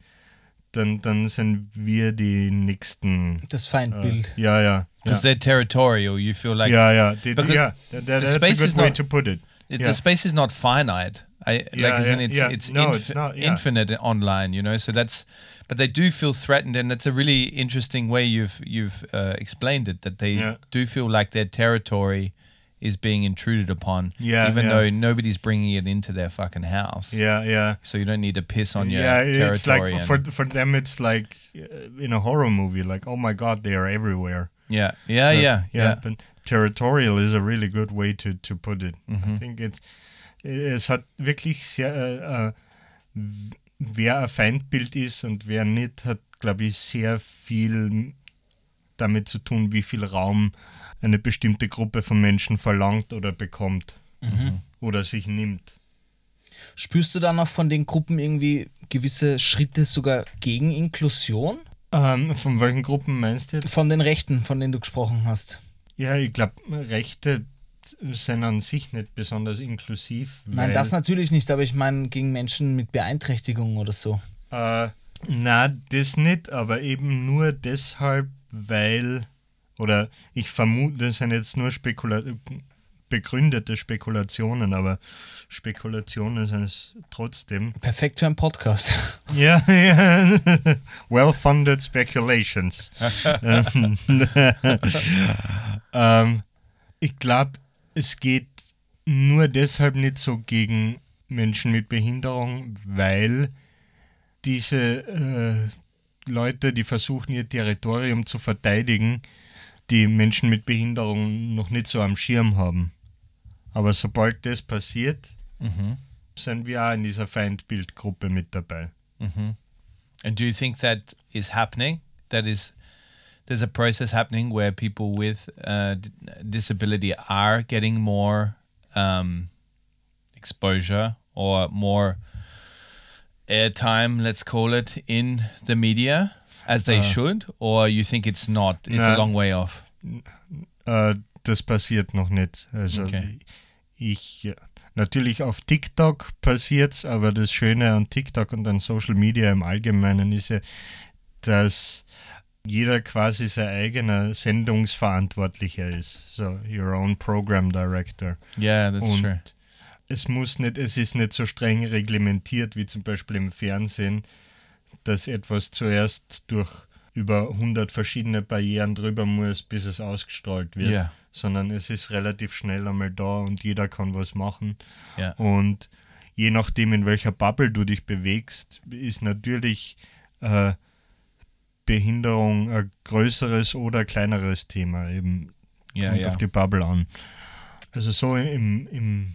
S1: dann, dann sind wir die nächsten.
S5: Das Feindbild.
S1: Äh, ja, ja.
S2: Because
S1: Ja,
S2: they're territorial. You feel like
S1: ja. ja. Die, die,
S2: Because
S1: ja. That, that,
S2: the
S1: that's
S2: space
S1: a
S2: is
S1: good way
S2: not-
S1: to put it.
S2: It,
S1: Yeah.
S2: The space is not finite. I
S1: Yeah,
S2: like as in
S1: yeah,
S2: it's
S1: yeah.
S2: it's,
S1: No,
S2: inf-
S1: it's not, yeah.
S2: infinite online, you know. So that's, but they do feel threatened, and that's a really interesting way you've you've uh, explained it. That they
S1: Yeah.
S2: do feel like their territory is being intruded upon,
S1: Yeah,
S2: even
S1: yeah.
S2: though nobody's bringing it into their fucking house.
S1: Yeah, yeah.
S2: So you don't need to piss on your
S1: Yeah,
S2: territory.
S1: it's like
S2: and-
S1: for for them, it's like uh, in a horror movie, like oh my god, they are everywhere.
S2: yeah, yeah,
S1: But-
S2: yeah, yeah, Mm-hmm.
S1: But territorial is a really good way to to put it. I think it's es hat wirklich sehr äh, äh, w- wer ein Feindbild ist und wer nicht, hat glaube ich sehr viel damit zu tun, wie viel Raum eine bestimmte Gruppe von Menschen verlangt oder bekommt
S2: Mhm.
S1: oder sich nimmt.
S5: Spürst du dann auch von den Gruppen irgendwie gewisse Schritte sogar gegen Inklusion?
S1: Ähm, von welchen Gruppen meinst du jetzt?
S5: Von den Rechten, von denen du gesprochen hast.
S1: Ja, ich glaube, Rechte sind an sich nicht besonders inklusiv.
S5: Nein,
S1: weil,
S5: das natürlich nicht, aber ich meine gegen Menschen mit Beeinträchtigungen oder so.
S1: Äh, na, das nicht, aber eben nur deshalb, weil, oder ich vermute, das sind jetzt nur Spekula begründete Spekulationen, aber Spekulationen sind es trotzdem.
S5: Perfekt für einen Podcast. [LAUGHS]
S1: Ja, ja. [LAUGHS] Well-funded speculations. [LAUGHS] Ähm, ähm, ich glaube, es geht nur deshalb nicht so gegen Menschen mit Behinderung, weil diese äh, Leute, die versuchen, ihr Territorium zu verteidigen, die Menschen mit Behinderung noch nicht so am Schirm haben. Aber sobald das passiert, sind wir auch in dieser Feindbildgruppe mit dabei.
S2: And do you think that is happening? That is, there's a process happening where people with uh, d- disability are getting more um, exposure or more airtime, let's call it, in the media as they should, or you think it's not? It's
S1: No.
S2: a long way off.
S1: Äh, das passiert noch nicht. Also
S2: Okay.
S1: ich ja, natürlich auf TikTok passiert's, aber das Schöne an TikTok und an Social Media im Allgemeinen ist ja, dass jeder quasi sein eigener Sendungsverantwortlicher ist. So your own program director.
S2: Yeah, that's
S1: Und
S2: true.
S1: es muss nicht, es ist nicht so streng reglementiert wie zum Beispiel im Fernsehen, dass etwas zuerst durch über 100 verschiedene Barrieren drüber muss, bis es ausgestrahlt wird,
S2: Ja.
S1: sondern es ist relativ schnell einmal da und jeder kann was machen.
S2: Yeah.
S1: Und je nachdem, in welcher Bubble du dich bewegst, ist natürlich äh, Behinderung ein größeres oder kleineres Thema. Eben
S2: Yeah,
S1: kommt
S2: yeah.
S1: auf die Bubble an. Also so im, im,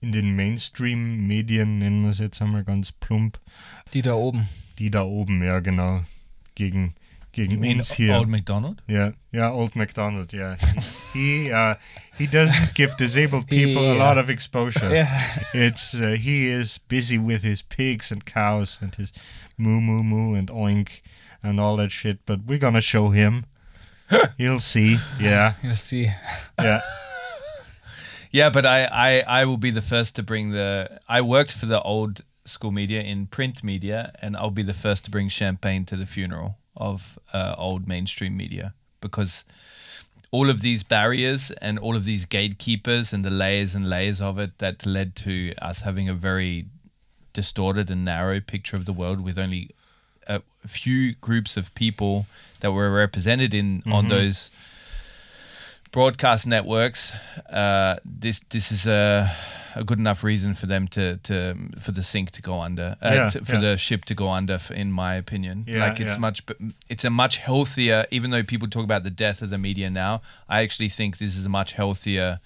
S1: in den Mainstream-Medien nennen wir es jetzt einmal ganz plump,
S5: Die da oben.
S1: die da oben, ja genau, gegen,
S2: You
S1: gegen
S2: mean
S1: uns hier.
S2: Old McDonald?
S1: yeah, yeah, Old MacDonald, yeah. he, he, uh, he doesn't give disabled people a
S5: Yeah.
S1: lot of exposure.
S5: Ja.
S1: It's uh, he is busy with his pigs and cows and his moo moo moo and oink and all that shit. But we're gonna show him. He'll see. Yeah,
S5: Ja, sie.
S1: yeah.
S2: Yeah, but I, I, I will be the first to bring the. I worked for the old school media in print media, and I'll be the first to bring champagne to the funeral of uh, old mainstream media because all of these barriers and all of these gatekeepers and the layers and layers of it that led to us having a very distorted and narrow picture of the world with only a few groups of people that were represented in
S1: Mm-hmm.
S2: on those broadcast networks. Uh, this this is a a good enough reason for them to, to for the sink to go under, uh,
S1: Yeah,
S2: t- for
S1: yeah.
S2: the ship to go under, f- in my opinion.
S1: Yeah,
S2: like it's
S1: yeah.
S2: much, b- it's a much healthier. Even though people talk about the death of the media now, I actually think this is a much healthier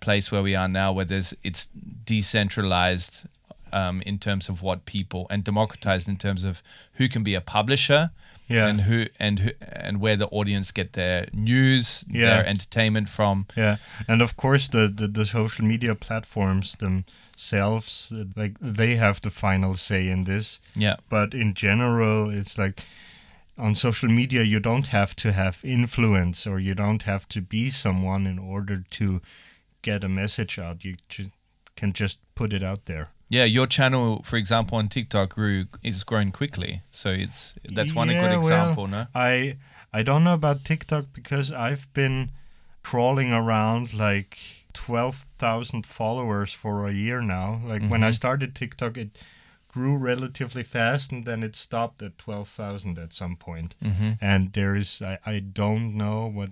S2: place where we are now, where there's it's decentralized um, in terms of what people and democratized in terms of who can be a publisher.
S1: Yeah.
S2: And who and who and where the audience get their news,
S1: Yeah.
S2: their entertainment from.
S1: Yeah, and of course the, the, the social media platforms themselves, uh, like they have the final say in this.
S2: Yeah.
S1: But in general, it's like on social media you don't have to have influence or you don't have to be someone in order to get a message out. You ju- can just put it out there.
S2: Yeah, your channel, for example, on TikTok grew is growing quickly. So it's that's one
S1: Yeah,
S2: good
S1: well,
S2: example, no?
S1: I I don't know about TikTok because I've been crawling around like twelve thousand followers for a year now. Like when
S2: Mm-hmm.
S1: I started TikTok, it grew relatively fast and then it stopped at twelve thousand at some point.
S2: Mm-hmm.
S1: And there is I, I don't know what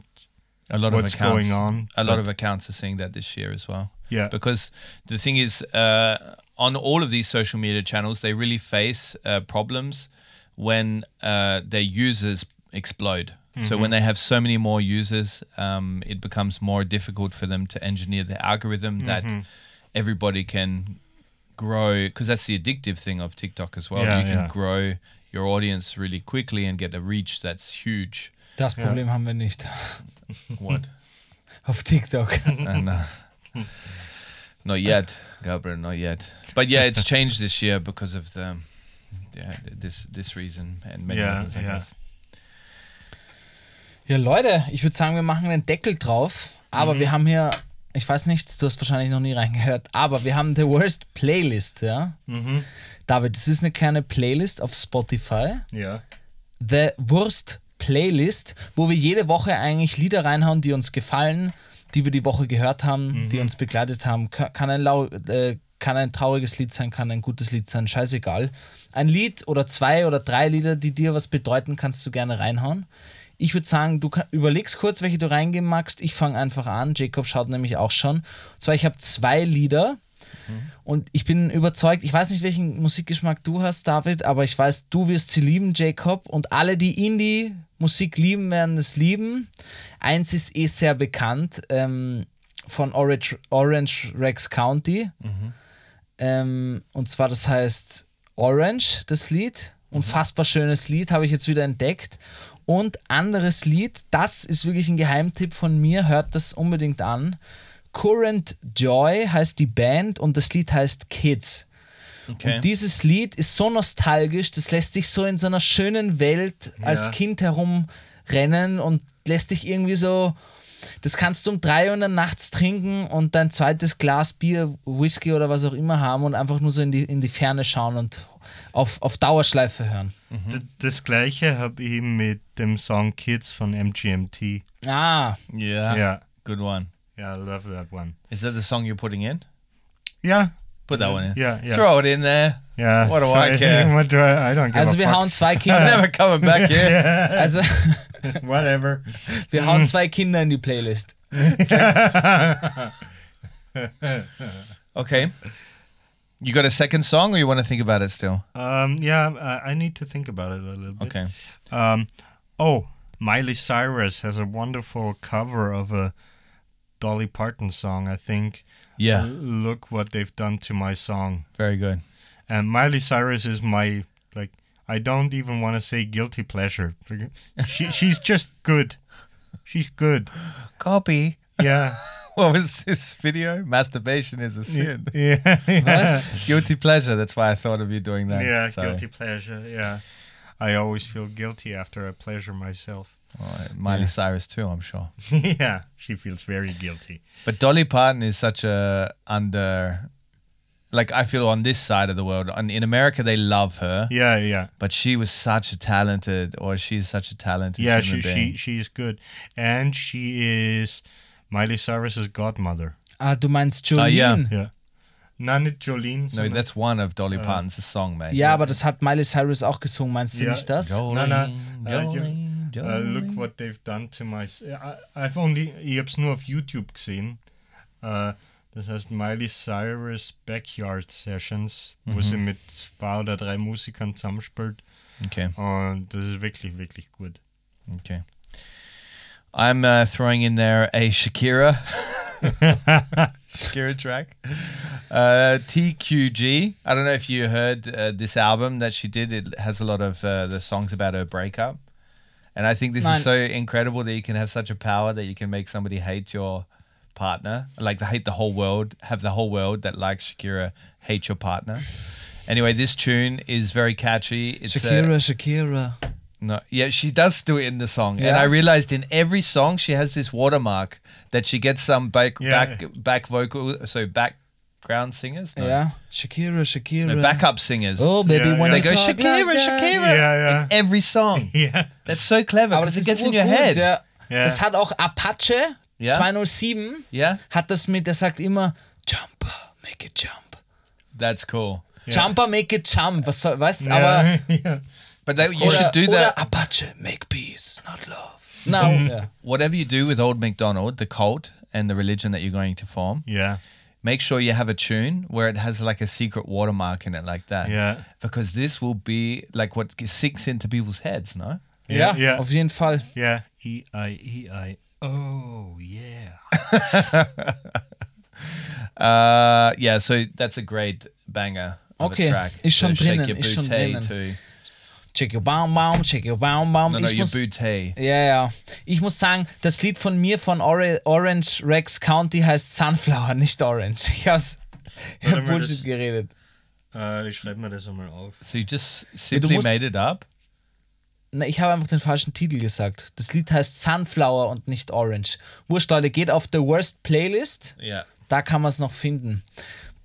S2: A lot
S1: what's
S2: of accounts,
S1: going on,
S2: A lot
S1: but-
S2: of accounts are seeing that this year as well.
S1: Yeah.
S2: because the thing is, uh, on all of these social media channels, they really face uh, problems when uh, their users explode. So
S1: Mm-hmm.
S2: when they have so many more users, um, it becomes more difficult for them to engineer the algorithm that
S1: Mm-hmm.
S2: everybody can grow. Because that's the addictive thing of TikTok as well.
S1: Yeah,
S2: you can
S1: yeah.
S2: grow your audience really quickly and get a reach that's huge.
S5: Das Problem haben wir nicht [LAUGHS]
S2: What?
S5: auf TikTok.
S2: and uh, [LAUGHS] not yet, Gabriel, not yet. But yeah, it's changed this year because of the yeah th- this this reason and many
S1: Yeah,
S2: others, I
S1: yeah.
S2: guess.
S5: Ja, Leute, ich würde sagen, wir machen den Deckel drauf. Aber wir haben hier, ich weiß nicht, du hast wahrscheinlich noch nie reingehört, aber wir haben The Worst Playlist, ja? David, das ist eine kleine Playlist auf Spotify.
S1: yeah.
S5: The Wurst Playlist, wo wir jede Woche eigentlich Lieder reinhauen, die uns gefallen, die wir die Woche gehört haben, die uns begleitet haben. Ka- Kann ein, lau äh, kann ein trauriges Lied sein, kann ein gutes Lied sein, scheißegal. Ein Lied oder zwei oder drei Lieder, die dir was bedeuten, kannst du gerne reinhauen. Ich würde sagen, du ka- überlegst kurz, welche du reingehen magst. Ich fange einfach an. Jacob schaut nämlich auch schon. Und zwar, ich habe zwei Lieder. Und ich bin überzeugt, ich weiß nicht, welchen Musikgeschmack du hast, David, aber ich weiß, du wirst sie lieben, Jacob. Und alle, die Indie-Musik lieben, werden es lieben. Eins ist eh sehr bekannt ähm, von Orange, Orange Rex County. Ähm, und zwar, das heißt Orange, das Lied. Unfassbar schönes Lied, habe ich jetzt wieder entdeckt. Und anderes Lied, das ist wirklich ein Geheimtipp von mir, hört das unbedingt an. Current Joy heißt die Band und das Lied heißt Kids.
S2: Okay.
S5: Und dieses Lied ist so nostalgisch, das lässt dich so in so einer schönen Welt als
S1: Ja.
S5: Kind herumrennen und lässt dich irgendwie so. Das kannst du um drei Uhr in der Nacht trinken und dein zweites Glas Bier, Whisky oder was auch immer haben und einfach nur so in die, in die Ferne schauen und auf, auf Dauerschleife hören.
S2: Mm-hmm.
S1: D- Das gleiche habe ich mit dem Song Kids von MGMT.
S5: Ah,
S2: yeah,
S1: Yeah.
S2: good one.
S1: Yeah, I love that one.
S2: Is that the song you're putting in?
S1: Yeah.
S2: Put that one in.
S1: Yeah, yeah.
S2: Throw it in there.
S1: Yeah.
S2: What do I care?
S1: what do [LAUGHS] I, I don't give
S5: also
S1: a
S5: wir
S1: fuck.
S5: hauen zwei Kinder.
S2: [LAUGHS] Never
S1: [LAUGHS]
S2: coming back here.
S5: Also [LAUGHS]
S1: Whatever.
S5: wir hauen zwei Kinder in die Playlist.
S2: Okay. You got a second song, or you want to think about it still?
S1: [LAUGHS] Um, yeah, I, I need to think about it a little bit.
S2: Okay.
S1: Um, oh, Miley Cyrus has a wonderful cover of a Dolly Parton song, I think.
S2: Yeah.
S1: Look what they've done to my song.
S2: Very good.
S1: And Miley Cyrus is my, like, I don't even want to say guilty pleasure. She, she's just good. She's good.
S2: Copy. [LAUGHS]
S1: Yeah.
S2: What was this video? Masturbation is a sin. [LAUGHS]
S1: [LAUGHS] Yeah.
S5: Was?
S2: Guilty pleasure. That's why I thought of you doing that.
S1: Yeah,
S2: Sorry.
S1: guilty pleasure. Yeah. I always feel guilty after I pleasure myself.
S2: Oh, Miley Cyrus too, I'm sure.
S1: [LAUGHS] yeah, she feels very guilty.
S2: But Dolly Parton is such a under, like I feel on this side of the world, and in America they love her,
S1: Yeah, yeah.
S2: but she was such a talented, or she's such a talented.
S1: Yeah, she,
S2: human
S1: she
S2: being.
S1: she is good. And she is Miley Cyrus's godmother.
S5: Ah, du meinst Jolene.
S2: Ah, ja.
S1: Yeah. Nein, nicht Jolene.
S2: No,
S1: sondern-
S2: that's one of
S1: Uh,
S2: Dolly Parton's song, mate.
S5: Ja, aber das hat Miley Cyrus auch gesungen, meinst du
S1: Ja.
S5: nicht das?
S2: Jolene,
S1: Nein, nein. äh,
S2: Jolene,
S1: you- äh, look what they've done to my. s- I- I've only, ich hab's nur auf YouTube gesehen. Äh, das heißt Miley Cyrus Backyard Sessions, wo
S2: Mhm.
S1: sie mit zwei oder drei Musikern zusammenspielt.
S2: Okay,
S1: Und das ist wirklich, wirklich gut. [LAUGHS]
S2: okay. I'm uh, throwing in there a Shakira, [LAUGHS] Shakira track, uh, TQG. I don't know if you heard uh, this album that she did. It has a lot of uh, the songs about her breakup, and I think this
S5: Mine-
S2: is so incredible that you can have such a power that you can make somebody hate your partner, like hate the whole world, have the whole world that likes Shakira hate your partner. Anyway, this tune is very catchy. It's a-
S5: Shakira, Shakira.
S2: No, yeah, she does do it in the song, and
S5: Yeah.
S2: I realized in every song she has this watermark that she gets some back
S1: Yeah.
S2: back back vocal, so background singers, no,
S5: Ja, Shakira, Shakira.
S2: no backup singers.
S5: Oh,
S2: So
S5: baby,
S1: Ja, ja.
S5: when
S2: they
S5: you
S2: go
S5: talk like
S2: Shakira,
S5: that.
S2: Shakira
S1: Ja, ja.
S2: in every song.
S1: Ja.
S2: That's so clever
S5: Aber das
S2: because it
S5: ist
S2: gets in
S5: urgut,
S2: your head.
S5: Ja.
S1: Ja.
S5: Das hat auch Apache
S2: Ja.
S5: 207
S2: Yeah,
S5: hat das mit, der sagt immer Jumper, make it jump.
S2: that's cool.
S5: Jumper, make it jump. Was soll, weißt du, aber
S1: Ja, ja.
S2: But that, you
S5: oder,
S2: should do
S5: oder
S2: that.
S5: Apache, make peace, not love. No. Ja.
S2: Whatever you do with Old MacDonald, the cult and the religion that you're going to form,
S1: Ja.
S2: make sure you have a tune where it has like a secret watermark in it, like that.
S1: Ja.
S2: because this will be like what sinks into people's heads, no?
S5: Ja,
S1: ja.
S5: auf jeden Fall.
S1: Ja. E-I-E-I. E Oh, yeah.
S2: Uh, yeah, so that's a great banger. Of
S5: Okay,
S2: a track.
S5: ist schon
S2: so shake
S5: drinnen,
S2: your
S5: ist schon
S2: booty
S5: drinnen.
S2: too.
S5: Check your baum, baum, check your baum, baum.
S2: No, no,
S5: ich
S2: your
S5: muss,
S2: booty.
S5: ja, ja. Ich muss sagen, das Lied von mir von Ora- Orange Rex County heißt Sunflower, nicht Orange. Ich hab's ich hab
S1: Warte mal,
S5: Bullshit
S1: das-
S5: geredet.
S1: Äh, ich schreibe mir das einmal auf.
S2: So you just simply
S5: musst-
S2: made it up.
S5: Na, ich habe einfach den falschen Titel gesagt. Das Lied heißt Sunflower und nicht Orange. Wurscht, Leute, geht auf The Worst Playlist.
S2: Yeah.
S5: Da kann man es noch finden.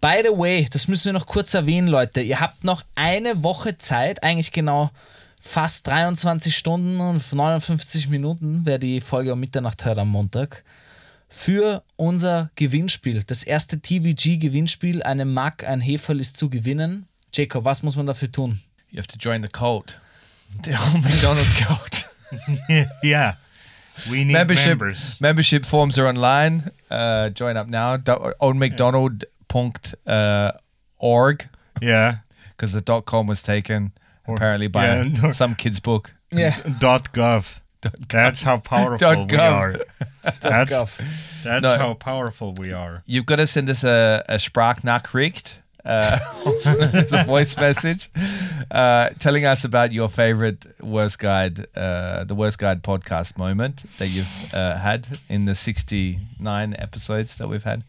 S5: By the way, das müssen wir noch kurz erwähnen, Leute. Ihr habt noch eine Woche Zeit, eigentlich genau fast 23 Stunden und 59 Minuten, wer die Folge um Mitternacht hört am Montag, für unser Gewinnspiel. Das erste TVG-Gewinnspiel, eine Mack, ein Heferl ist zu gewinnen. Jacob, was muss man dafür tun?
S2: You have to join the cult. [LAUGHS] The old McDonald [LAUGHS] cult.
S1: [LAUGHS] Ja. We need
S2: membership
S1: members.
S2: membership forms are online. Uh, join up now. Do- old McDonald punkt, uh, org
S1: Ja.
S2: because the dot com was taken apparently by
S1: yeah, and- or-
S2: some kid's book.
S5: Ja,
S1: Dot gov. That's how powerful
S2: Dot
S1: we
S2: gov. [LAUGHS]
S1: are. That's,
S5: gov.
S1: that's
S2: No.
S1: how powerful we are.
S2: you've got to send us a, a Sprachnachricht, uh, [LAUGHS] also known as a voice message, uh, telling us about your favorite worst guide, uh, the worst guide podcast moment that you've uh, had in the 69 episodes that we've had.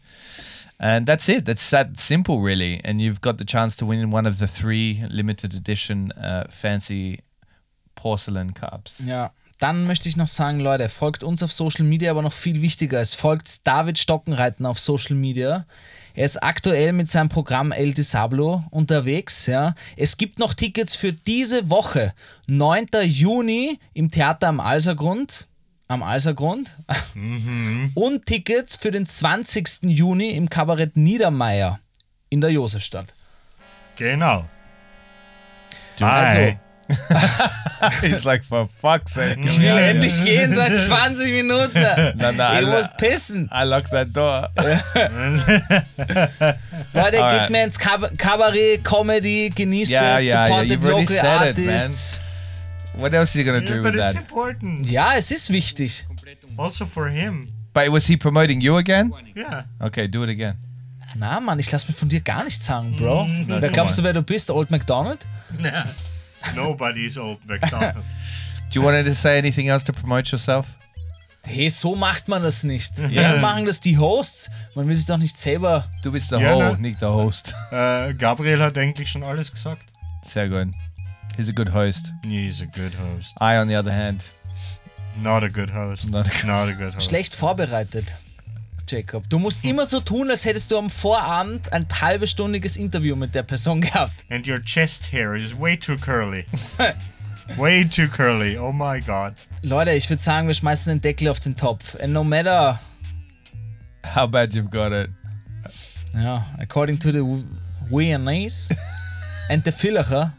S2: And that's it. That's that simple, really. And you've got the chance to win one of the three limited edition uh, fancy porcelain cups.
S5: Ja, dann möchte ich noch sagen, Leute, folgt uns auf Social Media, aber noch viel wichtiger ist, folgt David Stockenreiten auf Social Media. Er ist aktuell mit seinem Programm El Disablo unterwegs. Ja. Es gibt noch Tickets für diese Woche, 9. Juni im Theater am Alsergrund. Am Alsergrund.
S2: Mhm.
S5: Und Tickets für den 20. Juni im Kabarett Niedermeier in der Josefstadt.
S1: Genau.
S5: Also,
S1: Hi.
S2: He's like, for fuck's sake.
S5: ich will endlich gehen seit 20 Minuten.
S2: [LAUGHS] Na, na,
S5: ich
S2: alle-
S5: muss pissen.
S2: I locked that door.
S5: Leute,
S2: Alright.
S5: geht mir ins Kab Kabarett, Comedy, genießt
S2: Yeah,
S5: es,
S2: yeah, yeah,
S5: supportet
S2: you've already
S5: local
S2: said it, man.
S5: artists.
S2: [LAUGHS] What else are you gonna do
S1: Yeah,
S2: with
S1: but it's
S2: that?
S1: important.
S5: ja, es ist wichtig.
S1: Also for him.
S2: But was he promoting you again?
S1: Yeah.
S2: Okay, do it again.
S5: Na, Mann, ich lass mir von dir gar nichts sagen, Bro.
S2: Mhm. na,
S5: wer
S2: come
S5: glaubst du,
S2: on.
S5: wer du bist? Old McDonald?
S1: Nobody's old MacDonald.
S2: Do you want to say anything else to promote yourself?
S5: Hey, so macht man das nicht. Warum machen das die Hosts? Man will sich doch nicht selber.
S2: Du bist der
S1: Ja,
S2: Ho,
S1: ne?
S2: nicht der Host. [LAUGHS]
S1: äh, Gabriel hat eigentlich schon alles gesagt.
S2: Sehr good. He's a good host.
S1: He's a good host.
S2: I, on the other hand,
S1: Not a good host.
S2: Not a good
S1: Not a good host.
S5: Schlecht vorbereitet, Jacob. Du musst immer so tun, als hättest du am Vorabend ein halbstündiges Interview mit der Person gehabt.
S1: And your chest hair is way too curly. way too curly. Oh my god.
S5: Leute, ich würde sagen, wir schmeißen den Deckel auf den Topf. And no matter
S2: how bad you've got it.
S5: Yeah, according to the W- Viennese and the Villacher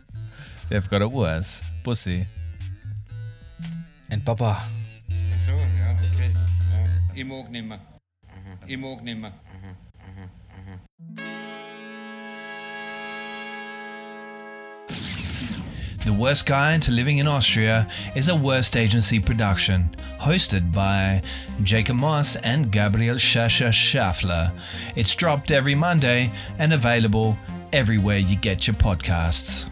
S9: They've got it worse. Pussy.
S5: and Papa.
S3: So, ja, okay. Ja. Ich mag nicht mehr. Mhm. Ich mag nicht mehr.
S2: The Worst Guide to Living in Austria is a Worst Agency production, hosted by Jacob Moss and Gabriel Schascher Schaffler. It's dropped every Monday and available everywhere you get your podcasts.